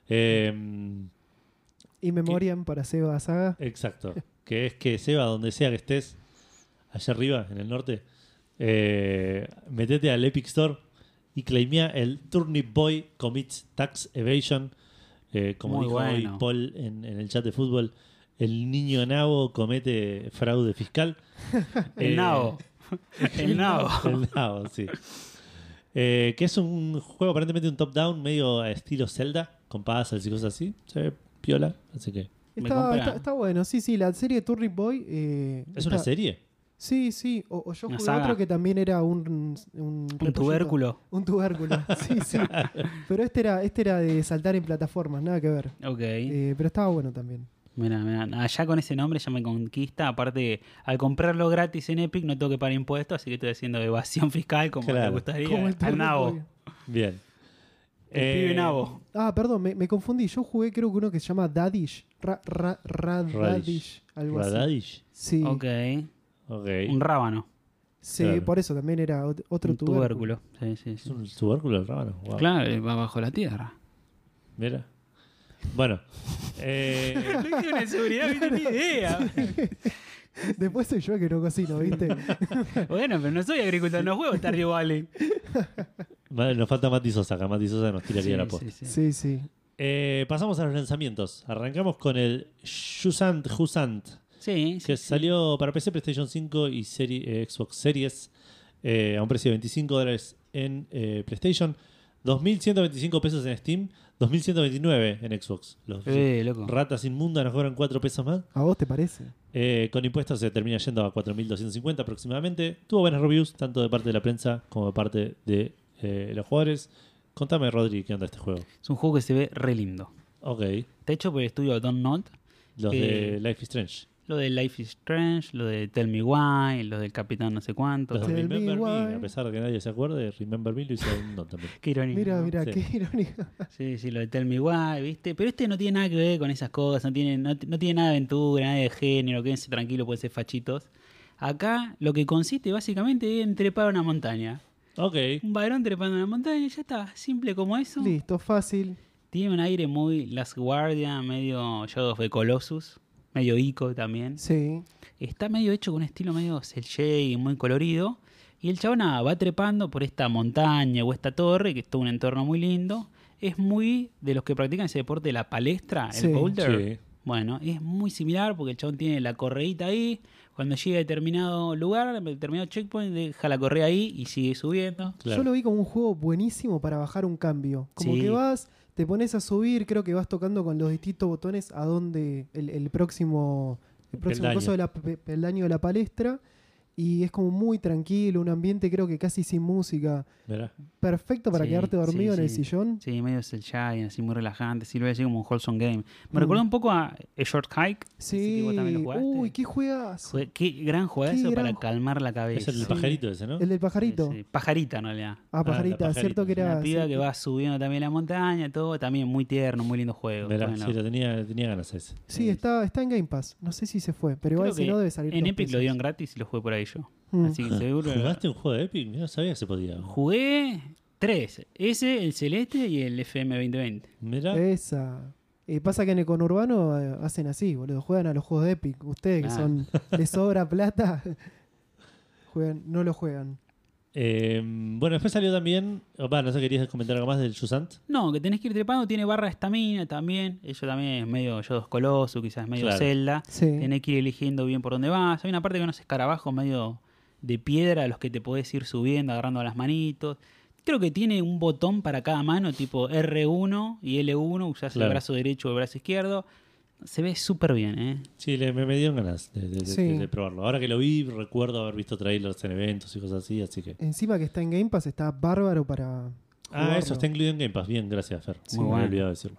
S2: Eh,
S3: Y memoriam para Seba Saga.
S2: exacto, que es que Seba, donde sea que estés, allá arriba, en el norte, eh, metete al Epic Store y claimea el Turnip Boy Commits Tax Evasion. Eh, como
S1: Muy
S2: dijo
S1: bueno.
S2: hoy Paul en, en el chat de fútbol, el niño nabo comete fraude fiscal.
S1: El
S2: Eh,
S1: Nao. El Nao.
S2: El nabo, sí. Eh, que es un juego aparentemente un top-down, medio a estilo Zelda, con puzzles y cosas así. Se ve piola, así que...
S1: Me
S3: Está,
S1: compra.
S3: está- está bueno, sí, sí, la serie Turning Boy. eh,
S2: ¿Es
S3: está-
S2: una serie?
S3: Sí, sí, o, o yo
S1: Una
S3: jugué
S1: saga.
S3: otro que también era un. Un,
S1: Un
S3: repollito.
S1: tubérculo.
S3: Un tubérculo, sí, sí. Pero este era, este era de saltar en plataformas, nada que ver.
S1: Ok.
S3: Eh, pero estaba bueno también.
S1: Mira, mira, allá con ese nombre ya me conquista. Aparte, al comprarlo gratis en Epic no tengo que pagar impuestos, así que estoy haciendo evasión fiscal como
S2: Claro.
S1: me gustaría.
S3: Como el
S1: eh, Al
S3: Turning
S1: Nabo.
S3: Boy.
S2: Bien.
S1: El
S2: Eh,
S1: pibe Nabo.
S3: Ah, perdón, me, me confundí. Yo jugué creo que uno que se llama Daddish. Ra, ra, ra-
S2: Radish.
S3: Radish, algo así.
S2: Radadish.
S3: Sí,
S1: Ok.
S2: Ok.
S1: Un rábano.
S3: sí
S2: Claro.
S3: por eso también era ot- otro
S1: Un tubérculo. Sí, sí,
S2: ¿Es
S1: sí.
S2: un tubérculo el rábano? Wow.
S1: Claro, eh, va bajo la tierra.
S2: Mira. Bueno. Eh,
S1: tiene una seguridad, no tiene idea.
S3: Después soy yo el que no cocino, ¿viste?
S1: Bueno, pero no soy agricultor, no juego Stardew Valley.
S2: Vale, nos falta Mati Sosa, acá Mati Sosa nos tiraría la posta.
S3: sí, sí.
S2: Eh, pasamos a los lanzamientos. Arrancamos con el Shusant Husant,
S1: Sí,
S2: que
S1: sí,
S2: salió para PC, PlayStation 5 y serie- eh, Xbox Series eh, a un precio de 25 dólares en eh, PlayStation, 2.125 pesos en Steam, 2.129 en Xbox. Los
S1: Eh, loco.
S2: ratas inmundas nos cobran 4 pesos más.
S3: ¿A vos te parece?
S2: Eh, con impuestos se termina yendo a 4.250 aproximadamente. Tuvo buenas reviews, tanto de parte de la prensa como de parte de eh, los jugadores. Contame, Rodri, ¿qué onda este juego?
S1: Es un juego que se ve re lindo.
S2: Ok,
S1: Está hecho por el estudio Don't Not.
S2: los
S1: Eh,
S2: de Life is Strange.
S1: Lo de Life is Strange, lo de Tell Me Why, lo del Capitán no sé cuánto.
S2: Los de
S3: Tell me
S2: Remember me,
S3: why.
S2: a pesar de que nadie se acuerde, Remember Me lo hizo un don también.
S1: Qué ironía.
S3: Mira,
S1: ¿no?
S3: mira,
S2: Sí.
S3: qué ironía.
S1: Sí, sí, lo de Tell Me Why, ¿viste? Pero este no tiene nada que ver con esas cosas, no tiene, no, no tiene nada de aventura, nada de género, quédense tranquilos, pueden ser fachitos. Acá lo que consiste básicamente es en trepar una montaña.
S2: Ok,
S1: Un varón trepando una montaña, ya está, simple como eso.
S3: Listo, fácil.
S1: Tiene un aire muy Las Guardian, medio Shadow of the Colossus, medio Ico también.
S3: Sí.
S1: Está medio hecho con un estilo medio cel shading, muy colorido. Y el chabón nada, va trepando por esta montaña o esta torre, que es todo un entorno muy lindo. es muy de los que practican ese deporte de la palestra,
S3: Sí.
S1: el boulder.
S2: Sí.
S1: Bueno, es muy similar porque el chabón tiene la correíta ahí. Cuando llega a determinado lugar, a determinado checkpoint, deja la correa ahí y sigue subiendo.
S2: Claro.
S3: Yo lo vi como un juego buenísimo para bajar un cambio. Como
S1: Sí.
S3: que vas, te pones a subir, creo que vas tocando con los distintos botones a donde el, el próximo, el próximo
S2: Peldaño.
S3: coso de la, pe- peldaño de la palestra. Y es como muy tranquilo, un ambiente creo que casi sin música.
S2: Mirá.
S3: Perfecto para
S1: Sí,
S3: quedarte dormido
S1: sí,
S3: en el
S1: sí.
S3: sillón.
S1: Sí, medio es el shine, así muy relajante, sirve así como un wholesome game. Me
S3: Mm.
S1: recuerda un poco a A Short Hike. así que
S3: Sí.
S1: vos también lo jugaste.
S3: Uy, qué juegas.
S1: Jue- Qué gran juegazo
S3: Qué gran
S1: para
S3: ju-
S1: calmar la
S2: Es
S1: cabeza.
S2: el
S1: Pues
S2: del
S1: Sí,
S2: pajarito ese, ¿no?
S3: El del pajarito.
S1: sí. Pajarita, no le da.
S3: Ah, pajarita,
S2: pajarita.
S3: cierto que era.
S1: Una piba
S3: sí,
S1: que va subiendo también la montaña, todo, también muy tierno, muy lindo juego.
S2: Mirá,
S1: Bueno,
S2: sí, lo tenía, tenía ganas ese.
S3: Sí, está, está en Game Pass. No sé si se fue, pero
S1: creo
S3: igual si
S1: que
S3: no debe salir.
S1: en
S3: dos
S1: Epic lo
S3: pesos.
S1: dieron gratis y lo jugué por ahí yo.
S3: Mm.
S1: Así que seguro.
S2: ¿Jugaste un juego de Epic? Yo no sabía que se podía.
S1: Jugué tres: ese, el celeste y el FM 2020.
S2: Mirá.
S3: Esa. Eh, pasa que en el conurbano eh, hacen así, boludo. Juegan a los juegos de Epic. Ustedes que
S1: Ah.
S3: son de sobra plata, juegan, no lo juegan.
S2: Eh, bueno, después salió también. Opa, no sé, querías comentar algo más del Jusant.
S1: No, que tenés que ir trepando, tiene barra de estamina también. Eso también es medio Yodos Coloso, quizás medio
S2: Claro.
S1: Zelda.
S3: Sí.
S1: Tenés que ir eligiendo bien por dónde vas. Hay una parte con unos escarabajos medio de piedra a los que te podés ir subiendo, agarrando las manitos. Creo que tiene un botón para cada mano, tipo R1 y L1. Usás
S2: Claro.
S1: el brazo derecho o el brazo izquierdo. Se ve súper bien, ¿eh?
S2: Sí, le- me, me dieron ganas de, de- de-
S3: Sí.
S2: de probarlo. Ahora que lo vi, recuerdo haber visto trailers en eventos y cosas así, así que.
S3: Encima que está en Game Pass, está bárbaro para.
S2: Ah, eso
S3: jugarlo.
S2: está incluido en Game Pass. Bien, gracias, Fer.
S1: Sí.
S2: Muy
S1: Muy bueno.
S2: olvidado decirlo.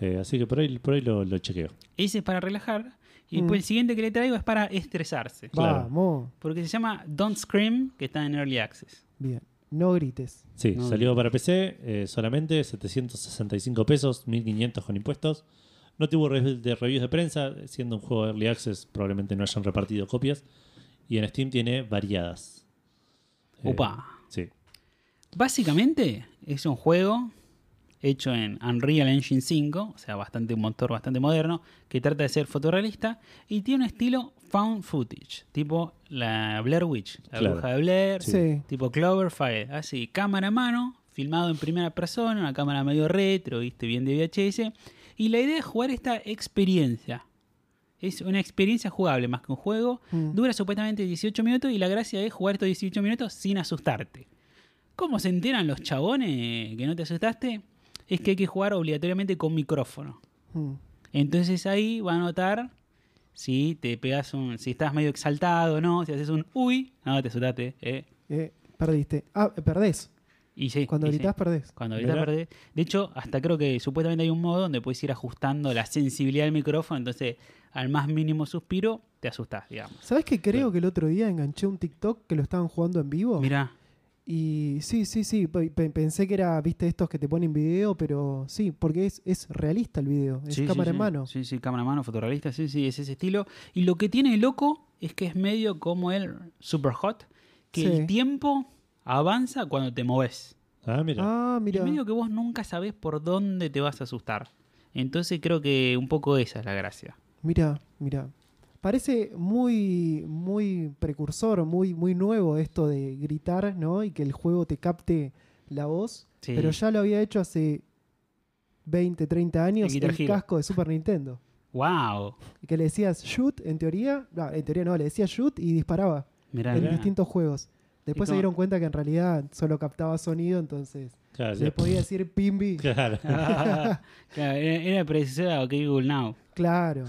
S2: Eh, así que por ahí, por ahí lo, lo chequeo.
S1: Ese es para relajar. Y
S3: Mm.
S1: después el siguiente que le traigo es para estresarse.
S2: claro.
S3: Vamos.
S1: Porque se llama Don't Scream, que está en Early Access.
S3: Bien. No grites.
S2: Sí,
S1: No,
S2: salió para PC eh, solamente 765 pesos, 1500 con impuestos. No tuvo re- de reviews de prensa, siendo un juego de Early Access, probablemente no hayan repartido copias. Y en Steam tiene variadas. Eh,
S1: Opa.
S2: Sí.
S1: Básicamente es un juego hecho en Unreal Engine 5, o sea, bastante un motor bastante moderno, que trata de ser fotorrealista y tiene un estilo found footage, tipo la Blair Witch, la
S2: Claro.
S1: bruja de Blair,
S3: Sí.
S1: tipo Cloverfile, así, cámara a mano, filmado en primera persona, una cámara medio retro, viste, bien de VHS, y la idea es jugar esta experiencia. Es una experiencia jugable más que un juego.
S3: Mm.
S1: Dura supuestamente 18 minutos y la gracia es jugar estos 18 minutos sin asustarte. ¿Cómo se enteran los chabones que no te asustaste? Es que hay que jugar obligatoriamente con micrófono.
S3: Mm.
S1: Entonces ahí va a notar si te pegas un. si estás medio exaltado o no, si haces un uy, no te asustaste, eh.
S3: Eh, perdiste. Ah, perdés.
S1: Y sí,
S3: Cuando
S1: y sí.
S3: gritas, perdés.
S1: Cuando ahorita
S2: Mirá.
S1: perdés. De hecho, hasta creo que supuestamente hay un modo donde puedes ir ajustando la sensibilidad del micrófono, entonces al más mínimo suspiro te asustás, digamos.
S3: ¿Sabes que creo que el otro día enganché un TikTok que lo estaban jugando en vivo?
S1: Mirá,
S3: Y sí, sí, sí, pe- pe- pensé que era, viste, estos que te ponen video, pero sí, porque es, es realista el video, es
S1: Sí, sí,
S3: cámara
S1: sí.
S3: en mano.
S1: Sí, sí, cámara en mano, fotorrealista, sí, sí, es ese estilo. Y lo que tiene el loco es que es medio como el super hot, que
S3: Sí.
S1: el tiempo avanza cuando te moves.
S2: Ah, mira.
S3: Ah,
S1: Y
S3: mira.
S1: medio que vos nunca sabés por dónde te vas a asustar. Entonces creo que un poco esa es la gracia.
S3: Mira, mira. Parece muy, muy precursor, muy, muy nuevo esto de gritar, ¿no? Y que el juego te capte la voz.
S1: Sí.
S3: Pero ya lo había hecho hace 20, 30 años
S1: Guitar
S3: el
S1: Hero.
S3: casco de Super Nintendo.
S1: ¡Wow!
S3: Y que le decías shoot, en teoría, no, en teoría no, le decías shoot y disparaba
S1: Mirá,
S3: en
S1: mirá.
S3: distintos juegos. Después se
S1: como-
S3: dieron cuenta que en realidad solo captaba sonido, entonces
S2: Claro,
S3: se le
S2: ya-
S3: podía decir pimbi.
S2: claro.
S1: Claro, era, era predecesora de OK Google Now.
S3: Claro.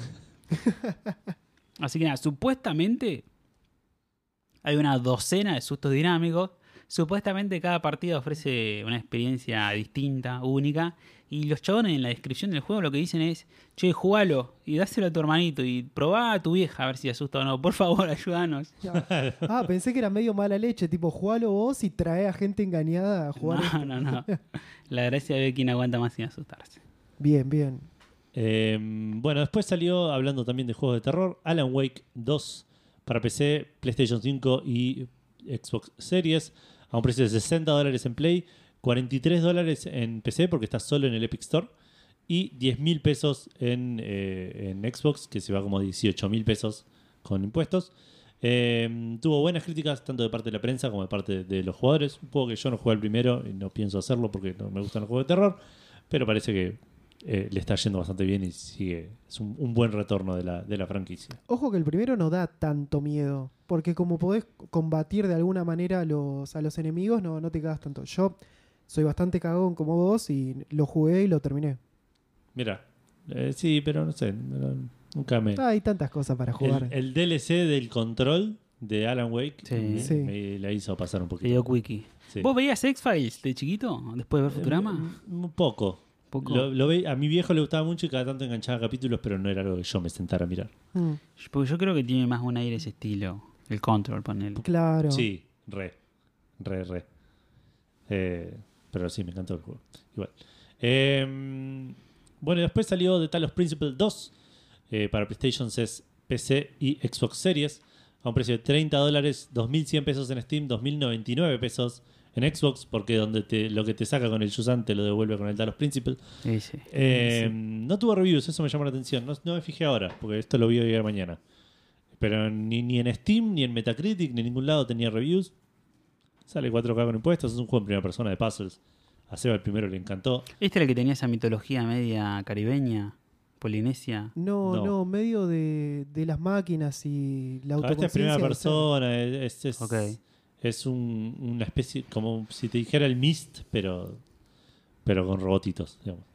S1: Así que nada, supuestamente hay una docena de sustos dinámicos. Supuestamente cada partida ofrece una experiencia distinta, única. Y los chabones en la descripción del juego lo que dicen es, che, jugalo y dáselo a tu hermanito y probá a tu vieja a ver si asusta o no. Por favor, ayúdanos.
S3: Ah, pensé que era medio mala leche, tipo, jugalo vos y trae a gente engañada a jugar.
S1: No, no, no. La gracia de ver quién aguanta más sin asustarse.
S3: Bien, bien.
S2: Eh, bueno, después salió, hablando también de juegos de terror, Alan Wake 2 para PC, PlayStation 5 y Xbox Series a un precio de 60 dólares en Play, 43 dólares en PC porque está solo en el Epic Store y 10 mil pesos en, eh, en Xbox que se va como a 18 mil pesos con impuestos. Eh, tuvo buenas críticas tanto de parte de la prensa como de parte de, de los jugadores. Un juego que yo no jugué al primero y no pienso hacerlo porque no me gustan los juegos de terror, pero parece que eh, le está yendo bastante bien y sigue. Es un, un buen retorno de la, de la franquicia.
S3: Ojo que el primero no da tanto miedo, porque como podés combatir de alguna manera a los, a los enemigos, no, no te cagas tanto. Yo soy bastante cagón como vos y lo jugué y lo terminé.
S2: Mira, eh, sí, pero no sé, no- nunca me...
S3: Ah, hay tantas cosas para jugar.
S2: El, el DLC del control de Alan Wake
S1: eh. Sí.
S2: me,
S3: Sí.
S2: me la hizo pasar un
S1: Te
S2: poquito.
S1: dio quickie.
S2: Sí.
S1: ¿Vos veías X-Files de chiquito? Después de ver Futurama.
S2: Eh, Un poco.
S1: Poco.
S2: Lo- lo ve- a mi viejo le gustaba mucho y cada tanto enganchaba capítulos, pero no era algo que yo me sentara a mirar.
S3: Mm,
S1: Porque yo creo que tiene más un aire ese estilo. El control, ponele.
S3: claro.
S2: Sí, re. Re, re. Eh, pero sí, me encantó el juego. Igual. Eh, bueno, y después salió The Talos Principle 2 eh, para PlayStation 6, PC y Xbox Series a un precio de 30 dólares, 2.100 pesos en Steam, 2.099 pesos en Xbox, porque donde te, lo que te saca con el Yusan te lo devuelve con el Talos Principle.
S1: Ese.
S2: Eh, No tuvo reviews, eso me llamó la atención. No, no me fijé ahora, porque esto lo vi hoy a la mañana. Pero ni, ni en Steam, ni en Metacritic, ni en ningún lado tenía reviews. Sale 4K con impuestos, es un juego en primera persona de puzzles. A Seba el primero le encantó. Ah,
S1: Este era el que tenía esa mitología media caribeña, polinesia.
S3: No,
S2: No.
S3: no, medio de, de las máquinas y
S2: Claro, Este es
S3: la autoconciencia.
S2: primera
S3: de ser.
S2: persona, es, es-
S1: Ok.
S2: es un- una especie, como si te dijera el Mist, pero, pero con robotitos. digamos.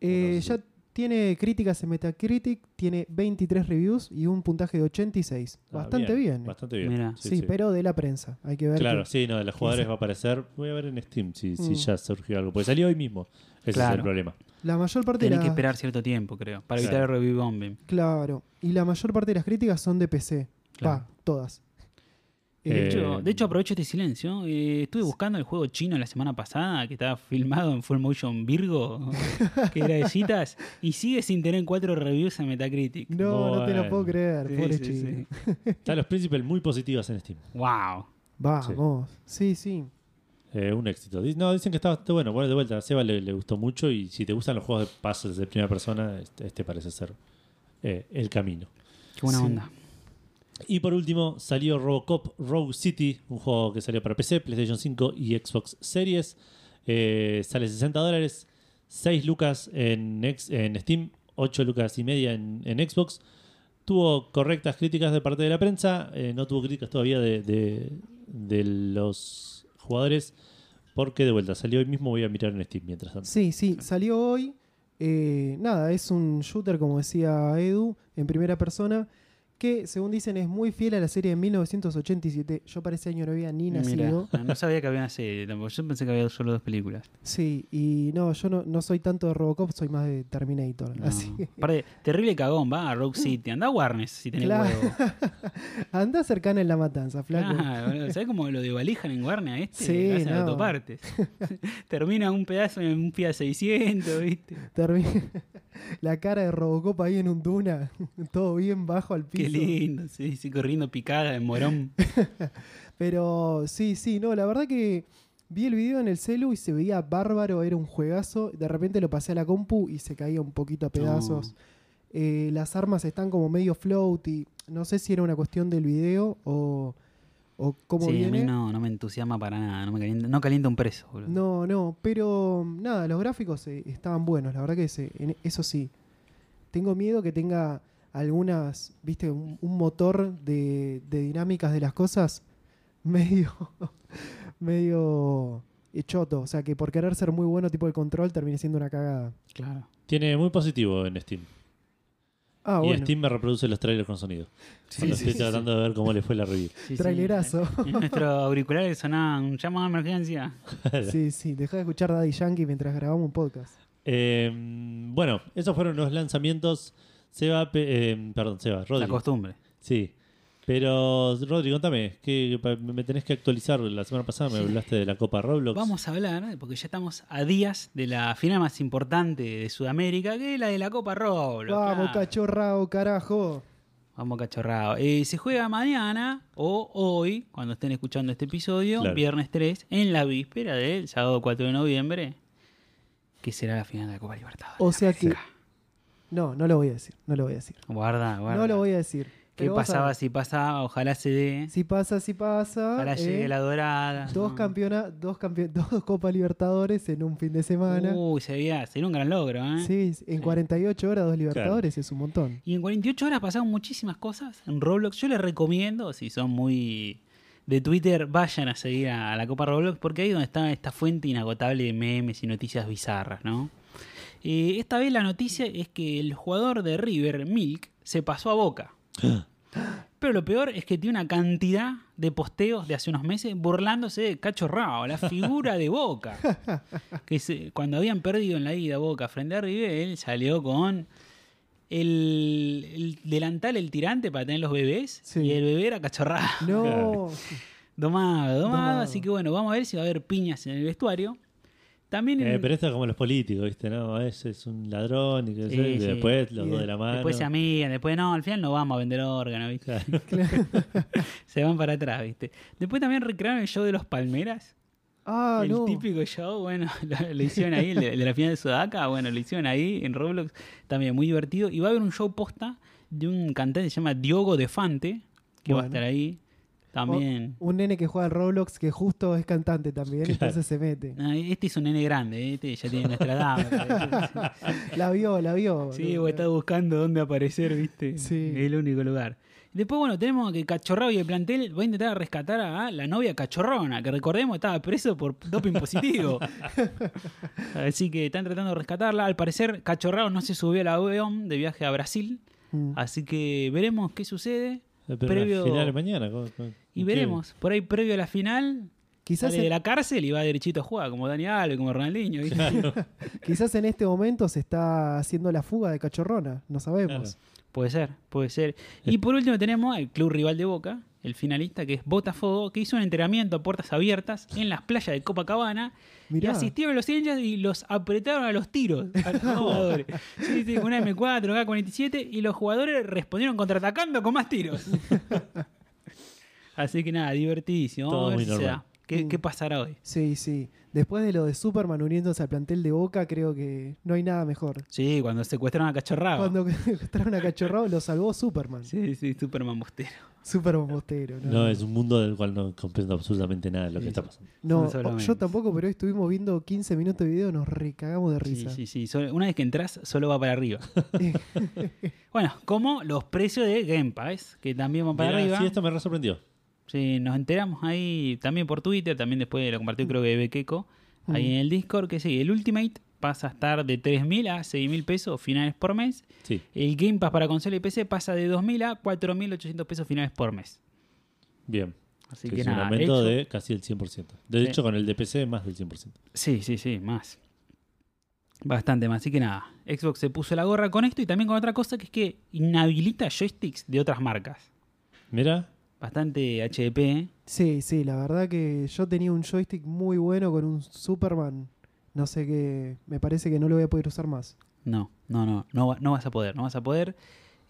S3: Eh,
S2: Bueno, sí.
S3: ya tiene críticas en Metacritic, tiene 23 reviews y un puntaje de 86.
S2: Ah,
S3: bastante bien.
S2: Bastante bien.
S1: Mira.
S3: sí, pero de la prensa. Hay que ver.
S2: Claro,
S3: que-
S2: sí, no, de los jugadores
S3: sí.
S2: va a aparecer. Voy a ver en Steam si, si
S3: Mm.
S2: ya surgió algo. Porque salió hoy mismo. Ese es el
S1: Claro.
S2: problema.
S3: La mayor parte de
S1: Tenés
S3: la-
S1: que esperar cierto tiempo, creo, para evitar
S2: Claro.
S1: el review bombing.
S3: Claro. Y la mayor parte de las críticas son de PC.
S1: Claro.
S3: Va, todas.
S1: De
S2: Eh,
S1: hecho, de hecho, aprovecho este silencio. eh, estuve buscando el juego chino la semana pasada que estaba filmado en Full Motion Virgo, que era de citas, y sigue sin tener cuatro reviews en Metacritic.
S3: No, no te
S2: Bueno.
S3: lo puedo creer,
S1: Sí,
S3: pobre
S1: sí,
S3: chico.
S1: sí.
S2: Están los Principal muy positivas en Steam.
S1: ¡Wow!
S3: Vamos. Sí, sí.
S2: Eh, un éxito. Dic- No, dicen que está bastante bueno. Bueno, de vuelta, a Seba le, le gustó mucho. Y si te gustan los juegos de puzzles de primera persona, este, este parece ser eh, el camino.
S1: Qué buena
S3: Sí.
S1: onda.
S2: Y por último, salió Robocop Rogue City, un juego que salió para PC, PlayStation 5 y Xbox Series. Eh, sale 60 dólares, 6 lucas en, ex- en Steam, 8 lucas y media en, en Xbox. Tuvo correctas críticas de parte de la prensa, eh, no tuvo críticas todavía de, de- de los jugadores, porque de vuelta salió hoy mismo. Voy a mirar en Steam mientras tanto.
S3: Sí, sí, salió hoy. Eh, nada, es un shooter, como decía Edu, en primera persona, que según dicen es muy fiel a la serie de 1987. Yo para ese año no había ni nacido.
S1: Mira, no sabía que había una serie tampoco. Yo pensé que había solo dos películas.
S3: Sí, y no, yo no, no soy tanto de Robocop, soy más de Terminator.
S1: No.
S3: Así que
S1: Aparte, terrible cagón, va a Rogue City. Anda a Warnes si tenés
S3: Mm. Claro.
S1: huevo.
S3: anda cercana en la matanza, flaco.
S1: Claro, boludo. ¿Sabés cómo lo devalijan en Warner a este?
S3: Sí,
S1: lo hacen
S3: no.
S1: autopartes. Termina un pedazo en un Fiat 600, ¿viste?
S3: Termi- la cara de Robocop ahí en un duna, todo bien bajo al
S1: Qué
S3: piso.
S1: lindo, sí, sí, corriendo picada en morón.
S3: Pero sí, sí, no, la verdad que vi el video en el celu y se veía bárbaro, era un juegazo. De repente lo pasé a la compu y se caía un poquito a pedazos. Eh, las armas están como medio floaty. No sé si era una cuestión del video o, o cómo
S1: Sí, a
S3: viene.
S1: mí no, no me entusiasma para nada, no me calienta, no calienta un preso, boludo.
S3: no, no, pero mm, nada, los gráficos eh, estaban buenos, la verdad que se- en- eso sí. Tengo miedo que tenga algunas, viste, un, un motor de, de dinámicas de las cosas medio, medio eh, choto. O sea, que por querer ser muy bueno tipo el control termine siendo una cagada.
S1: Claro.
S2: Tiene muy positivo en Steam.
S3: Ah,
S2: y
S3: bueno.
S2: Steam me reproduce los trailers con sonido. Cuando estoy tratando de ver cómo le fue la review.
S1: Sí, sí.
S3: Trailerazo.
S1: En nuestros auriculares sonaban un llamado a emergencia.
S3: Sí, sí, deja de escuchar Daddy Yankee mientras grabamos un podcast.
S2: Eh, bueno, esos fueron los lanzamientos. Seba, pe- eh, perdón, Seba,
S1: La
S2: Rodrigo.
S1: costumbre.
S2: Sí. Pero, Rodrigo, contame, que me tenés que actualizar. La semana pasada me hablaste de la Copa Roblox.
S1: Vamos a hablar, porque ya estamos a días de la final más importante de Sudamérica, que es la de la Copa Roblox.
S3: Vamos,
S1: claro.
S3: cachorrao, carajo.
S1: Vamos cachorrado. Eh, se juega mañana o hoy, cuando estén escuchando este episodio,
S2: Claro.
S1: viernes 3, en la víspera del sábado 4 de noviembre, que será la final de la Copa Libertadores.
S3: O sea que. No, no lo voy a decir, no lo voy a decir.
S1: Guarda, guarda.
S3: No lo voy a decir.
S1: ¿Qué
S3: Pero vos
S1: pasaba
S3: sabés.
S1: si pasaba? Ojalá se dé.
S3: Si pasa, si pasa.
S1: ojalá llegue
S3: eh,
S1: la dorada.
S3: Dos campeona, dos campeon- dos Copa Libertadores en un fin de semana.
S1: Uy, sería, sería un gran logro, Uh, ¿eh?
S3: Sí, en 48 horas dos Libertadores es un montón.
S1: Y en 48 horas pasaron muchísimas cosas en Roblox. Yo les recomiendo, si son muy de Twitter, vayan a seguir a, a la Copa Roblox, porque ahí es donde está esta fuente inagotable de memes y noticias bizarras, ¿no? Eh, esta vez la noticia es que el jugador de River, Milk, se pasó a Boca. Pero lo peor es que tiene una cantidad de posteos de hace unos meses burlándose de Cacho Rao, la figura de Boca. Que se- cuando habían perdido en la ida Boca frente a River, él salió con el, el delantal, el tirante para tener los bebés.
S3: Sí.
S1: Y el bebé era Cacho Rao.
S3: No,
S1: Domado, domado,
S3: Domado.
S1: Así que bueno, vamos a ver si va a haber piñas en el vestuario. También en-
S2: Eh, pero esto es como los políticos, ¿viste? No, ese es un ladrón y, qué sé
S1: Sí,
S2: yo, y
S1: sí.
S2: después los
S3: Y
S2: dos de
S3: de-
S2: la mano.
S1: Después se amigan, después no, al final no vamos a vender órganos, ¿viste?
S2: Claro.
S1: Se van para atrás, ¿viste? Después también recrearon el show de los Palmeras.
S3: ah,
S1: el
S3: no.
S1: típico show, bueno, lo, lo hicieron ahí, el de, el de la final de Sudaca, bueno, lo hicieron ahí en Roblox, también muy divertido. Y va a haber un show posta de un cantante que se llama Diogo Defante, que va a
S3: Bueno. Oh.
S1: estar ahí también.
S3: Un nene que juega al Roblox que justo es cantante también,
S2: Claro.
S3: entonces se mete.
S1: Ah, Este es un nene grande, ¿eh? este ya tiene nuestra edad. me parece.
S3: La vio, la vio.
S1: Ah. Sí,
S3: boludo.
S1: o está buscando dónde aparecer, ¿viste?
S3: Sí.
S1: Es el único lugar. Después, bueno, tenemos que Cachorrao y el plantel va a intentar rescatar a la novia Cachorrona, que recordemos estaba preso por doping positivo. Así que están tratando de rescatarla. Al parecer, Cachorrao no se subió al avión de viaje a Brasil.
S3: Mm.
S1: Así que veremos qué sucede.
S2: Pero
S1: Previo-
S2: al final de mañana. ¿cómo- cómo-
S1: Y
S2: qué-
S1: veremos. Por ahí, previo a la final,
S3: Quizás,
S1: sale de
S3: en,
S1: la cárcel y va derechito a jugar, como Dani Alves, como Ronaldinho. ¿viste?
S3: quizás en este momento se está haciendo la fuga de cachorrona, no sabemos.
S1: Puede ser, puede ser. Y por último tenemos al club rival de Boca, el finalista que es Botafogo, que hizo un entrenamiento a puertas abiertas en las playas de Copacabana
S3: Mirá.
S1: y asistieron a los hinchas y los apretaron a los tiros a los jugadores. Sí, sí, una M4, una K47 y los jugadores respondieron contraatacando con más tiros. Así que nada, divertidísimo. Vamos
S2: Todo
S1: a ver
S2: muy
S1: si se
S2: normal.
S1: da. ¿Qué,
S3: Mm.
S1: qué pasará hoy?
S3: Sí, sí. Después de lo de Superman uniéndose al plantel de Boca, creo que no hay nada mejor.
S1: Sí, cuando secuestraron a Cachorrado.
S3: Cuando encontraron a Cachorrao, lo salvó Superman.
S1: Ah. Sí, sí, Superman Bostero.
S3: Superman Bostero. No,
S2: No, es un mundo del cual no comprendo absolutamente nada de lo que está pasando.
S3: No,
S1: No se habla
S3: o- yo
S1: menos.
S3: tampoco, pero hoy estuvimos viendo 15 minutos de video, nos recagamos de
S1: Sí,
S3: risa.
S1: sí, sí. Solo- Una vez que entras, solo va para arriba. Bueno, como los precios de Game Pass, que también van para
S2: Mirá,
S1: arriba.
S2: Sí,
S1: Sí,
S2: esto me re sorprendió.
S1: nos enteramos ahí también por Twitter, también después lo
S2: Mm.
S1: compartió creo que Bequeco, ahí en el Discord, que sí, el Ultimate pasa a estar de 3.000 a 6.000 pesos finales por mes.
S2: Sí.
S1: El Game Pass para consola y PC pasa de 2.000 a 4.800 pesos finales por mes.
S2: Bien.
S1: Así
S2: Que
S1: que
S2: es un
S1: nada,
S2: aumento
S1: hecho-
S2: de casi el 100%. De
S1: Sí.
S2: hecho, con el DPC más del 100%.
S1: Sí, sí, sí, más. Bastante más. Así que nada, Xbox se puso la gorra con esto y también con otra cosa que es que inhabilita joysticks de otras marcas.
S2: Mira,
S1: Bastante HDP, ¿eh?
S3: Sí, sí, la verdad que yo tenía un joystick muy bueno con un Superman. No sé qué, me parece que no lo voy a poder usar más.
S1: No, no, no, no, va- no vas a poder, no vas a poder.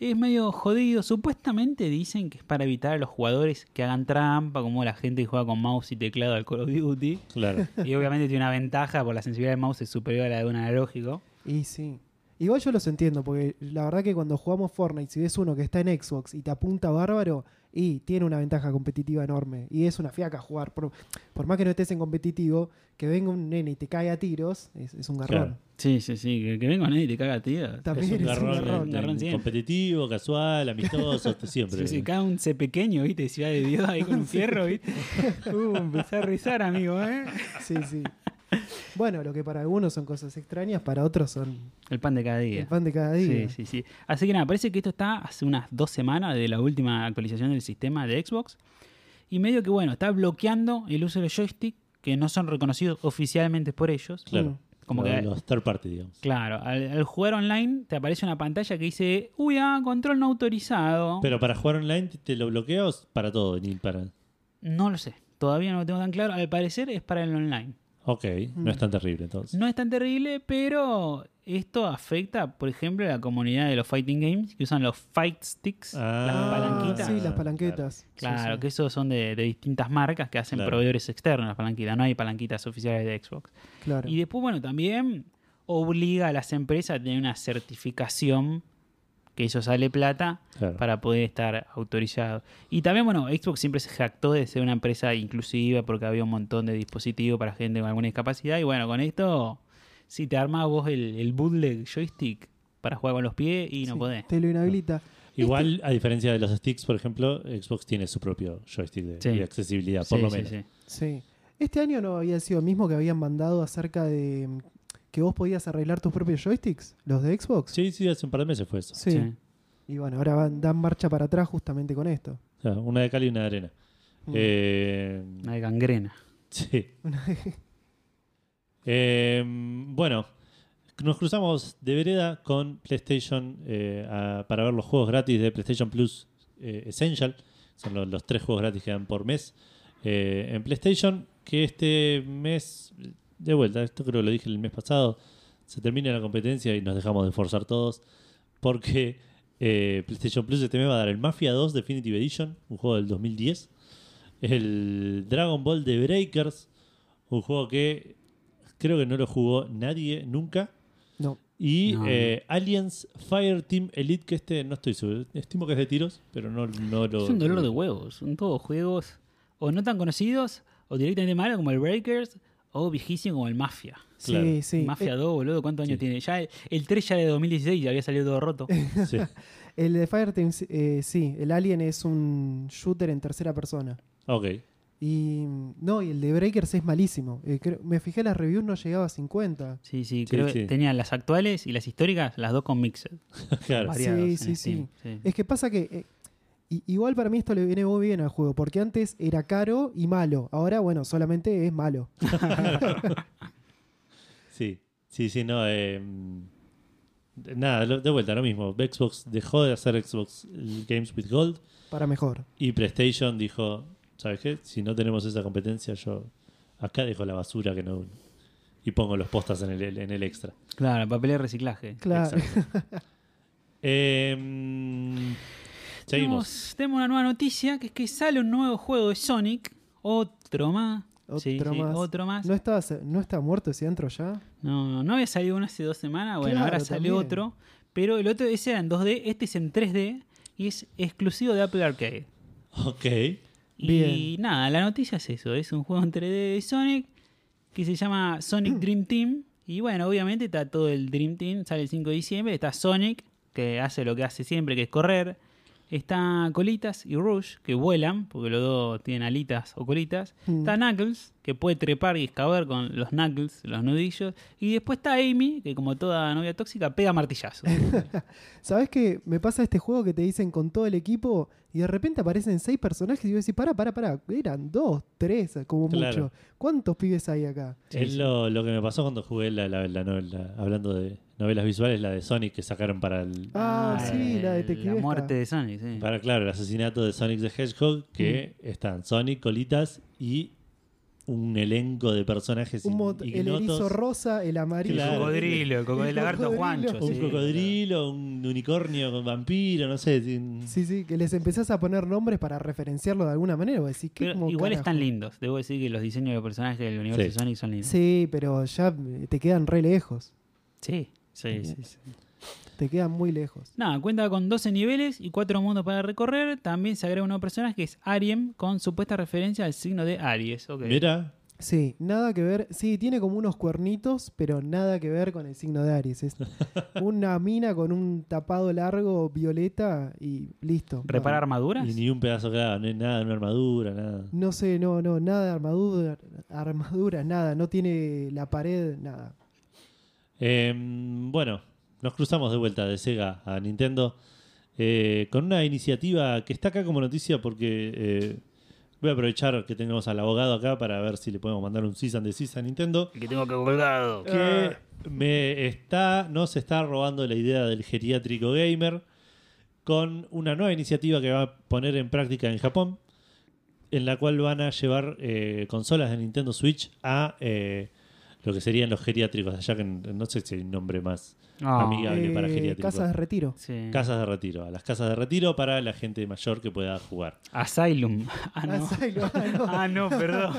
S1: Es medio jodido. Supuestamente dicen que es para evitar a los jugadores que hagan trampa, como la gente que juega con mouse y teclado al Call of Duty.
S2: claro.
S1: Y obviamente tiene una ventaja, por la sensibilidad del mouse es superior a la de un analógico.
S3: Y sí. Igual yo los entiendo, porque la verdad que cuando jugamos Fortnite, si ves uno que está en Xbox y te apunta bárbaro, y tiene una ventaja competitiva enorme. Y es una fiaca jugar. Por, por más que no estés en competitivo, que venga un nene y te cae a tiros, es, es un garrón.
S1: Sí, sí, sí, que, que venga nadie y te caga, tío.
S2: Es
S3: También
S2: un garrón,
S1: garrón,
S2: eh,
S1: garrón
S2: eh,
S1: siempre.
S2: competitivo, casual, amistoso, te- siempre.
S1: Sí, sí, cae un C pequeño, ¿viste? Ciudad de Dios ahí con un fierro, ¿viste? Uh, empecé a rezar, amigo, ¿eh?
S3: Sí, sí. Bueno, lo que para algunos son cosas extrañas, para otros son
S1: El pan de cada día.
S3: el pan de cada
S1: Sí,
S3: día.
S1: sí, sí. Así que nada, parece que esto está hace unas dos semanas de la última actualización del sistema de Xbox. Y medio que bueno, está bloqueando el uso de los joystick que no son reconocidos oficialmente por ellos.
S2: Claro.
S1: Como
S2: Como
S1: que-
S2: los third party, digamos.
S1: Claro, al, al jugar online te aparece una pantalla que dice, uy, ah, control no autorizado.
S2: Pero para jugar online, ¿te- ¿te lo bloqueas para todo? Ni para...
S1: No lo sé, todavía no lo tengo tan claro. Al parecer es para el online.
S2: Ok, no
S1: Mm.
S2: es tan terrible entonces.
S1: No es tan terrible, pero esto afecta, por ejemplo, a la comunidad de los fighting games que usan los fight sticks,
S2: Ah,
S1: las palanquitas.
S3: Sí, las palanquetas. Sí,
S1: Claro,
S3: sí.
S1: que esos son de, de distintas marcas que hacen
S2: Claro.
S1: proveedores externos las palanquitas, no hay palanquitas oficiales de Xbox.
S3: Claro.
S1: Y después, bueno, también obliga a las empresas a tener una certificación que eso sale plata
S2: Claro.
S1: Mm. para poder estar autorizado. Y también, bueno, Xbox siempre se jactó de ser una empresa inclusiva porque había un montón de dispositivos para gente con alguna discapacidad. Y bueno, con esto, si te armás vos el, el bootleg joystick para jugar con los pies y no
S3: Sí,
S1: podés.
S3: Te lo inhabilita.
S1: este
S2: Igual, a diferencia de los sticks, por ejemplo, Xbox tiene su propio joystick de,
S1: Sí.
S2: de accesibilidad, por
S1: Sí,
S2: lo
S1: sí,
S2: menos.
S1: sí.
S3: Sí. Este año no había sido el mismo que habían mandado acerca de mm, que vos podías arreglar tus propios joysticks, los de Xbox.
S2: Sí, sí, hace un par de meses fue eso.
S3: Sí.
S1: Sí.
S3: Y bueno, ahora van, dan marcha para atrás justamente con esto.
S2: O sea, una de cal y una de arena.
S3: Mm.
S2: Eh,
S1: Una gangrena.
S2: sí. Eh, bueno, nos cruzamos de vereda con PlayStation eh, a- para ver los juegos gratis de PlayStation Plus eh, Essential. Son lo- los tres juegos gratis que dan por mes eh, en PlayStation. Que este mes, de vuelta, esto creo que lo dije el mes pasado, se termina la competencia y nos dejamos de esforzar todos. Porque eh, PlayStation Plus este mes va a dar el Mafia 2 Definitive Edition, un juego del 2010. El Dragon Ball de Breakers, un juego que creo que no lo jugó nadie nunca.
S3: No.
S2: Y
S1: No.
S2: eh, Aliens Fireteam Elite, que este no estoy seguro. Estimo que es de tiros, pero no, no lo.
S1: Es un dolor de huevos. Son todos juegos o no tan conocidos o directamente malos como el Breakers o viejísimo como el Mafia.
S2: Claro.
S3: Sí, sí. Eh,
S1: Mafia 2, boludo, ¿cuántos años
S2: sí.
S1: tiene? Ya el, el 3 ya de 2016 ya había salido todo roto.
S2: Sí,
S3: Eh, el de Fireteam, eh, sí, el Alien es un shooter en tercera persona.
S2: ok.
S3: Y mm, no, y el de Breakers es malísimo. Eh, creo- me fijé en las reviews, no llegaba a 50.
S1: Sí, sí, creo que
S2: sí.
S1: tenían las actuales y las históricas, las dos con Mixed.
S2: Claro.
S1: variados
S3: Sí,
S1: en
S3: sí,
S1: Steam, sí.
S3: Es que pasa que. eh, i- igual para mí esto le viene muy bien al juego, porque antes era caro y malo. Ahora, bueno, solamente es malo.
S2: Sí, sí, sí, no. eh, nada, lo- de vuelta, lo mismo. Xbox dejó de hacer Xbox Games with Gold
S3: Para mejor.
S2: y PlayStation dijo: ¿Sabes qué? Si no tenemos esa competencia, yo acá dejo la basura que no. Y pongo los postas en el- en el extra.
S1: Claro, papel de reciclaje.
S3: Claro.
S2: Exacto. Em, seguimos.
S1: Tenemos, tenemos una nueva noticia que es que sale un nuevo juego de Sonic. Otro más.
S3: Otro
S1: Sí, sí,
S3: más.
S1: otro más.
S3: ¿No, estaba, ce- ¿No está muerto ese antro ya?
S1: No, no había salido uno hace dos semanas. Bueno,
S3: Claro,
S1: ahora sale
S3: también.
S1: otro. Pero el otro, ese era en 2D, este es en 3D y es exclusivo de Apple Arcade.
S2: Ok.
S1: Y
S3: Bien.
S1: nada, la noticia es eso. Es un juego en 3D de Sonic que se llama Sonic Dream Team. Y bueno, obviamente está todo el Dream Team. Sale el 5 de diciembre. Está Sonic, que hace lo que hace siempre, que es correr. Está Colitas y Rush, que vuelan, porque los dos tienen alitas o colitas.
S3: Mm.
S1: Está Knuckles, que puede trepar y excavar con los Knuckles, los nudillos. Y después está Amy, que como toda novia tóxica, pega martillazos.
S3: ¿Sabes qué? Me pasa este juego que te dicen con todo el equipo y de repente aparecen seis personajes y yo decís, para, para, para, eran dos, tres, como
S2: Claro.
S3: mucho. ¿Cuántos pibes hay acá?
S1: Sí,
S2: es
S1: sí.
S2: Lo, lo que me pasó cuando jugué la, la, la novela, hablando de novelas visuales, la de Sonic que sacaron para el...
S3: Ah, sí, la detectivesca.
S1: La muerte de Sonic, sí.
S2: Para, claro, el asesinato de Sonic the Hedgehog, que
S3: Mm.
S2: están Sonic, Colitas y un elenco de personajes
S3: Un
S2: in-
S3: mod- el
S2: ignotos.
S3: erizo rosa, el amarillo.
S1: El
S2: Claro.
S1: cocodrilo, el cocodrilo,
S3: El
S1: lagarto
S3: cocodrilo.
S1: Juancho.
S2: Un
S1: sí.
S2: cocodrilo, un unicornio con vampiro, no sé. sin-
S3: Sí, sí, que les empezás a poner nombres para referenciarlo de alguna manera. Vos decís, ¿qué
S1: Pero
S3: como
S1: igual
S3: carajo?
S1: están lindos. Debo decir que los diseños de los personajes del universo
S2: Sí.
S1: de Sonic son lindos. Sí,
S3: Sí, pero ya eh, te quedan re lejos.
S1: sí, sí. sí.
S3: Te quedan muy lejos.
S1: Nada, cuenta con 12 niveles y 4 mundos para recorrer. También se agrega un nuevo personaje que es Ariem, con supuesta referencia al signo de Aries. Ok.
S2: Mira,
S3: Sí, nada que ver. Sí, tiene como unos cuernitos, pero nada que ver con el signo de Aries. Es una mina con un tapado largo violeta y listo.
S1: ¿Repara
S3: No,
S1: armaduras?
S2: y ni un pedazo, claro, no hay nada, una armadura, nada.
S3: no sé, no, no, nada de armadura, armadura, nada. No tiene la pared, nada.
S2: Eh, bueno, nos cruzamos de vuelta de Sega a Nintendo eh, con una iniciativa que está acá como noticia porque eh, voy a aprovechar que tenemos al abogado acá para ver si le podemos mandar un CISAN de CISAN a Nintendo.
S1: El que tengo que colgado.
S2: Que me está, nos está robando la idea del geriátrico gamer con una nueva iniciativa que va a poner en práctica en Japón, en la cual van a llevar eh, consolas de Nintendo Switch a eh, lo que serían los geriátricos, allá que n- no sé si hay un nombre más
S1: Ah.
S2: amigable para
S3: Eh,
S2: geriátricos.
S3: casas de retiro.
S1: Sí.
S2: Casas de retiro, a las casas de retiro para la gente mayor que pueda jugar.
S1: Asylum. Ah, no.
S3: Asylum, ah, no.
S1: Ah, no, perdón.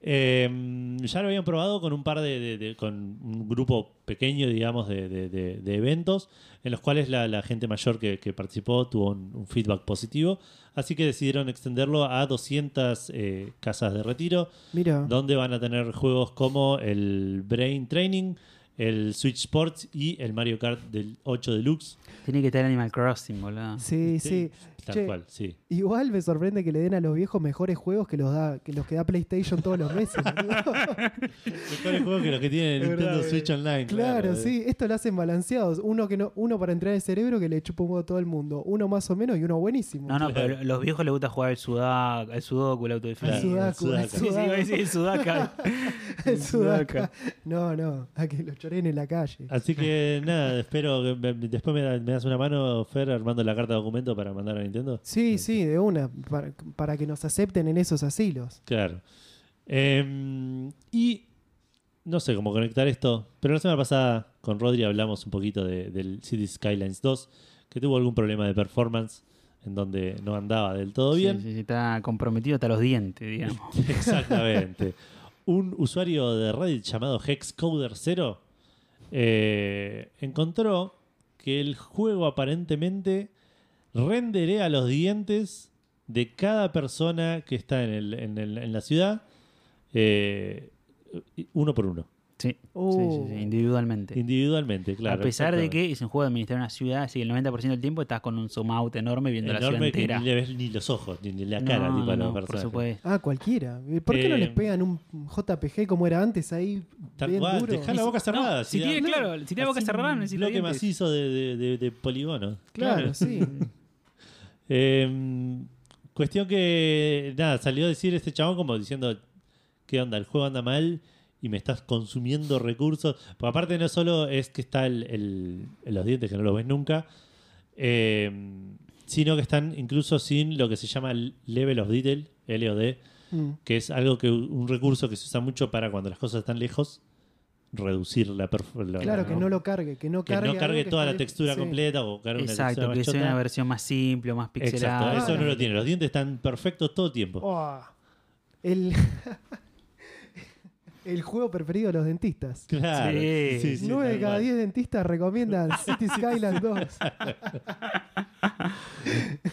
S2: Eh, ya lo habían probado con un par de, de- de- con un grupo pequeño, digamos, de, de- de- de eventos, en los cuales la, la gente mayor que, que participó tuvo un, un feedback positivo. Así que decidieron extenderlo a 200 eh, casas de retiro,
S3: Mira,
S2: donde van a tener juegos como el Brain Training, el Switch Sports y el Mario Kart del 8 Deluxe.
S1: Tiene que estar Animal Crossing, boludo.
S3: sí, sí.
S2: Tal
S3: Che,
S2: cual, sí.
S3: Igual me sorprende que le den a los viejos mejores juegos que los da que los que da PlayStation todos los meses. boludo.
S2: Mejores juegos que los que tiene
S3: Es
S2: Nintendo
S3: verdad,
S2: Switch Online.
S3: claro,
S2: eh.
S3: sí, esto lo hacen balanceados, uno que no uno para entrar al cerebro que le chupa un huevo a todo el mundo, uno más o menos y uno buenísimo.
S1: No, no, pero los viejos les gusta jugar el sudac, el sudoku, el autodefensa.
S2: Claro,
S3: el sudaku,
S2: el
S3: el
S1: Sí, sí, iba a
S3: sudaku,
S1: decir el sudaca.
S3: el sudaca. No, no, a que los choreen en la calle.
S2: Así que nada, espero que me- me- después me, da- me das una mano, Fer, armando la carta de documento para mandar a Nintendo.
S3: Sí, sí, de una, para, para que nos acepten en esos asilos.
S2: Claro. Em, y no sé cómo conectar esto, pero la semana pasada con Rodri hablamos un poquito de- del City Skylines 2, que tuvo algún problema de performance en donde no andaba del todo bien.
S1: Sí, sí, sí, está comprometido hasta los dientes, digamos.
S2: Exactamente. Un usuario de Reddit llamado HexCoder0 encontró que el juego aparentemente renderea los dientes de cada persona que está en, el- en el- en la ciudad eh, uno por uno.
S1: Sí, sí,
S3: Oh.
S1: sí, sí, individualmente.
S2: Individualmente, Uh. claro.
S1: a pesar de
S2: exactamente.
S1: que es un juego de administrar una ciudad, así que el 90% del tiempo estás con un zoom out enorme viendo la ciudad
S2: Enorme que
S1: entera.
S2: ni le ves ni los ojos, ni, ni la cara
S1: No,
S2: tipo, a los
S1: no, por
S2: personajes.
S1: supuesto.
S3: Ah, cualquiera. ¿Por qué no
S2: Eh,
S3: les pegan un JPG como era antes ahí?
S2: Tal
S3: bien
S2: cual,
S3: duro?
S2: dejá la boca cerrada.
S1: si
S2: da-
S1: tiene- claro, si tiene la boca
S2: así
S1: cerrada, no
S2: Un
S1: necesita
S2: bloque
S1: dientes.
S2: macizo de, de, de- de polígono.
S3: Claro, sí.
S2: Eh, cuestión que, nada, salió a decir este chabón como diciendo, ¿qué onda? El juego anda mal y me estás consumiendo recursos. Porque aparte no solo es que está el, el- en los dientes, que no los ves nunca, eh, sino que están incluso sin lo que se llama el level of detail, LOD,
S3: Mm.
S2: que es algo que un recurso que se usa mucho para cuando las cosas están lejos, reducir la performance.
S3: Claro, que no lo cargue, que no
S2: que
S3: cargue,
S2: no
S3: algo
S2: cargue
S3: que
S2: toda la
S3: está de-
S2: textura
S3: sí.
S2: completa o cargue una textura
S1: Exacto,
S2: más
S1: que sea
S2: chota.
S1: una versión más simple, más
S2: Exacto,
S1: pixelada.
S2: eso no lo tiene. Los dientes están perfectos todo el tiempo.
S3: Oh, el, el juego preferido de los dentistas.
S2: Claro.
S1: Sí.
S2: Sí, sí,
S3: 9 de
S2: tal
S3: cada
S2: cual.
S3: 10 dentistas recomiendan City Skyline 2.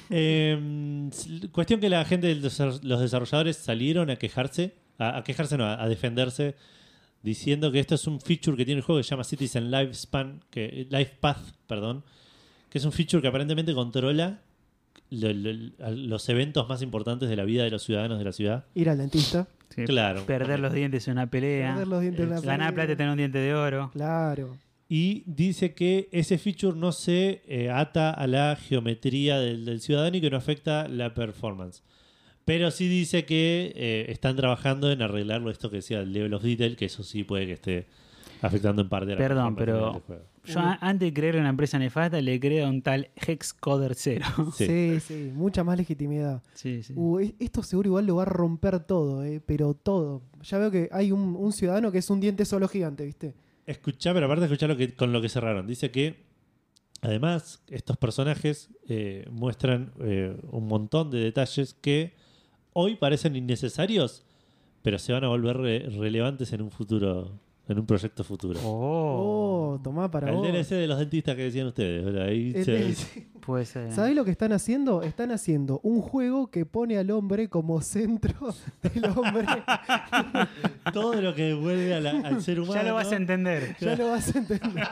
S2: Eh, s- cuestión que la gente, los desar- los desarrolladores salieron a quejarse, a, a quejarse no, a, a defenderse, diciendo que esto es un feature que tiene el juego que se llama Citizen Lifespan, que, Life Path, perdón, que es un feature que aparentemente controla lo- lo- a- los eventos más importantes de la vida de los ciudadanos de la ciudad.
S3: Ir al dentista,
S1: Sí,
S2: Claro.
S1: Perder los dientes en una pelea.
S3: perder los dientes en la
S1: Ganar plata
S3: pared.
S1: y tener un diente de oro.
S3: Claro.
S2: Y dice que ese feature no se eh, ata a la geometría del, del ciudadano y que no afecta la performance. Pero sí dice que eh, están trabajando en arreglarlo, esto que decía el level of detail, que eso sí puede que esté afectando en parte a la
S1: Perdón,
S2: performance
S1: pero-
S2: final del juego.
S1: Yo
S3: Uh.
S1: a- antes de creer en una empresa nefasta, le creo a un tal Hexcoder Zero.
S2: Sí.
S3: Sí. sí, mucha más legitimidad.
S1: Sí, sí.
S3: Uh, e- esto seguro igual lo va a romper todo, eh, pero todo. Ya veo que hay un, un ciudadano que es un diente solo gigante, ¿viste?
S2: Escuchá, pero aparte escuchá lo que, con lo que cerraron. Dice que, además, estos personajes eh, muestran eh, un montón de detalles que hoy parecen innecesarios, pero se van a volver re- relevantes en un futuro, en un proyecto futuro.
S1: Oh.
S3: Oh, tomá para
S2: El
S3: vos.
S2: DLC de los dentistas que decían ustedes. ¿verdad? Ahí
S3: El
S2: se-
S3: DLC.
S1: Puede
S2: Pues, eh,
S1: ser.
S3: ¿Sabés lo que están haciendo? Están haciendo un juego que pone al hombre como centro del hombre.
S2: todo lo que vuelve a la- al ser humano.
S1: Ya lo vas a entender.
S3: ya lo vas a entender.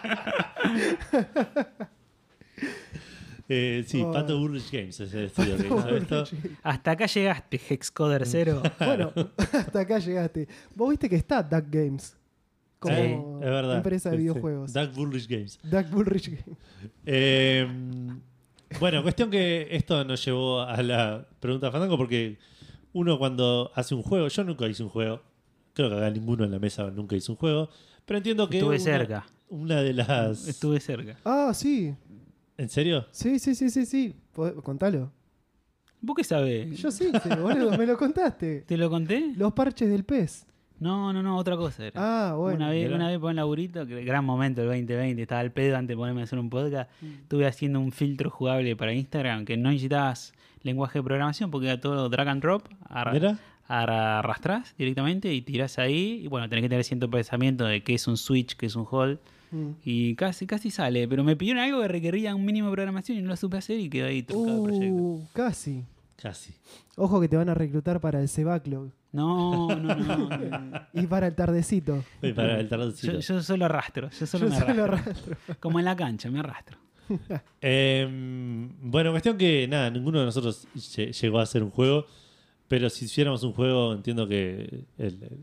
S2: Eh, sí,
S3: Oh.
S2: Pato Burrich Games es el estudio que hizo esto.
S1: Hasta acá llegaste,
S2: Mm.
S1: Hexcoder Zero.
S3: Bueno, hasta acá llegaste. Vos viste que está Duck Games como
S2: Sí, es verdad.
S3: empresa de
S2: Sí, sí.
S3: videojuegos.
S2: Doug Burrich Games.
S3: Duck Bullrich Games.
S2: Eh, bueno, cuestión que esto nos llevó a la pregunta de Fandango, porque uno cuando hace un juego, yo nunca hice un juego, creo que acá ninguno en la mesa nunca hizo un juego, pero entiendo que...
S1: Estuve
S2: una-
S1: cerca.
S2: Una de las...
S1: Estuve cerca.
S3: Ah, sí.
S2: ¿En serio?
S3: Sí, sí, sí, sí, sí. Pod- Contalo.
S1: ¿Vos qué sabés?
S3: Yo sí, sí, boludo, me lo contaste.
S1: ¿Te lo conté?
S3: Los parches del pez.
S1: No, no, no, otra cosa era.
S3: Ah, bueno.
S1: una vez,
S2: mirá.
S1: una vez por un laburito, que- gran momento el 2020, estaba al pedo antes de ponerme a hacer un podcast,
S2: Mm.
S1: estuve haciendo un filtro jugable para Instagram que no necesitabas lenguaje de programación porque era todo drag and drop, ar-
S2: Mirá.
S1: arrastrás directamente y tirás ahí. Y bueno, tenés que tener cierto pensamiento de qué es un switch, qué es un hold.
S3: Mm.
S1: Y casi, casi sale, pero me pidieron algo que requería un mínimo de programación y no lo supe hacer y quedó ahí truncado el proyecto.
S3: Uh, casi.
S2: Casi.
S3: Ojo que te van a reclutar para el C-Backlog
S1: No, no, no. no.
S3: y para el tardecito.
S2: Voy para el tardecito.
S1: Yo, yo solo arrastro, yo solo
S3: Yo
S1: me
S3: solo
S1: arrastro. Como en la cancha, me arrastro.
S2: Eh, bueno, cuestión que nada, ninguno de nosotros lle- llegó a hacer un juego, pero si hiciéramos un juego, entiendo que el- el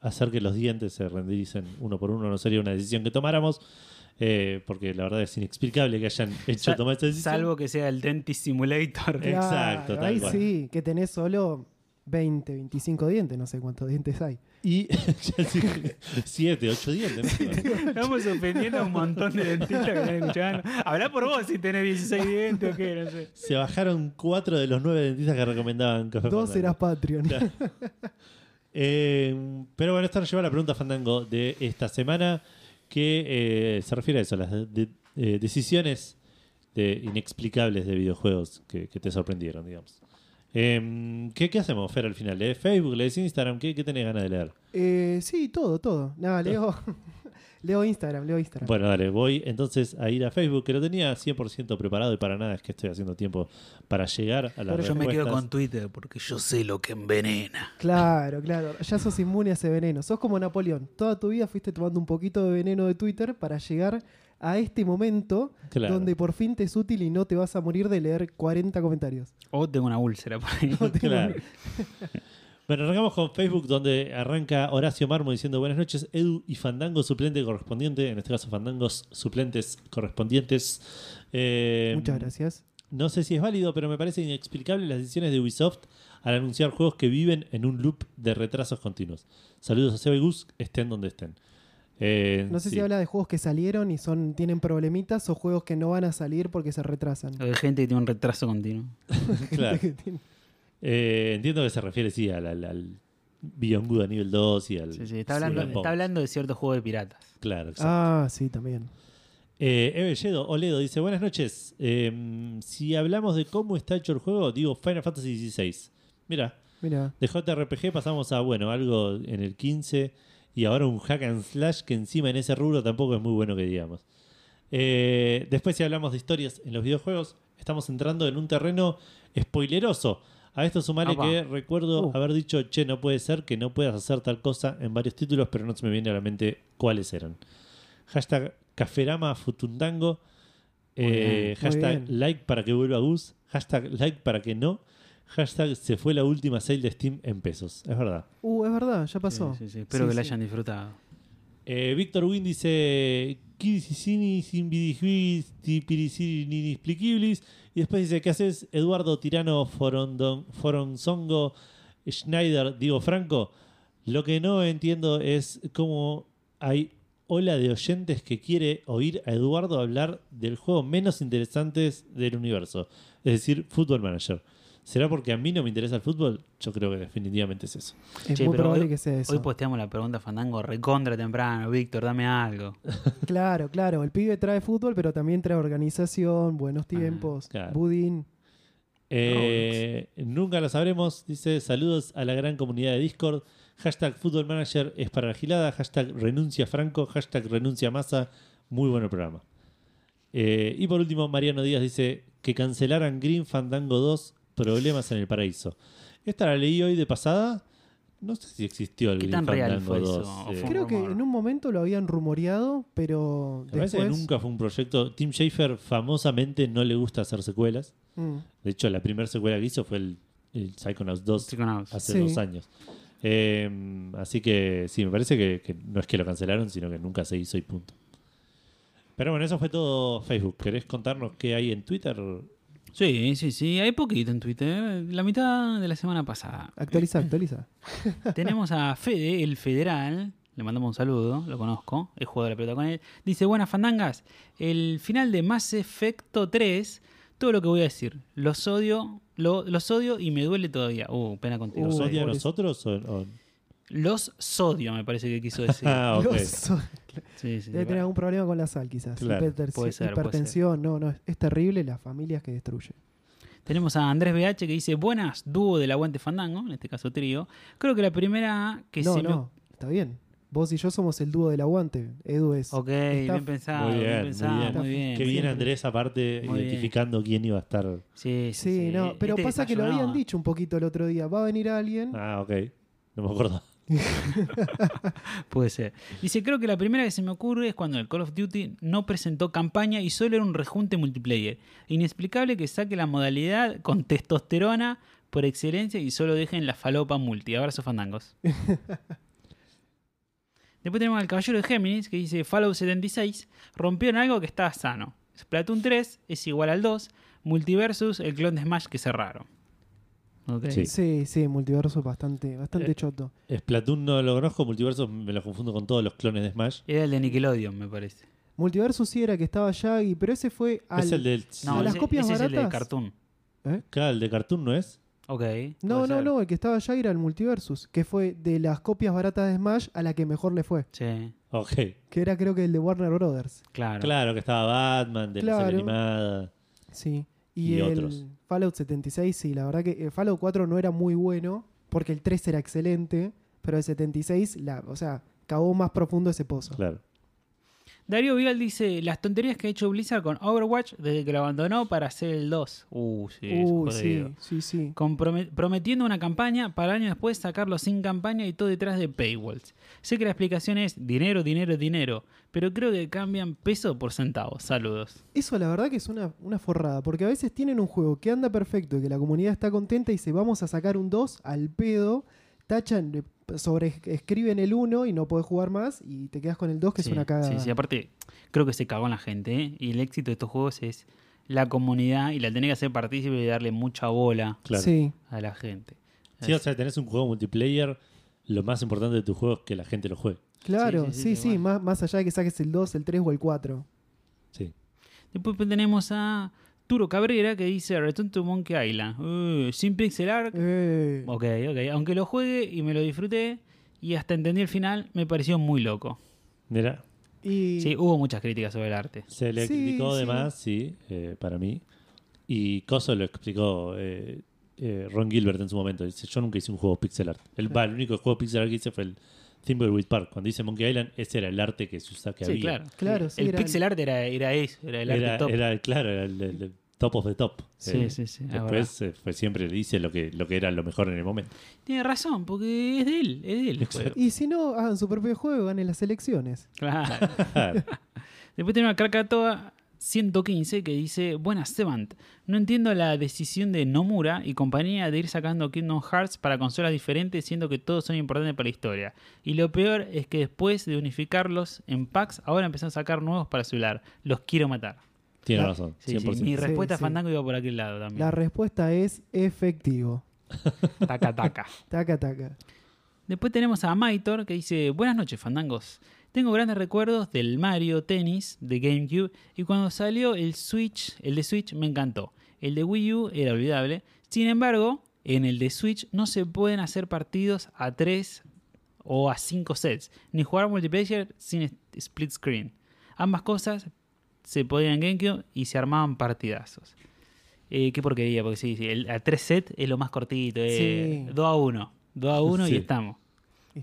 S2: hacer que los dientes se rendericen uno por uno no sería una decisión que tomáramos, eh, porque la verdad es inexplicable que hayan hecho
S1: Sa-
S2: tomar esta decisión.
S1: Salvo que sea el Dentist Simulator.
S2: Eh, Exacto,
S3: Claro,
S2: tal
S3: Ahí
S2: cual.
S3: sí, que tenés solo 20, 25 dientes, no sé cuántos dientes hay.
S2: Y ya dije, siete, ocho dientes. ¿no?
S1: Estamos ofendiendo a un montón de dentistas que están escuchando. Hablá por vos si tenés 16 dientes o qué, no sé.
S2: Se bajaron cuatro de los nueve dentistas que recomendaban Café
S3: Dos
S2: Fandango.
S3: eras Patreon.
S2: Claro. Eh, pero bueno, esta nos lleva a la pregunta fandango de esta semana, que eh, se refiere a eso, a las de- de- eh, decisiones de- inexplicables de videojuegos que, que te sorprendieron, digamos. Eh, ¿qué, qué hacemos, Fer, al final? ¿Lees Facebook? ¿Lees Instagram? ¿Qué, qué tenés ganas de leer?
S3: Eh, sí, todo, todo. Nada, leo, leo Instagram, leo Instagram.
S2: Bueno, dale, voy entonces a ir a Facebook, que lo tenía 100% preparado y para nada es que estoy haciendo tiempo para llegar a la
S3: Pero
S1: Yo me quedo
S2: respuestas.
S1: con Twitter porque yo sé lo que envenena.
S3: Claro, claro. Ya sos inmune a ese veneno. Sos como Napoleón. Toda tu vida fuiste tomando un poquito de veneno de Twitter para llegar a este momento
S2: Claro.
S3: donde por fin te es útil y no te vas a morir de leer 40 comentarios.
S1: O tengo una úlcera por ahí.
S2: Claro. Bueno, arrancamos con Facebook, donde arranca Horacio Marmo diciendo buenas noches, Edu y Fandango suplente correspondiente, en este caso Fandangos suplentes correspondientes. Eh,
S3: Muchas gracias.
S2: No sé si es válido, pero me parece inexplicable las decisiones de Ubisoft al anunciar juegos que viven en un loop de retrasos continuos. Saludos a Seba y Gus, estén donde estén. Eh,
S3: No sé
S2: sí.
S3: si habla de juegos que salieron y son tienen problemitas o juegos que no van a salir porque se retrasan.
S1: Hay gente que tiene un retraso continuo.
S2: Claro. Eh, entiendo que se refiere, sí, al, al, al Beyond Good a nivel 2 y al...
S1: Sí, sí, está, hablando,
S2: Cyberpunk.
S1: está hablando de cierto juego de piratas.
S2: Claro, exacto.
S3: ah, sí, también.
S2: Eh, Evelledo Oledo dice: Buenas noches. Em, si hablamos de cómo está hecho el juego, digo Final Fantasy XVI. Mira,
S3: Mira.
S2: de JRPG pasamos a, bueno, algo en el 15 y ahora un hack and slash que encima en ese rubro tampoco es muy bueno que digamos. Eh, después, si hablamos de historias en los videojuegos, estamos entrando en un terreno spoileroso. A esto sumale
S1: Apa.
S2: que recuerdo
S3: Uh.
S2: haber dicho, che, no puede ser que no puedas hacer tal cosa en varios títulos, pero no se me viene a la mente cuáles eran. Hashtag Caferama Futundango. Eh,
S1: bien,
S3: muy
S2: hashtag
S3: bien.
S2: like para que vuelva Gus. Hashtag like para que no. Hashtag se fue la última sale de Steam en pesos. Es verdad.
S3: Uh, es verdad, ya pasó.
S1: Sí, sí, sí. Espero
S3: Sí,
S1: que lo
S3: sí.
S1: hayan disfrutado.
S2: Eh, Víctor Win dice. Kirisini sin vidijuis, tipirisini inexpliquibilis". Y después dice: ¿Qué haces, Eduardo Tirano Forondon- Foronzongo Schneider, Diego Franco? Lo que no entiendo es cómo hay ola de oyentes que quiere oír a Eduardo hablar del juego menos interesantes del universo, es decir, Football Manager. ¿Será porque a mí no me interesa el fútbol? Yo creo que definitivamente es eso.
S3: Es
S1: Che,
S3: muy
S1: pero
S3: probable
S1: hoy-
S3: que sea eso.
S1: Hoy posteamos la pregunta Fandango recontra temprano. Víctor, dame algo.
S3: Claro, claro. El pibe trae fútbol, pero también trae organización, buenos tiempos,
S2: Ah, claro.
S3: budín.
S2: Eh, nunca lo sabremos. Dice saludos a la gran comunidad de Discord. Hashtag Football Manager es para la gilada. Hashtag renuncia Franco. Hashtag renuncia Massa. Muy bueno programa. Eh, y por último, Mariano Díaz dice que cancelaran Green Fandango 2. Problemas en el paraíso. Esta la leí hoy de pasada. No sé si existió el
S1: ¿Qué
S2: Green
S1: tan real
S2: Fandango
S1: fue eso?
S2: 2.
S1: ¿O
S2: eh.
S1: fue
S3: Creo que
S1: rumor.
S3: en un momento lo habían rumoreado, pero
S2: Me parece
S3: después...
S2: que nunca fue un proyecto. Tim Schafer famosamente no le gusta hacer secuelas.
S3: Mm.
S2: De hecho, la primera secuela que hizo fue el, el Psychonauts 2
S1: Psychonauts.
S2: hace
S3: Sí.
S2: dos años. Eh, así que sí, me parece que, que no es que lo cancelaron, sino que nunca se hizo y punto. Pero bueno, eso fue todo Facebook. ¿Querés contarnos qué hay en Twitter?
S1: Sí, sí, sí. Hay poquito en Twitter. La mitad de la semana pasada.
S3: Actualiza, actualiza.
S1: Tenemos a Fede, el federal. Le mandamos un saludo, lo conozco, he jugado a la pelota con él. Dice, buenas fandangas, el final de Mass Effect 3, todo lo que voy a decir, los odio, lo- los odio y me duele todavía. Uh, pena contigo.
S2: ¿Nos
S3: Uh,
S2: odia a
S3: pobre-
S2: nosotros? O, o-
S1: Los sodio, me parece que quiso decir.
S2: Ah, ok.
S3: Los-
S1: Sí, sí,
S3: Debe tener algún problema con la sal, quizás.
S2: Claro,
S3: Hipertensi-
S1: puede ser, puede
S3: hipertensión, no, no. Es terrible las familias que destruye.
S1: Tenemos a Andrés BH que dice, buenas, dúo del aguante fandango, en este caso trío. Creo que la primera que
S3: no,
S1: se me-
S3: no, está bien. Vos y yo somos el dúo del aguante. Edu es.
S1: Ok,
S3: está-
S1: bien pensado,
S2: Muy
S1: bien,
S2: bien, muy
S1: pensado,
S2: bien.
S1: muy bien.
S2: Qué bien Andrés, aparte,
S1: Muy bien.
S2: identificando quién iba a estar.
S1: Sí, sí,
S3: Sí,
S1: sí.
S3: no, pero
S1: Este
S3: pasa que lo
S1: desayunaba.
S3: habían dicho un poquito el otro día. Va a venir alguien.
S2: Ah, ok. No me acuerdo.
S1: Puede ser. Dice, creo que la primera que se me ocurre es cuando el Call of Duty no presentó campaña y solo era un rejunte multiplayer. Inexplicable que saque la modalidad con testosterona por excelencia y solo dejen la falopa multi. Abrazos fandangos. Después tenemos al Caballero de Géminis que dice Fallout 76 rompió en algo que estaba sano. Splatoon 3 es igual al 2, Multiversus, el clon de Smash que cerraron. Ok.
S2: Sí.
S3: Sí, sí, multiverso es bastante, bastante
S2: Eh.
S3: choto.
S2: Splatoon no lo conozco, Multiversos me lo confundo con todos los clones de Smash.
S1: Era el de Nickelodeon, me parece.
S3: Multiverso sí era que estaba Shaggy, pero ese fue al.
S2: Es el del.
S1: No,
S3: ¿De las
S1: ese-
S3: copias
S1: ese es el de
S3: baratas?
S1: Cartoon.
S2: Claro, el de Cartoon, ¿no es?
S1: Ok.
S3: No,
S1: puede
S3: no,
S1: ser.
S3: no, el que estaba allá era el Multiversus, que fue de las copias baratas de Smash a la que mejor le fue,
S1: Sí,
S2: Ok.
S3: que era creo que el de Warner Brothers.
S1: claro.
S2: Claro que estaba Batman, de la
S3: Claro.
S2: serie animada.
S3: Sí. Y,
S2: Y
S3: el
S2: otros.
S3: Fallout 76, sí, la verdad que el Fallout 4 no era muy bueno, porque el 3 era excelente, pero el 76, la, o sea, cavó más profundo ese pozo.
S2: Claro.
S1: Darío Vigal dice: Las tonterías que ha hecho Blizzard con Overwatch desde que lo abandonó para hacer el 2. Uh, sí, es
S3: Uy,
S1: jodido.
S3: sí, sí, sí.
S1: Comprome- prometiendo una campaña para años después sacarlo sin campaña y todo detrás de paywalls. Sé que la explicación es dinero, dinero, dinero, pero creo que cambian peso por centavos. Saludos.
S3: Eso la verdad que es una, una forrada, porque a veces tienen un juego que anda perfecto, que la comunidad está contenta y dice vamos a sacar un 2 al pedo, tachan, eh, sobreescriben el 1 y no podés jugar más y te quedas con el 2 que
S1: Sí,
S3: es una cagada.
S1: Sí, sí, aparte, creo que se cagó en la gente, ¿eh? Y el éxito de estos juegos es la comunidad y la tenés que hacer partícipe y darle mucha bola
S2: Claro.
S3: Sí.
S1: a la gente.
S2: Sí, o sea, tenés un juego multiplayer. Lo más importante de tu juego es que la gente lo juegue.
S3: Claro,
S1: Sí,
S3: sí,
S1: sí,
S3: sí,
S1: sí, igual.
S3: más, más allá de que saques el 2, el 3 o el 4.
S2: Sí.
S1: Después tenemos a Turo Cabrera que dice Return to Monkey Island. Uh, sin pixel art.
S3: Eh,
S1: Ok, ok. Aunque lo juegue y me lo disfruté y hasta entendí el final, me pareció muy loco.
S2: Mira,
S3: y
S1: Sí, hubo muchas críticas sobre el arte.
S2: se le
S3: Sí,
S2: criticó de
S3: sí.
S2: más, sí, eh, para mí. Y Coso lo explicó eh, eh, Ron Gilbert en su momento. Dice, yo nunca hice un juego pixel art. El, va, el único juego pixel art que hice fue el Thimbleweed Park. Cuando hice Monkey Island, ese era el arte que se usa que
S1: Sí,
S2: había.
S1: claro.
S3: Claro, sí,
S1: el
S3: era-
S1: pixel art era, era eso, era el
S2: Era,
S1: arte top.
S2: era, claro, era el, el- el top of the top.
S1: Sí,
S2: Eh,
S1: sí, sí, Ah, es
S2: Después eh, fue siempre le hice lo que, lo que era lo mejor en el momento.
S1: Tiene razón, porque es de él, es de él. el juego.
S3: y si no, hagan su propio juego, ganen las elecciones.
S1: Claro.
S2: Claro.
S1: Después tenemos a Krakatoa 115 que dice, Buenas, Sevant, no entiendo la decisión de Nomura y compañía de ir sacando Kingdom Hearts para consolas diferentes siendo que todos son importantes para la historia. Y lo peor es que después de unificarlos en packs, ahora empezaron a sacar nuevos para celular. Los quiero matar.
S2: Tiene
S3: La-
S2: razón,
S1: Sí, sí,
S2: 100%.
S1: Mi respuesta a
S3: sí.
S1: Fandango iba por aquel lado
S3: La
S1: también.
S3: respuesta es efectivo.
S1: Taca, taca.
S3: Taca, taca.
S1: Después tenemos a Maitor que dice, buenas noches fandangos. Tengo grandes recuerdos del Mario Tennis de GameCube y cuando salió el Switch, el de Switch me encantó. El de Wii U era olvidable. Sin embargo, en el de Switch no se pueden hacer partidos a 3 o a 5 sets, ni jugar multiplayer sin est- split screen. Ambas cosas se podían en GameCube y se armaban partidazos. Eh, qué porquería, porque sí, sí, el, a 3 sets es lo más cortito, eh,
S3: Sí.
S1: 2 a 1, 2 a 1
S2: Sí.
S1: y estamos.
S3: Sí.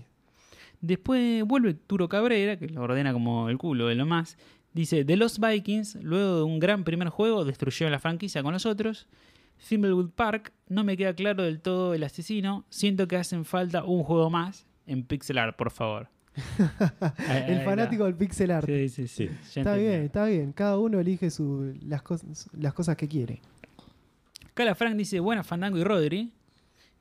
S1: Después vuelve Turo Cabrera, que lo ordena como el culo de lo más. Dice, The Lost Vikings, luego de un gran primer juego, destruyeron la franquicia con nosotros. Thimblewood Park, no me queda claro del todo el asesino. Siento que hacen falta un juego más en pixel art, por favor. Ahí- ahí
S3: El
S1: está.
S3: fanático del pixel art.
S1: Eh, Sí, sí, sí.
S2: Sí.
S1: Ya
S3: Está
S1: entendí.
S3: bien, está bien. Cada uno elige su- las, cosas, las cosas que quiere.
S1: Cala Frank dice, buenas Fandango y Rodri.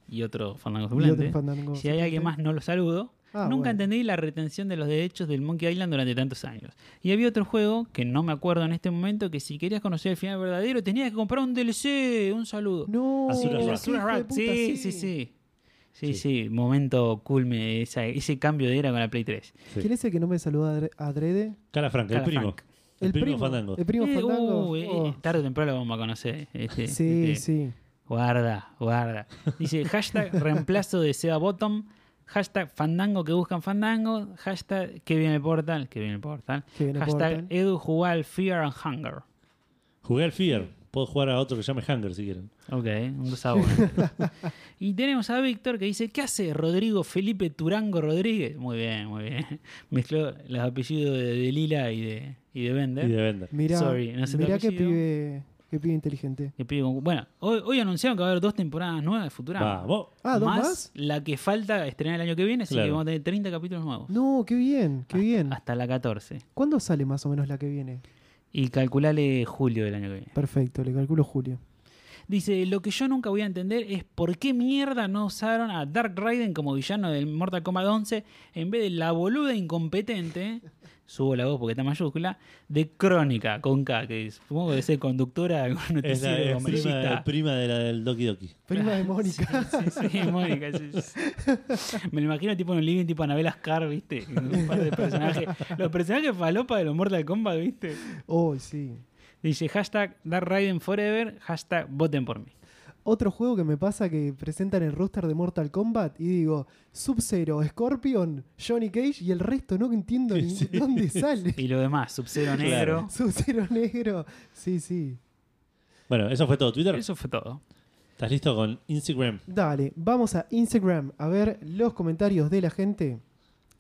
S1: Y otro Fandango
S3: Y otro
S1: suplente.
S3: Fandango
S1: Si hay alguien más, no lo saludo.
S3: Ah,
S1: Nunca
S3: bueno.
S1: entendí la retención de los derechos del Monkey Island durante tantos años. Y había otro juego, que no me acuerdo en este momento, que si querías conocer el final verdadero tenías que comprar un DLC. Un saludo.
S3: No,
S2: Azura
S1: Sí,
S2: Wrath.
S3: qué
S1: Azura
S3: hijo de
S1: Wrath.
S3: puta,
S1: Sí, sí, sí. Sí,
S2: Sí.
S1: sí, momento culme, esa- ese cambio de era con la Play 3.
S2: Sí.
S3: ¿Quién es el que no me saluda adre- adrede?
S2: Cara Franca,
S1: Cara
S2: el primo.
S1: Frank.
S2: El, primo, Fandango.
S3: El primo
S1: Eh,
S3: Fandango.
S1: uh, eh,
S3: Oh.
S1: Tarde o temprano lo vamos a conocer. este,
S3: Sí,
S1: este.
S3: sí.
S1: Guarda, guarda. Dice hashtag reemplazo de Seba Bottom, hashtag fandango que buscan fandango, hashtag que viene el portal, que viene el portal,
S3: Que viene el
S1: hashtag
S3: portal.
S1: edu jugar Fear and Hunger.
S2: Jugué al Fear. Puedo jugar a otro que llame Hunger si quieren.
S1: Ok, un sabor. y tenemos a Víctor que dice, ¿qué hace Rodrigo Felipe Turango Rodríguez? Muy bien, muy bien. Mezcló los apellidos de, de Lila y de, y de Bender.
S2: Y de vender.
S3: Mirá,
S1: Sorry, no sé tu
S3: mirá qué
S1: apellido.
S3: pibe, qué pibe inteligente.
S1: Que pide con- Bueno, hoy, hoy anunciaron que va a haber dos temporadas nuevas de Futurama.
S2: Vamos.
S3: Ah, ¿dos más?
S1: la que falta estrenar el año que viene, así
S2: Claro.
S1: que vamos a tener 30 capítulos nuevos.
S3: No, qué bien, qué bien.
S1: Hasta la 14.
S3: ¿Cuándo sale más o menos la que viene?
S1: Y calculale julio del año que viene.
S3: Perfecto, le calculo julio.
S1: Dice, lo que yo nunca voy a entender es por qué mierda no usaron a Dark Raiden como villano del Mortal Kombat 11 en vez de la boluda incompetente, subo la voz porque está mayúscula, de Crónica, con K, que es- supongo que es conductora de algún
S2: Es la
S1: noticiero
S2: es prima,
S1: amarillista.
S2: es prima de la del Doki Doki.
S3: Prima de Mónica.
S1: Sí, sí, Mónica, sí, sí. Me lo imagino tipo en un living tipo Anabel Ascar, ¿viste? Un par de personajes. Los personajes falopa de los Mortal Kombat, ¿viste?
S3: Oh, sí.
S1: Dice hashtag Dark Raiden Forever, hashtag voten por mí.
S3: Otro juego que me pasa que presentan el roster de Mortal Kombat y digo, Sub-Zero, Scorpion, Johnny Cage y el resto no entiendo ni
S2: Sí.
S3: dónde sale.
S1: Y lo demás, Sub-Zero
S2: Claro.
S1: Negro.
S3: Sub-Zero negro. Sí, sí.
S2: Bueno, eso fue todo. Twitter,
S1: Eso fue todo.
S2: ¿estás listo con Instagram?
S3: Dale, vamos a Instagram a ver los comentarios de la gente.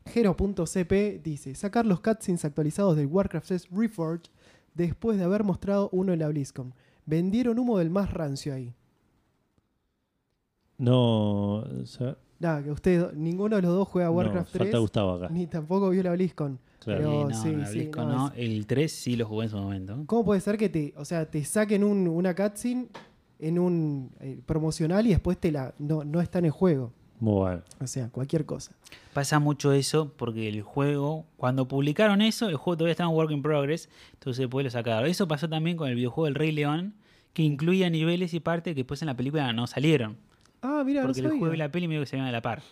S3: Jero.cp dice, sacar los cutscenes actualizados del Warcraft 3 Reforged después de haber mostrado uno en la BlizzCon. Vendieron humo del más rancio ahí.
S2: No. o sea,
S3: Nada, que ustedes, ninguno de los dos juega a
S2: no,
S3: Warcraft
S2: falta
S3: 3,
S2: Gustavo acá.
S3: ni tampoco vio la BlizzCon.
S2: Claro.
S3: Pero
S1: Eh,
S3: sí,
S1: la
S3: sí,
S1: BlizzCon
S3: no,
S1: no. El 3 sí lo jugué en su momento.
S3: ¿Cómo puede ser que te, o sea, te saquen un- una cutscene en un eh, promocional y después te la no, no está en el juego?
S2: Muy bueno.
S3: O sea, cualquier cosa.
S1: Pasa mucho eso porque el juego, cuando publicaron eso, el juego todavía estaba en work in progress, entonces después lo sacaron. Eso pasó también con el videojuego El Rey León, que incluía niveles y partes que después en la película no salieron.
S3: Ah, mira, no
S1: Porque el juego y
S3: sabía.
S1: la peli medio que se iban a la par.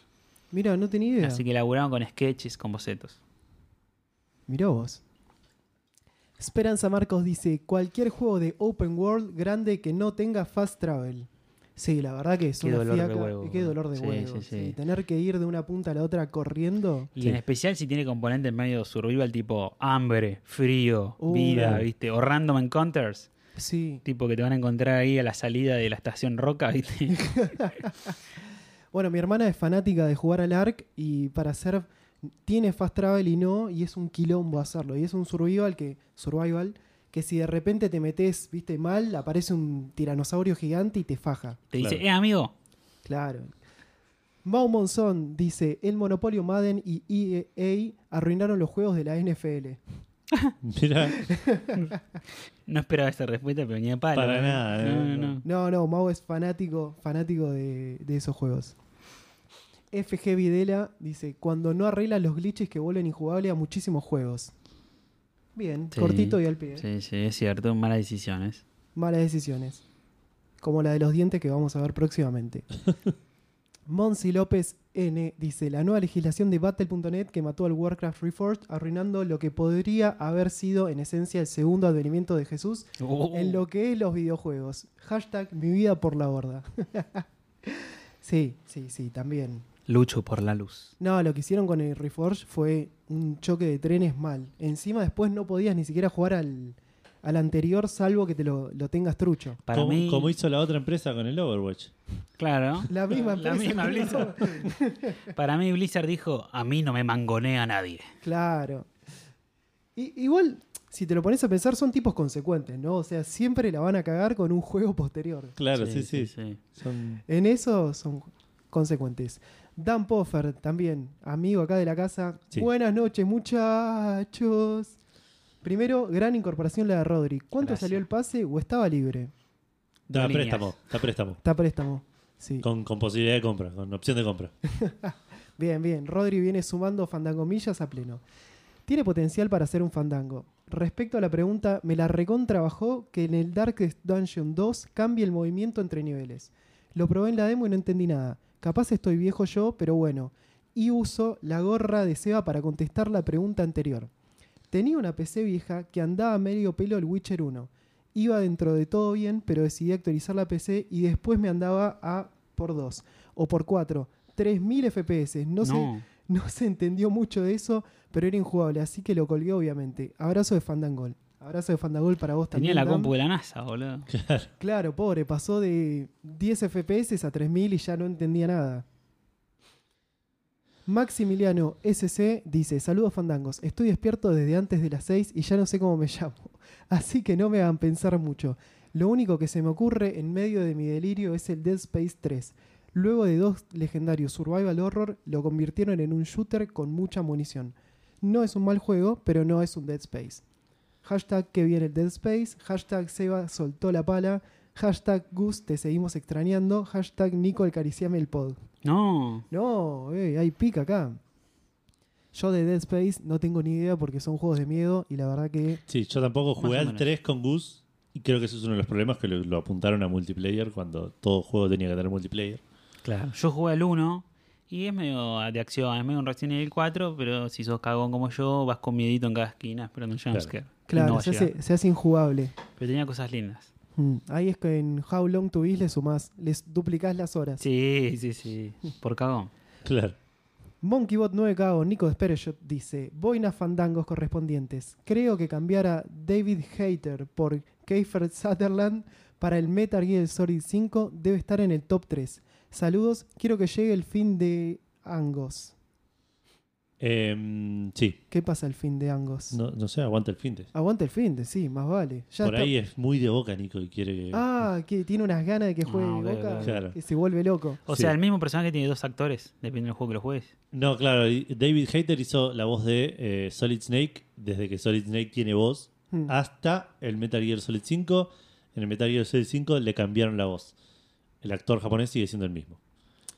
S3: Mira, no tenía idea.
S1: Así que elaboraron con sketches, con bocetos.
S3: Mirá vos. Esperanza Marcos dice, cualquier juego de open world grande que no tenga fast travel. Sí, la verdad que es
S1: Qué
S3: una
S1: dolor de
S3: fiaca.
S1: huevo.
S3: Qué dolor de
S1: Sí,
S3: huevo.
S1: sí, sí.
S3: sí. Tener que ir de una punta a la otra corriendo.
S1: Y
S2: Sí.
S1: en especial si tiene componentes medio survival tipo hambre, frío,
S3: Uh.
S1: vida,
S2: Claro.
S1: ¿viste? O random encounters.
S3: Sí.
S1: Tipo que te van a encontrar ahí a la salida de la estación Roca, ¿viste?
S3: Bueno, mi hermana es fanática de jugar al ARC y para hacer tiene fast travel y no, y es un quilombo hacerlo. Y es un survival que, survival, que si de repente te metes, viste, mal, aparece un tiranosaurio gigante y te faja.
S1: Te dice,
S2: Claro.
S1: eh, amigo,
S3: Claro. Mau Monzón dice, el monopolio Madden y EA arruinaron los juegos de la NFL.
S2: Mira,
S1: no esperaba esa respuesta, pero ni a palo.
S2: Para
S1: ¿eh?
S2: nada,
S1: No,
S2: no,
S1: no, no.
S3: No, no, Mau es fanático, fanático de, de esos juegos. FG Videla dice, cuando no arreglan los glitches que vuelven injugable a muchísimos juegos. Bien,
S1: Sí,
S3: cortito y al pie.
S1: Sí, sí, es cierto, malas decisiones.
S3: Malas decisiones. Como la de los dientes que vamos a ver próximamente. Monsi López N dice: La nueva legislación de Battle.net que mató al Warcraft Reforged, arruinando lo que podría haber sido en esencia el segundo advenimiento de Jesús
S1: Uh.
S3: en lo que es los videojuegos. Hashtag mi vida por la borda. sí, sí, sí, también.
S1: Lucho por la luz.
S3: No, lo que hicieron con el Reforge fue un choque de trenes mal. Encima después no podías ni siquiera jugar al, al anterior salvo que te lo, lo tengas trucho.
S1: Para
S2: como,
S1: mí,
S2: como hizo la otra empresa con el Overwatch.
S1: claro.
S3: La misma
S1: La
S3: empresa.
S1: misma Blizzard. Para mí Blizzard dijo, a mí no me mangonea nadie.
S3: Claro. Y- igual, si te lo pones a pensar, son tipos consecuentes, ¿no? O sea, siempre la van a cagar con un juego posterior.
S2: Claro, sí, sí.
S1: sí.
S2: Son-
S3: En eso son consecuentes. Dan Poffer, también, amigo acá de la casa.
S2: Sí.
S3: Buenas noches, muchachos. Primero, gran incorporación la de Rodri. ¿Cuánto
S1: Gracias.
S3: salió el pase o estaba libre?
S2: Está
S1: Dos líneas.
S2: préstamo, está préstamo.
S3: Está a préstamo. Sí.
S2: Con, con posibilidad de compra, con opción de compra.
S3: Bien, bien. Rodri viene sumando fandangomillas a pleno. Tiene potencial para ser un fandango. Respecto a la pregunta, me la recontrabajó que en el Darkest Dungeon 2 cambie el movimiento entre niveles. Lo probé en la demo y no entendí nada. Capaz estoy viejo yo, pero bueno. Y uso la gorra de Seba para contestar la pregunta anterior. Tenía una PC vieja que andaba medio pelo el Witcher 1. Iba dentro de todo bien, pero decidí actualizar la PC y después me andaba a por 2 o por 4. 3000 FPS. No, sé no se entendió mucho de eso, pero era injugable, así que lo colgué obviamente. Abrazo de Fandangol. Abrazo de Fandagol para vos
S1: Tenía
S3: también.
S1: la
S3: Dan.
S1: compu de la NASA, boludo.
S3: Claro, pobre, pasó de 10 FPS a 3000 y ya no entendía nada. Maximiliano SC dice, saludos fandangos, estoy despierto desde antes de las 6 y ya no sé cómo me llamo, así que no me hagan pensar mucho. Lo único que se me ocurre en medio de mi delirio es el Dead Space 3. Luego de dos legendarios Survival Horror, lo convirtieron en un shooter con mucha munición. No es un mal juego, pero no es un Dead Space. Hashtag que viene el Dead Space. Hashtag Seba soltó la pala. Hashtag Gus te seguimos extrañando. Hashtag Nico acariciame el pod.
S1: No.
S3: No, eh, hay pica acá. Yo de Dead Space no tengo ni idea porque son juegos de miedo y la verdad que
S2: Sí, yo tampoco
S1: Más
S2: jugué
S1: o
S2: al
S1: menos.
S2: 3 con Gus y creo que eso es uno de los problemas que lo, lo apuntaron a multiplayer cuando todo juego tenía que tener multiplayer.
S1: Claro. Yo jugué al 1 y es medio de acción, es medio un Resident Evil 4, pero si sos cagón como yo, vas con miedito en cada esquina esperando un jumpscare.
S3: claro,
S1: No va a
S3: se,
S1: llegar.
S3: hace, se hace injugable.
S1: Pero tenía cosas lindas.
S3: Mm, Ahí es que en How Long To Beat le sumás, les duplicás las horas.
S1: Sí, sí, sí. Por cagón.
S2: Claro.
S3: MonkeyBot 9K o Nico Spereshot dice, boinas fandangos correspondientes. Creo que cambiar a David Hater por Kiefer Sutherland para el Metal Gear Solid 5 debe estar en el top 3. Saludos, quiero que llegue el fin de Angos.
S2: Em, sí,
S3: ¿Qué pasa el fin de Angos?
S2: no, no sé, aguanta el fin de.
S3: Aguanta el fin de, sí, más vale. Ya
S2: Por
S3: está-
S2: ahí es muy de boca, Nico, y quiere que.
S3: Ah, que tiene unas ganas de que juegue
S1: Ah, ok,
S3: Boca,
S1: ok.
S2: Claro.
S3: que se vuelve loco.
S1: O
S2: Sí.
S1: sea, el mismo personaje tiene dos actores, depende del juego que lo juegues.
S2: No, claro, y David Hayter hizo la voz de eh, Solid Snake desde que Solid Snake tiene voz
S3: Mm.
S2: hasta el Metal Gear Solid 5. En el Metal Gear Solid 5 le cambiaron la voz. El actor japonés sigue siendo el mismo.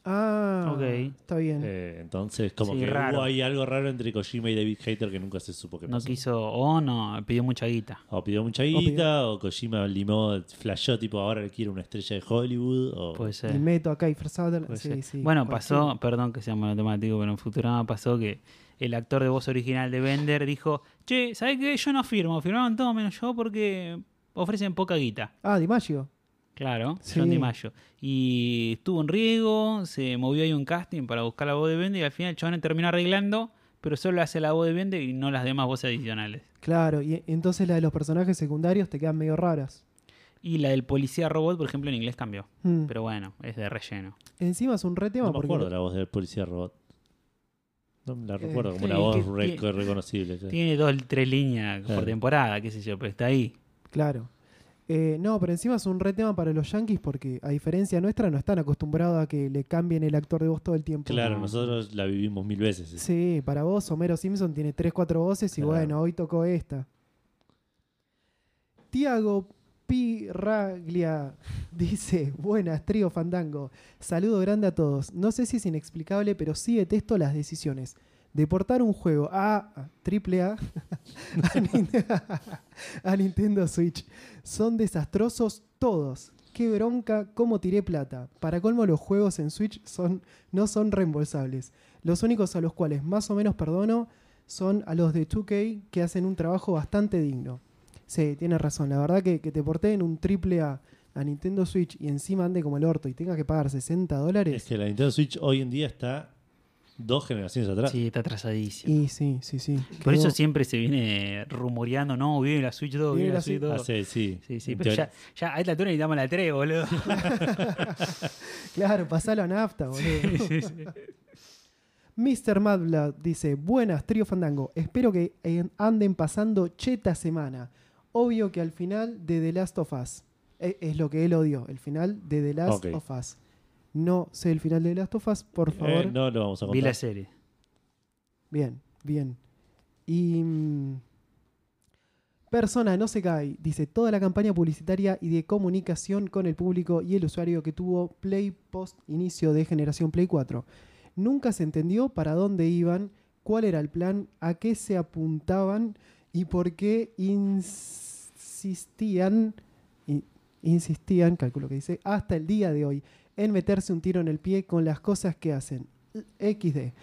S3: Ah,
S1: Ok.
S3: está bien.
S2: Eh, entonces, como
S1: Sí,
S2: que
S1: raro.
S2: hubo ahí algo raro entre Kojima y David Hayter que nunca se supo qué
S1: No
S2: pasó.
S1: quiso, o oh, no, pidió mucha guita.
S2: O pidió mucha
S3: pidió-
S2: guita, o, Kojima limó, flashó, tipo, ahora le quiero una estrella de Hollywood. O...
S1: Puede
S3: Y
S1: ser.
S3: meto a Kiefer Sutherland.
S1: puede
S3: sí,
S1: ser.
S3: sí,
S1: bueno,
S3: cualquier-
S1: pasó, perdón que sea monotemático, pero en Futurama pasó que el actor de voz original de Bender dijo: Che, ¿sabés qué? Yo no firmo, firmaron todo menos yo porque ofrecen poca guita.
S3: Ah, DiMaggio.
S1: Claro,
S3: Sí.
S1: John DiMaggio. Y estuvo en riesgo, se movió ahí un casting para buscar la voz de Bender y al final el chabón terminó arreglando, pero solo hace la voz de Bender y no las demás voces adicionales.
S3: Claro, y entonces la de los personajes secundarios te quedan medio raras.
S1: Y la del policía robot, por ejemplo, en inglés cambió.
S3: Mm.
S1: Pero bueno, es de relleno.
S3: Encima es un re tema
S2: no me
S3: porque
S2: acuerdo la voz del policía robot. No me la recuerdo como
S1: Eh, sí,
S2: una voz
S1: que
S2: re-
S1: tiene-
S2: reconocible. sí.
S1: Tiene dos, tres líneas por
S2: Claro.
S1: temporada, qué sé yo, pero está ahí.
S3: claro. Eh, no, pero encima es un re tema para los yankees porque a diferencia nuestra no están acostumbrados a que le cambien el actor de voz todo el tiempo.
S2: Claro,
S1: No.
S2: nosotros la vivimos mil veces. esa.
S3: Sí, para vos Homero Simpson tiene 3 4 voces y
S2: Claro.
S3: bueno, hoy tocó esta. Tiago Pirraglia dice, buenas, trío fandango. Saludo grande a todos. No sé si es inexplicable, pero sí detesto las decisiones. Deportar un juego a a- triple A, a, Nin- a Nintendo Switch. Son desastrosos todos. Qué bronca, cómo tiré plata. Para colmo, los juegos en Switch son, no son reembolsables. Los únicos a los cuales más o menos perdono son a los de 2K que hacen un trabajo bastante digno. Sí, tienes razón. La verdad que, que te porté en un triple A a Nintendo Switch y encima ande como el orto y tenga que pagar 60
S2: Es
S3: dólares.
S2: que la Nintendo Switch hoy en día está dos generaciones atrás.
S1: Sí, está atrasadísimo.
S3: Y sí, sí, sí.
S1: por
S3: Quedó-
S1: eso siempre se viene rumoreando, no, viene la Switch 2, viene la Switch 2.
S2: Hace, Ah, sí.
S1: Sí, sí,
S2: En
S1: pero ya,
S2: teoría-
S1: ya a esta altura necesitamos la 3, boludo.
S3: Claro, pasalo a nafta, boludo.
S1: Sí, sí.
S3: Mr. Madblad dice, buenas, trío fandango, espero que en- anden pasando cheta semana. Obvio que al final de The Last of Us. E- Es lo que él odió, el final de The Last
S2: Ok.
S3: of Us. No sé el final de The Last of Us, por favor.
S2: Eh, no lo vamos a
S1: Vi
S2: contar.
S1: la serie.
S3: Bien, bien. Y... mm, Persona no se cae, dice toda la campaña publicitaria y de comunicación con el público y el usuario que tuvo Play post inicio de generación Play 4. Nunca se entendió para dónde iban, cuál era el plan, a qué se apuntaban y por qué insistían, i- insistían, calculo que dice, hasta el día de hoy, en meterse un tiro en el pie con las cosas que hacen. XD.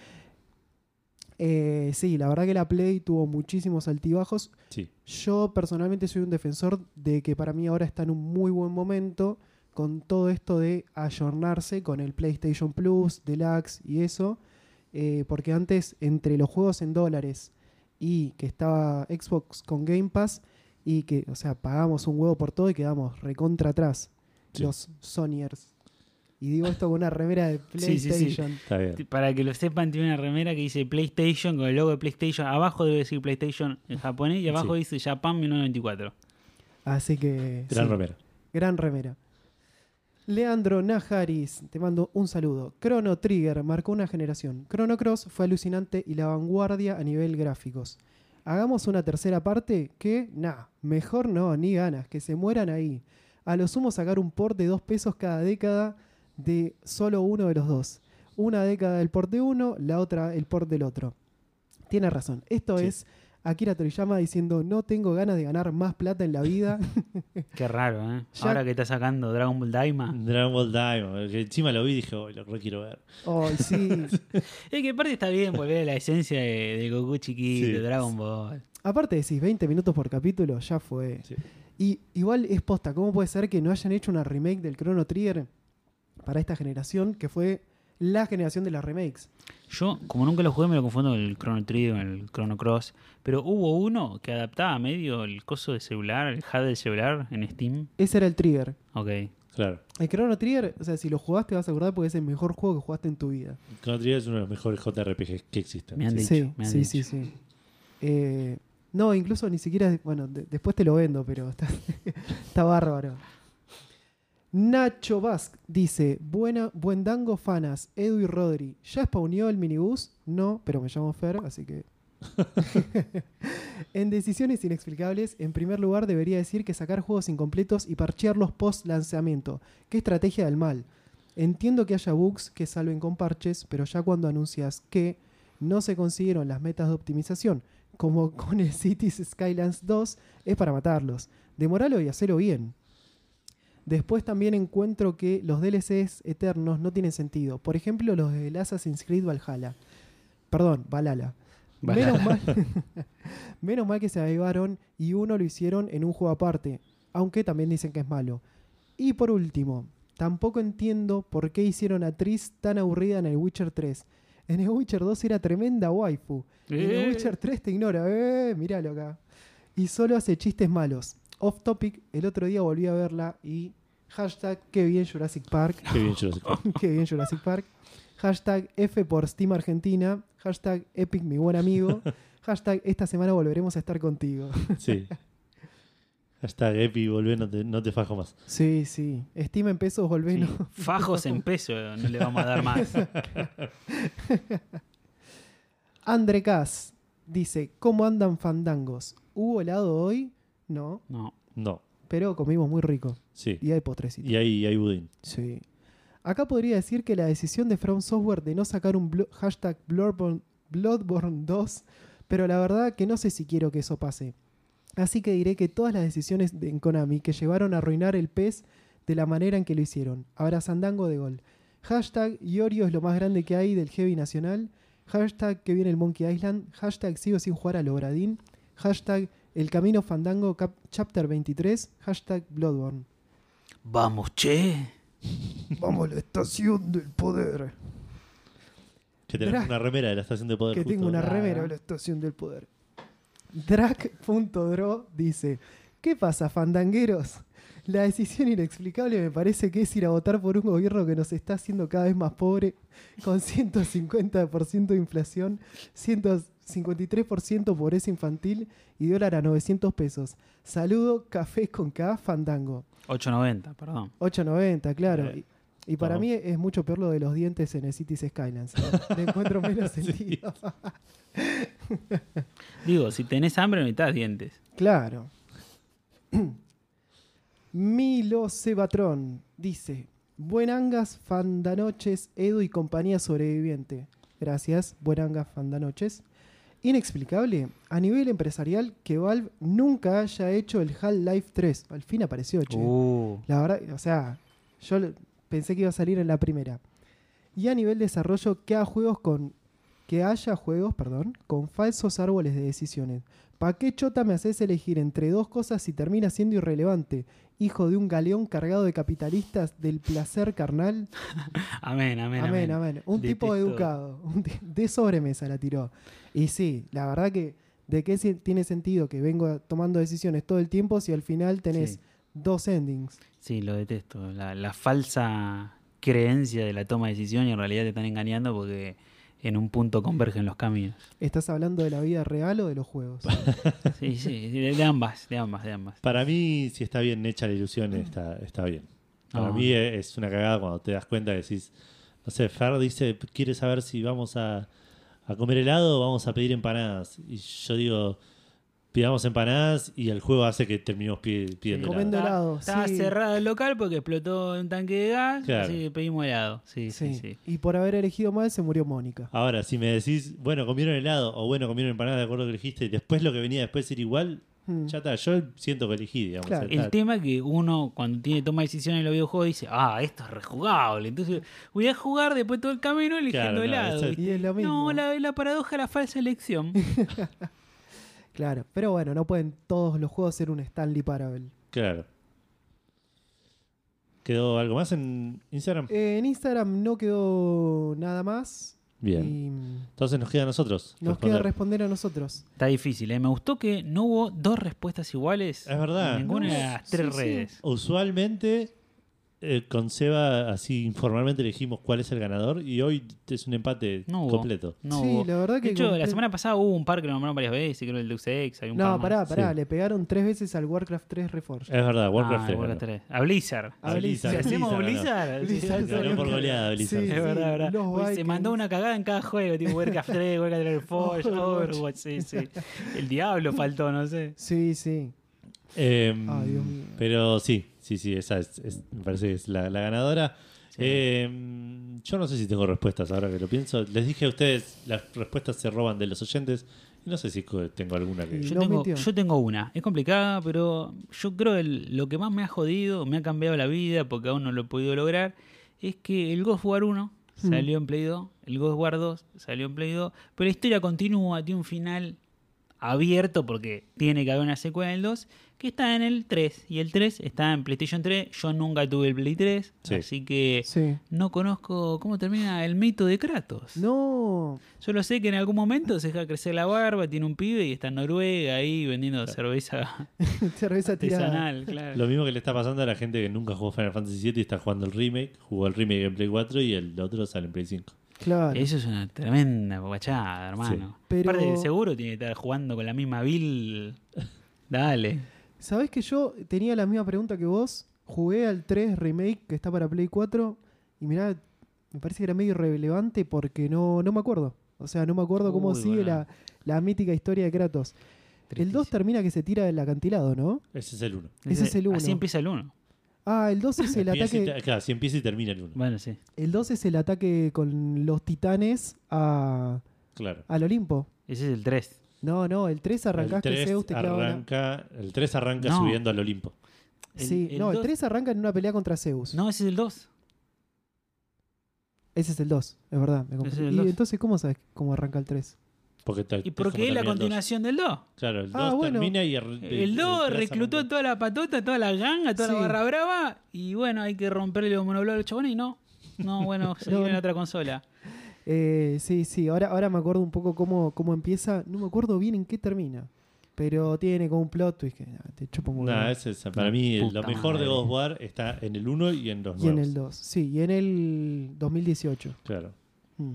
S3: Eh, sí, la verdad que la Play tuvo muchísimos altibajos.
S2: Sí.
S3: Yo personalmente soy un defensor de que para mí ahora está en un muy buen momento con todo esto de ayornarse con el PlayStation Plus, Deluxe y eso, eh, porque antes entre los juegos en dólares y que estaba Xbox con Game Pass, y que, o sea, pagamos un huevo por todo y quedamos recontra atrás.
S2: Sí.
S3: Los Sonyers. Y digo esto con una remera de
S1: Sí, sí, sí.
S3: PlayStation.
S2: Está bien.
S1: Para que lo sepan, tiene una remera que dice PlayStation con el logo de PlayStation. Abajo debe decir PlayStation en japonés y abajo
S2: Sí.
S1: dice Japan 1994.
S3: Así que.
S2: Gran
S3: sí,
S2: remera.
S3: gran remera. Leandro Najaris, te mando un saludo. Chrono Trigger marcó una generación. Chrono Cross fue alucinante y la vanguardia a nivel gráficos. Hagamos una tercera parte que, nah, mejor no, ni ganas, que se mueran ahí. A lo sumo sacar un port de dos pesos cada década de solo uno de los dos. Una década del port de uno, la otra el port del otro. Tiene razón. Esto
S2: Sí.
S3: es Akira Toriyama diciendo no tengo ganas de ganar más plata en la vida.
S1: Qué raro, ¿eh?
S3: Ya-
S1: Ahora que está sacando Dragon Ball Daima.
S2: Dragon Ball Diamond. que encima lo vi y dije, "Uy, lo re quiero ver.
S3: Oh, sí.
S1: Es que aparte está bien volver a la esencia de, de Goku chiquito,
S2: Sí.
S1: de Dragon Ball.
S3: Aparte decís 20 minutos por capítulo, ya fue.
S2: Sí.
S3: Y igual es posta, ¿cómo puede ser que no hayan hecho una remake del Chrono Trigger para esta generación que fue la generación de las remakes?
S1: Yo, como nunca lo jugué, me lo confundo con el Chrono Trigger, con el Chrono Cross. Pero hubo uno que adaptaba medio el coso de celular, el HUD del celular en Steam.
S3: Ese era el Trigger.
S1: Ok.
S2: Claro.
S3: El Chrono Trigger, o sea, si lo jugaste vas a acordar porque es el mejor juego que jugaste en tu vida.
S2: Chrono Trigger es uno de los mejores JRPGs que existen.
S1: Me han
S2: Sí.
S1: dicho, me han
S3: sí,
S1: dicho.
S3: sí, sí. Eh, no, incluso ni siquiera, bueno, de- después te lo vendo, pero está, está bárbaro. Nacho Basque dice, Buena, buen dango fanas, Edu y Rodri, ¿ya spawneó el minibús? No, pero me llamo Fer, así que... en decisiones inexplicables, en primer lugar debería decir que sacar juegos incompletos y parchearlos post lanzamiento. ¿Qué estrategia del mal? Entiendo que haya bugs que salven con parches, pero ya cuando anuncias que no se consiguieron las metas de optimización, como con el Cities Skylines 2, es para matarlos. Demoralo y hacelo bien. Después también encuentro que los DLCs eternos no tienen sentido. Por ejemplo, los de Assassin's Creed Valhalla. Perdón, Valhalla.
S1: Valhalla.
S3: Menos, mal, menos mal que se avivaron y uno lo hicieron en un juego aparte, aunque también dicen que es malo. Y por último, tampoco entiendo por qué hicieron a Tris tan aburrida en el Witcher 3. En el Witcher 2 era tremenda waifu. En
S1: Eh.
S3: el Witcher 3 te ignora. Eh, míralo acá. Y solo hace chistes malos. Off topic, el otro día volví a verla y hashtag que bien Jurassic Park.
S2: Qué bien Jurassic Park.
S3: que bien Jurassic Park. Hashtag F por Steam Argentina. Hashtag Epic mi buen amigo. Hashtag esta semana volveremos a estar contigo.
S2: Sí. Hashtag Epi, volvé, no te, no te fajo más.
S3: Sí, sí. Steam en pesos,
S1: Sí.
S3: volvemos.
S1: Fajos en peso, no le vamos a dar más.
S3: Andre Cas dice, ¿cómo andan fandangos? ¿Hubo helado hoy? No,
S1: No.
S2: No.
S3: pero comimos muy rico.
S2: Sí.
S3: Y hay postrecito.
S2: Y ahí hay budín.
S3: Sí. Acá podría decir que la decisión de From Software de no sacar un blo- hashtag Bloodborne, Bloodborne 2, pero la verdad que no sé si quiero que eso pase. Así que diré que todas las decisiones de en Konami que llevaron a arruinar el pez de la manera en que lo hicieron. Ahora Sandango de gol. Hashtag Iorio es lo más grande que hay del Heavy Nacional. Hashtag que viene el Monkey Island. Hashtag sigo sin jugar al Obradín. Hashtag el camino Fandango cap- Chapter 23. Hashtag Bloodborne.
S1: Vamos, che.
S3: Vamos a la estación del poder.
S2: Que tenés
S3: Mirá.
S2: una remera de la estación de poder.
S3: que
S2: justo. ¿eh?
S3: tengo una remera de la estación del poder. Drac.dro dice: ¿Qué pasa, fandangueros? La decisión inexplicable me parece que es ir a votar por un gobierno que nos está haciendo cada vez más pobre, con 150% de inflación, 153% pobreza infantil y dólar a 900 pesos. Saludo, café con K, fandango.
S1: 8.90, perdón.
S3: 8.90, claro.
S2: Eh,
S3: Y, y para
S2: no.
S3: mí es mucho peor lo de los dientes en el Cities Skylines. Le encuentro menos sentido.
S1: Digo, si tenés hambre, no necesitas dientes.
S3: Claro. Milo Cebatrón dice: Buenangas, fandanoches, Edu y compañía sobreviviente. Gracias, buenangas, fandanoches. Inexplicable, a nivel empresarial, que Valve nunca haya hecho el Half-Life 3. Al fin apareció, che.
S1: Uh.
S3: La verdad, o sea, yo lo- pensé que iba a salir en la primera. Y a nivel desarrollo, que haya juegos con. Que haya juegos, perdón, con falsos árboles de decisiones. ¿Para qué chota me haces elegir entre dos cosas si termina siendo irrelevante? Hijo de un galeón cargado de capitalistas del placer carnal.
S1: Amén, amén, amén.
S3: Amén, amén. Un tipo
S1: Detesto.
S3: educado. un ti- de sobremesa la tiró. Y sí, la verdad que ¿De qué se- tiene sentido que vengo tomando decisiones todo el tiempo si al final tenés
S1: Sí.
S3: dos endings?
S1: Sí, lo detesto. La, la falsa creencia de la toma de decisión y en realidad te están engañando porque en un punto convergen los caminos.
S3: ¿Estás hablando de la vida real o de los juegos?
S1: Sí, sí, de, de ambas, de ambas, de ambas.
S2: Para mí, si está bien hecha la
S3: Mm.
S2: ilusión, está, está bien. Para
S1: Ah.
S2: mí e- es una cagada cuando te das cuenta y decís, no sé, Fer dice, quiere saber si vamos a, a comer helado o vamos a pedir empanadas. Y yo digo, pidamos empanadas y el juego hace que terminemos pi- pidiendo
S3: Comiendo
S2: helado.
S1: Está-
S3: helado,
S1: Estaba
S3: sí.
S1: cerrado el local porque explotó un tanque de gas,
S2: Claro.
S1: así que pedimos helado. Sí, sí,
S3: Sí.
S1: sí. Ah,
S3: Y por haber elegido mal se murió Mónica.
S2: Ahora, si me decís, bueno, comieron helado o bueno, comieron empanadas de acuerdo a lo que elegiste y después lo que venía después era igual,
S3: Mm.
S2: ya está, yo siento que elegí, digamos.
S3: Claro.
S2: ya está.
S1: El tema que uno cuando tiene toma de decisiones en los videojuegos dice, ah, esto es rejugable. Entonces voy a jugar después todo el camino eligiendo
S2: Claro, no,
S1: helado.
S2: eso-
S1: ¿viste?
S3: Y es lo mismo.
S1: No, la, la paradoja de la falsa elección.
S3: Claro, pero bueno, no pueden todos los juegos ser un Stanley Parable.
S2: Claro. ¿Quedó algo más en Instagram?
S3: Eh, en Instagram no quedó nada más.
S2: Bien.
S3: Y mm,
S2: Entonces nos queda a nosotros.
S3: nos
S2: responder.
S3: queda responder a nosotros.
S1: Está difícil, ¿eh? Me gustó que no hubo dos respuestas iguales.
S2: Es verdad.
S1: En ninguna
S3: No,
S1: de las tres
S3: sí, sí.
S1: redes.
S2: Usualmente eh, con Seba así informalmente elegimos cuál es el ganador y hoy es un empate
S1: No hubo.
S2: completo.
S1: No
S3: sí,
S1: hubo.
S3: la verdad que.
S1: De hecho, la
S3: compré-
S1: semana pasada hubo un par que lo nombraron varias veces, creo el Deus Ex, hay un par
S3: No,
S1: más.
S3: pará, pará,
S2: Sí.
S3: le pegaron tres veces al Warcraft 3 Reforged.
S2: Es verdad,
S1: Ah,
S2: Warcraft tres
S1: Warcraft
S2: ganó. Ah,
S1: 3. A Blizzard.
S3: A
S2: Blizzard.
S1: Si
S3: Blizzard.
S1: hacemos
S2: Blizzard
S1: Blizzard,
S3: Blizzard
S1: sí, sí,
S2: ganó
S1: sí.
S2: por goleada, Blizzard.
S3: Sí,
S1: Es verdad, verdad.
S3: los
S1: Uy, se
S3: Vikings.
S1: mandó una cagada en cada juego, tipo Warcraft 3, Warcraft 3 Forge,
S3: Overwatch.
S1: Overwatch, sí, sí. El diablo faltó, no sé.
S3: Sí, sí.
S2: Em,
S3: Ay, Dios mío.
S2: Pero sí, sí, sí, esa es, es- me parece que es la, la ganadora.
S1: Sí.
S2: Em, yo no sé si tengo respuestas ahora que lo pienso. Les dije a ustedes, las respuestas se roban de los oyentes. Y no sé si co- tengo alguna que...
S3: Y
S1: Yo
S3: no
S1: tengo,
S3: mintió.
S1: yo tengo una. Es complicada, pero yo creo que lo que más me ha jodido, me ha cambiado la vida, porque aún no lo he podido lograr, es que el Ghost War 1
S3: Mm.
S1: salió en Play 2, el Ghost War 2 salió en Play 2, pero la historia continúa, tiene un final abierto, porque tiene que haber una secuela en el 2, que está en el 3, y el 3 está en PlayStation 3, yo nunca tuve el Play 3,
S2: Sí.
S1: así que...
S3: Sí.
S1: No conozco cómo termina el mito de Kratos.
S3: No,
S1: Solo sé que en algún momento se deja crecer la barba, tiene un pibe y está en Noruega ahí vendiendo cerveza
S3: cerveza tirada.
S1: artesanal, claro.
S2: Lo mismo que le está pasando a la gente que nunca jugó Final Fantasy VII y está jugando el remake. Jugó el remake en Play 4 y el otro sale en Play 5.
S3: Claro.
S1: Eso es una tremenda bobachada, hermano.
S3: Sí. Pero-
S1: Aparte, seguro tiene que estar jugando con la misma Bill. Dale.
S3: ¿Sabés que yo tenía la misma pregunta que vos? Jugué al 3 remake que está para Play 4 y mirá, me parece que era medio irrelevante porque no, no me acuerdo. O sea, no me acuerdo cómo
S1: Uy,
S3: sigue
S1: boludo.
S3: la, la mítica historia de Kratos. El 2
S1: Tristísimo.
S3: termina que se tira del acantilado, ¿no?
S2: Ese es el 1.
S3: ese es el uno.
S1: Así empieza el 1.
S3: Ah, el 2 es el ataque.
S2: Claro, si empieza y termina el 1.
S1: Bueno, sí.
S3: El 2 es el ataque con los titanes a,
S2: Claro.
S3: al Olimpo.
S1: Ese es el 3.
S3: No, no, el 3
S2: El
S3: arrancás que
S2: 3
S3: Zeus te clava una-
S2: arranca, el 3 arranca
S1: No.
S2: subiendo al Olimpo.
S3: Sí, no, el 3 arranca en una pelea contra Zeus.
S1: No, ese es el 2.
S3: Ese es el 2, es verdad. me confundí.
S1: Ese es el
S3: y
S1: dos.
S3: entonces, ¿cómo sabes cómo arranca el 3?
S2: Porque te-
S1: ¿Y
S2: es como
S1: por qué es la
S2: termina el dos.
S1: continuación del 2?
S2: Claro, el 2
S3: Ah, bueno.
S2: termina y ar-
S1: El 2
S2: tres
S1: reclutó a
S2: arranca.
S1: toda la patota, toda la ganga, toda
S3: Sí.
S1: la barra brava. Y bueno, hay que romperle los monoblados a los chabones y no. No, bueno, se viene
S3: no.
S1: la otra consola.
S3: Eh, sí, sí, ahora, ahora me acuerdo un poco cómo, cómo empieza. No me acuerdo bien en qué termina. Pero tiene como un plot twist que ah, te chupa un huevo.
S2: Nah, ese es- para mí
S1: Puta
S2: lo mejor de
S1: madre.
S2: God of War está en el 1 y en los
S3: Y en
S2: nuevos.
S3: el 2, sí, y en el 2018.
S2: Claro.
S3: Mm.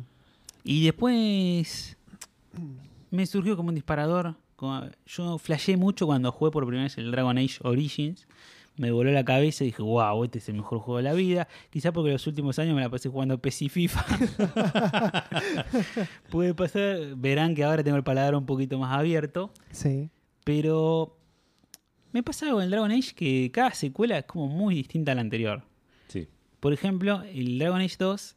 S1: Y después me surgió como un disparador. como- Yo flasheé mucho cuando jugué por primera vez el Dragon Age Origins. Me voló la cabeza y dije, wow, este es el mejor juego de la vida. Quizá porque los últimos años me la pasé jugando PS y FIFA. Puede pasar, verán que ahora tengo el paladar un poquito más abierto.
S3: Sí,
S1: Pero me pasa algo en el Dragon Age que cada secuela es como muy distinta a la anterior.
S2: Sí.
S1: Por ejemplo, el Dragon Age 2,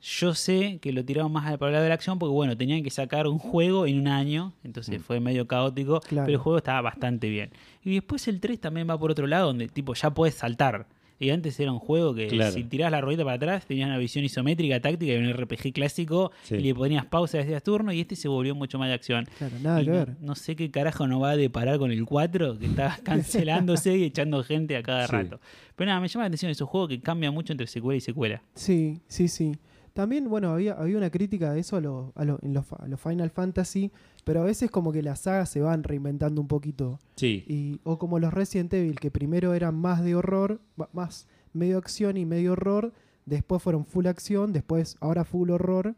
S1: yo sé que lo tiraron más al para de la acción porque, bueno, tenían que sacar un juego en un año, entonces
S2: Mm.
S1: fue medio caótico,
S3: Claro.
S1: pero el juego estaba bastante bien. Y después el 3 también va por otro lado, donde tipo ya puedes saltar. Y antes era un juego que
S2: Claro.
S1: si tirabas la ruedita para atrás tenías una visión isométrica, táctica, y un RPG clásico,
S2: Sí.
S1: y le ponías pausa desde turno, y este se volvió mucho más de acción.
S3: claro, nada
S1: Y
S3: que
S1: no-
S3: ver.
S1: No, sé qué carajo nos va a deparar con el 4, que está cancelándose y echando gente a cada
S2: Sí.
S1: rato. Pero nada, me llama la atención esos juegos que cambian mucho entre secuela y secuela.
S3: Sí, sí, sí. También, bueno, había, había una crítica de eso a, lo- a lo- en los, fa- a los Final Fantasy, pero a veces como que las sagas se van reinventando un poquito.
S2: Sí,
S3: Y, o como los Resident Evil, que primero eran más de horror, va- más medio acción y medio horror, después fueron full acción, después ahora full horror,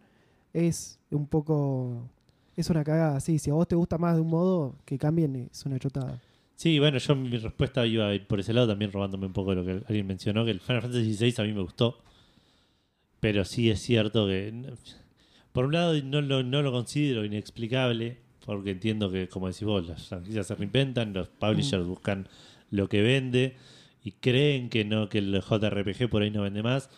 S3: es un poco... Es una cagada, sí. Si a vos te gusta más de un modo, que cambien es una chotada.
S2: sí, bueno, yo mi respuesta iba a ir por ese lado también robándome un poco de lo que alguien mencionó, que el Final Fantasy XVI a mí me gustó, pero sí es cierto que, por un lado, no lo, no lo considero inexplicable, porque entiendo que, como decís vos, las franquicias se reinventan, los
S3: Mm.
S2: publishers buscan lo que vende y creen que no que el JRPG por ahí no vende más.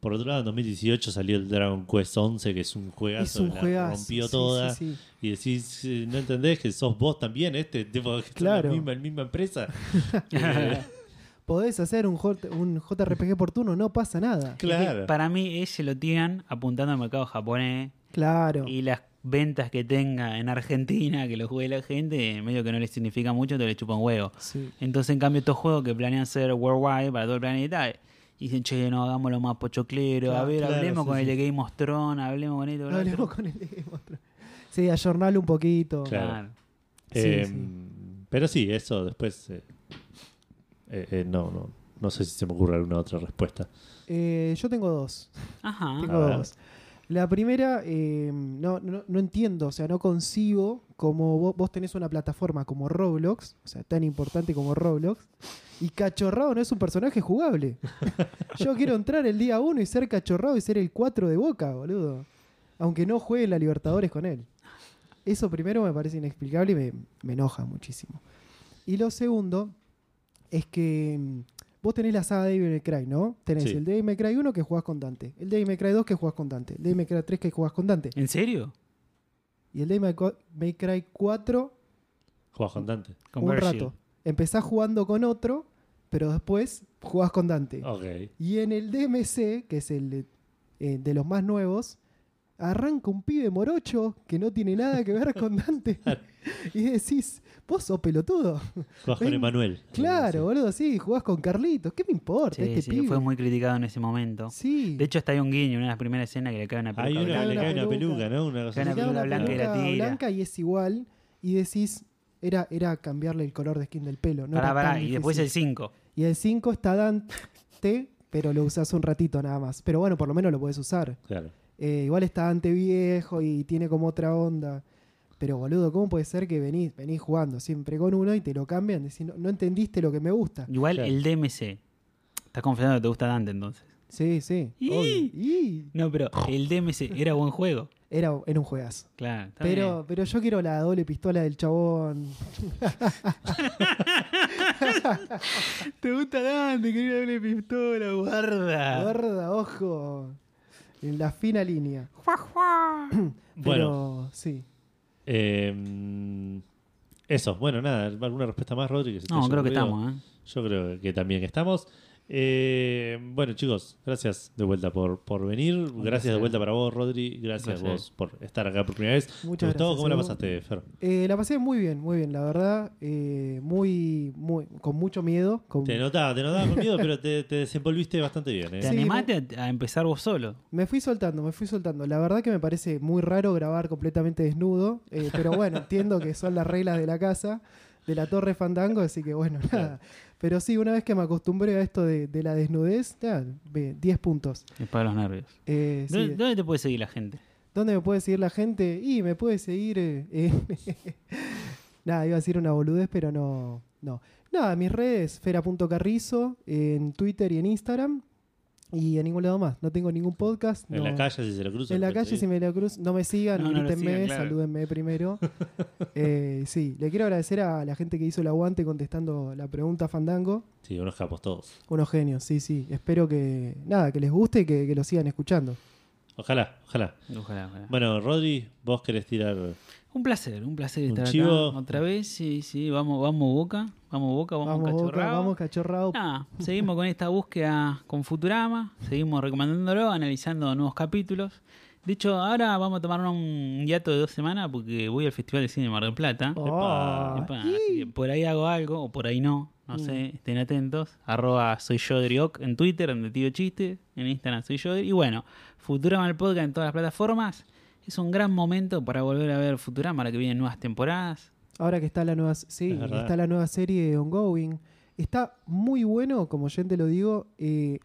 S2: Por otro lado, en 2018 salió el Dragon Quest 11, que es un
S3: Es
S2: juegazo,
S3: un
S2: que la
S3: juegazo.
S2: rompió
S3: sí,
S2: toda.
S3: sí, sí.
S2: Y decís, eh, no entendés que sos vos también, este tipo que
S3: Claro.
S2: la misma, en misma empresa.
S1: Eh,
S3: Podés hacer un, J- un JRPG por turno, no pasa nada.
S2: claro.
S1: Para mí, ellos lo tiran apuntando al mercado japonés
S3: Claro.
S1: y las ventas que tenga en Argentina, que lo juegue la gente, medio que no les significa mucho, te le chupan huevo.
S3: Sí.
S1: Entonces, en cambio, estos juegos que planean ser worldwide para todo el planeta, eh, dicen, che, no, hagámoslo más pochoclero, a
S3: Claro,
S1: ver,
S2: claro,
S1: hablemos
S2: sí,
S1: con el
S2: sí.
S1: de Game of Thrones, hablemos con esto, con lo
S3: Hablemos
S1: otro.
S3: con el de Game of Thrones. Sí, ayornalo un poquito.
S2: Claro.
S1: Claro.
S3: Sí,
S2: Eh,
S3: sí.
S2: Pero sí, eso después. eh, eh, eh, no, no. No sé si se me ocurre alguna otra respuesta.
S3: Eh, yo tengo dos.
S1: Ajá.
S3: Tengo
S2: A ver.
S3: dos. La primera, eh, no, no, no entiendo, o sea, no concibo como vos, vos tenés una plataforma como Roblox, o sea, tan importante como Roblox, y Cachorrado no es un personaje jugable. Yo quiero entrar el día 1 y ser Cachorrado y ser el 4 de Boca, boludo. Aunque no juegue en la Libertadores con él. Eso primero me parece inexplicable y me, me enoja muchísimo. Y lo segundo es que mm, vos tenés la saga de Devil May Cry, ¿no? Tenés
S2: Sí.
S3: el Devil May Cry 1 que jugás con Dante, el Devil May Cry 2 que jugás con Dante, el Devil May Cry 3 que jugás con Dante
S1: ¿En serio?
S3: y el Devil May Co- May Cry 4
S2: Jugás con Dante.
S3: un
S1: Conversion.
S3: rato. Empezás jugando con otro, pero después jugás con Dante.
S1: Oh.
S2: Ok.
S3: Y en el DMC, que es el de, eh, de los más nuevos, arranca un pibe morocho que no tiene nada que ver con Dante. y decís, vos sos pelotudo.
S2: Jugás con
S3: Ven-
S2: Emanuel.
S3: Claro,
S2: Sí.
S3: boludo, sí, jugás con Carlitos. ¿Qué me importa
S1: Sí,
S3: este
S1: sí,
S3: pibe?
S1: fue muy criticado en ese momento.
S3: Sí.
S1: De hecho, hasta hay un guiño, una de las primeras escenas que le cae una peluca
S2: Hay una
S1: blanca.
S2: que le
S3: una
S2: cae una
S3: peluca.
S2: peluca, ¿no? Una cosa
S1: Cae
S2: así.
S3: Le
S1: una
S3: da
S1: peluca
S3: una
S1: blanca y la
S3: peluca
S1: tira.
S3: blanca y es igual. Y decís, era, era cambiarle el color de skin del pelo. No
S1: Pará,
S3: era
S1: pará,
S3: tan
S1: y después el
S3: difícil.
S1: 5.
S3: Y el 5 está Dante, pero lo usás un ratito nada más. Pero bueno, por lo menos lo podés usar.
S2: Claro.
S3: Eh, igual está Dante viejo y tiene como otra onda. Pero boludo, ¿cómo puede ser que venís, venís jugando siempre con uno y te lo cambian? Decís, no, no entendiste lo que me gusta.
S1: Igual
S2: Claro.
S1: el DMC. Estás confesando que te gusta Dante entonces.
S3: Sí, sí.
S1: Y-
S3: obvio. Y
S1: No, pero el DMC era buen juego.
S3: era, era un juegazo.
S1: Claro. está
S3: Pero, pero yo quiero la doble pistola del chabón.
S1: bien. Te gusta Dante, quería darle pistola, guarda.
S3: Guarda, ojo. En la fina línea.
S2: Bueno,
S3: Pero sí.
S2: eh, eso. Bueno, nada. ¿Alguna respuesta más, Rodríguez?
S1: No, creo que estamos, ¿eh?
S2: Yo creo que también estamos. Eh, bueno, chicos, gracias de vuelta por, por venir. gracias de
S1: placer.
S2: vuelta para vos, Rodri. Gracias a
S1: placer.
S2: vos por estar acá por primera vez.
S3: Muchas
S2: ¿Te gustó?
S3: gracias,
S2: ¿Cómo la
S3: Edu.
S2: pasaste, Fer?
S3: Eh, la pasé muy bien, muy bien, la verdad. Eh, muy, muy, con mucho miedo. Con,
S2: Te notaba, te notaba con miedo, pero te, te desenvolviste bastante bien. ¿eh?
S1: Te
S3: Sí,
S1: animaste a, a empezar vos solo.
S3: Me fui soltando, me fui soltando. La verdad que me parece muy raro grabar completamente desnudo, eh, pero bueno, entiendo que son las reglas de la casa, de la torre fandango, así que bueno, nada. Pero sí, una vez que me acostumbré a esto de, de la desnudez, ya, ve, 10 puntos.
S1: Es para los nervios.
S3: Eh, sí.
S1: ¿Dónde, dónde te puede seguir la gente?
S3: ¿Dónde me puede seguir la gente? Y me puede seguir. eh, eh, nada, iba a decir una boludez, pero no. No. Nada, mis redes, fera.carrizo, en Twitter y en Instagram. Y en ningún lado más. No tengo ningún podcast.
S2: En
S3: no.
S2: la calle, si se lo cruzan.
S3: En la calle, si me la cruz, no me sigan,
S1: No, no lo
S3: grítenme,
S1: sigan, claro.
S3: salúdenme primero. Eh, sí, le quiero agradecer a la gente que hizo el aguante contestando la pregunta Fandango.
S2: Sí, unos capos todos.
S3: Unos genios, sí, sí. Espero que, nada, que les guste y que, que lo sigan escuchando.
S2: Ojalá, ojalá.
S1: Ojalá, ojalá.
S2: Bueno, Rodri, vos querés tirar.
S1: Un placer, un placer
S2: Un
S1: estar
S2: chivo.
S1: acá otra vez. Sí, sí, vamos, vamos Boca, vamos Boca, vamos,
S3: Vamos, Boca,
S1: Cachorrao.
S3: vamos, cachorrado.
S1: Nada, seguimos con esta búsqueda con Futurama, seguimos recomendándolo, analizando nuevos capítulos. De hecho, ahora vamos a tomarnos un hiato de dos semanas porque voy al Festival de Cine de Mar del Plata.
S3: Oh.
S1: Epa, así que por ahí hago algo, o por ahí no. No sé, estén atentos. Arroba soy yo Drioc en Twitter, donde tiro chiste. En Instagram soy yo. Y bueno, Futurama el podcast en todas las plataformas. Es un gran momento para volver a ver Futurama, ahora que vienen nuevas temporadas.
S3: Ahora que está la nueva, sí,
S2: Es verdad.
S3: está la nueva serie ongoing. Está muy bueno, como yo te lo digo, eh,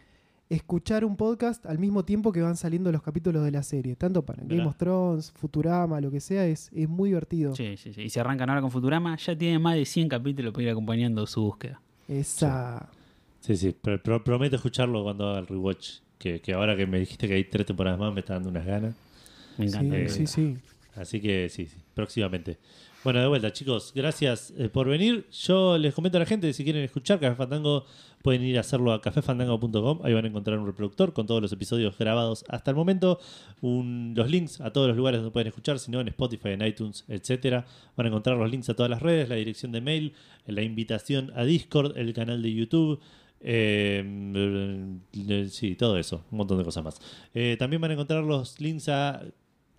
S3: escuchar un podcast al mismo tiempo que van saliendo los capítulos de la serie. Tanto para Game
S2: ¿Verdad?
S3: of Thrones, Futurama, lo que sea, es, es muy divertido.
S1: Sí, sí, sí. Y si arrancan ahora con Futurama, ya tienen más de 100 capítulos para ir acompañando su búsqueda.
S3: Esa.
S2: Sí, sí, pero, pero prometo escucharlo cuando haga el rewatch. Que, que ahora que me dijiste que hay tres temporadas más, me está dando unas ganas.
S1: Me
S3: Sí,
S1: encanta.
S2: eh,
S3: sí, sí.
S2: Así que sí, sí, próximamente. Bueno, de vuelta, chicos, gracias eh, por venir. Yo les comento a la gente, si quieren escuchar Café Fandango, pueden ir a hacerlo a cafefandango.com. Ahí van a encontrar un reproductor con todos los episodios grabados hasta el momento, un- los links a todos los lugares donde pueden escuchar, si no, en Spotify, en iTunes, etcétera. Van a encontrar los links a todas las redes, la dirección de mail, la invitación a Discord, el canal de YouTube. eh, eh, sí, todo eso, un montón de cosas más. Eh, también van a encontrar los links a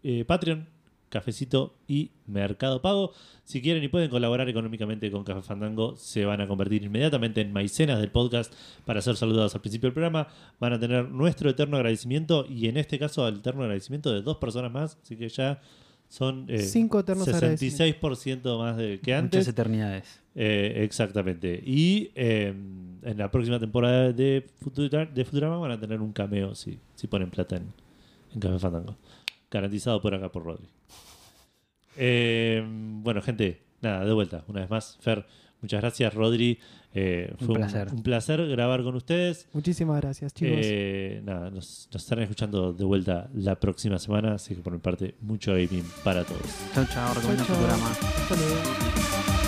S2: eh, Patreon, Cafecito y Mercado Pago. Si quieren y pueden colaborar económicamente con Café Fandango, se van a convertir inmediatamente en maicenas del podcast para ser saludados al principio del programa. Van a tener nuestro eterno agradecimiento y en este caso el eterno agradecimiento de dos personas más. Así que ya son eh,
S3: Cinco eternos
S2: 66% más de- que
S1: Muchas
S2: antes.
S1: eternidades.
S2: Eh, exactamente. Y eh, en la próxima temporada de, Futura- de Futurama van a tener un cameo si, si ponen plata en, en Café Fandango. Garantizado por acá por Rodri. Eh, bueno, gente, nada, de vuelta. Una vez más, Fer, muchas gracias, Rodri. Eh,
S1: Un
S2: fue un
S1: placer.
S2: un placer grabar con ustedes.
S3: Muchísimas gracias, chicos.
S2: Eh, nada, nos, nos estarán escuchando de vuelta la próxima semana. Así que por mi parte, mucho gaming para todos.
S1: Chao, chao. Recomiendo
S3: Chau, chau.
S1: Futurama.
S3: Hasta luego.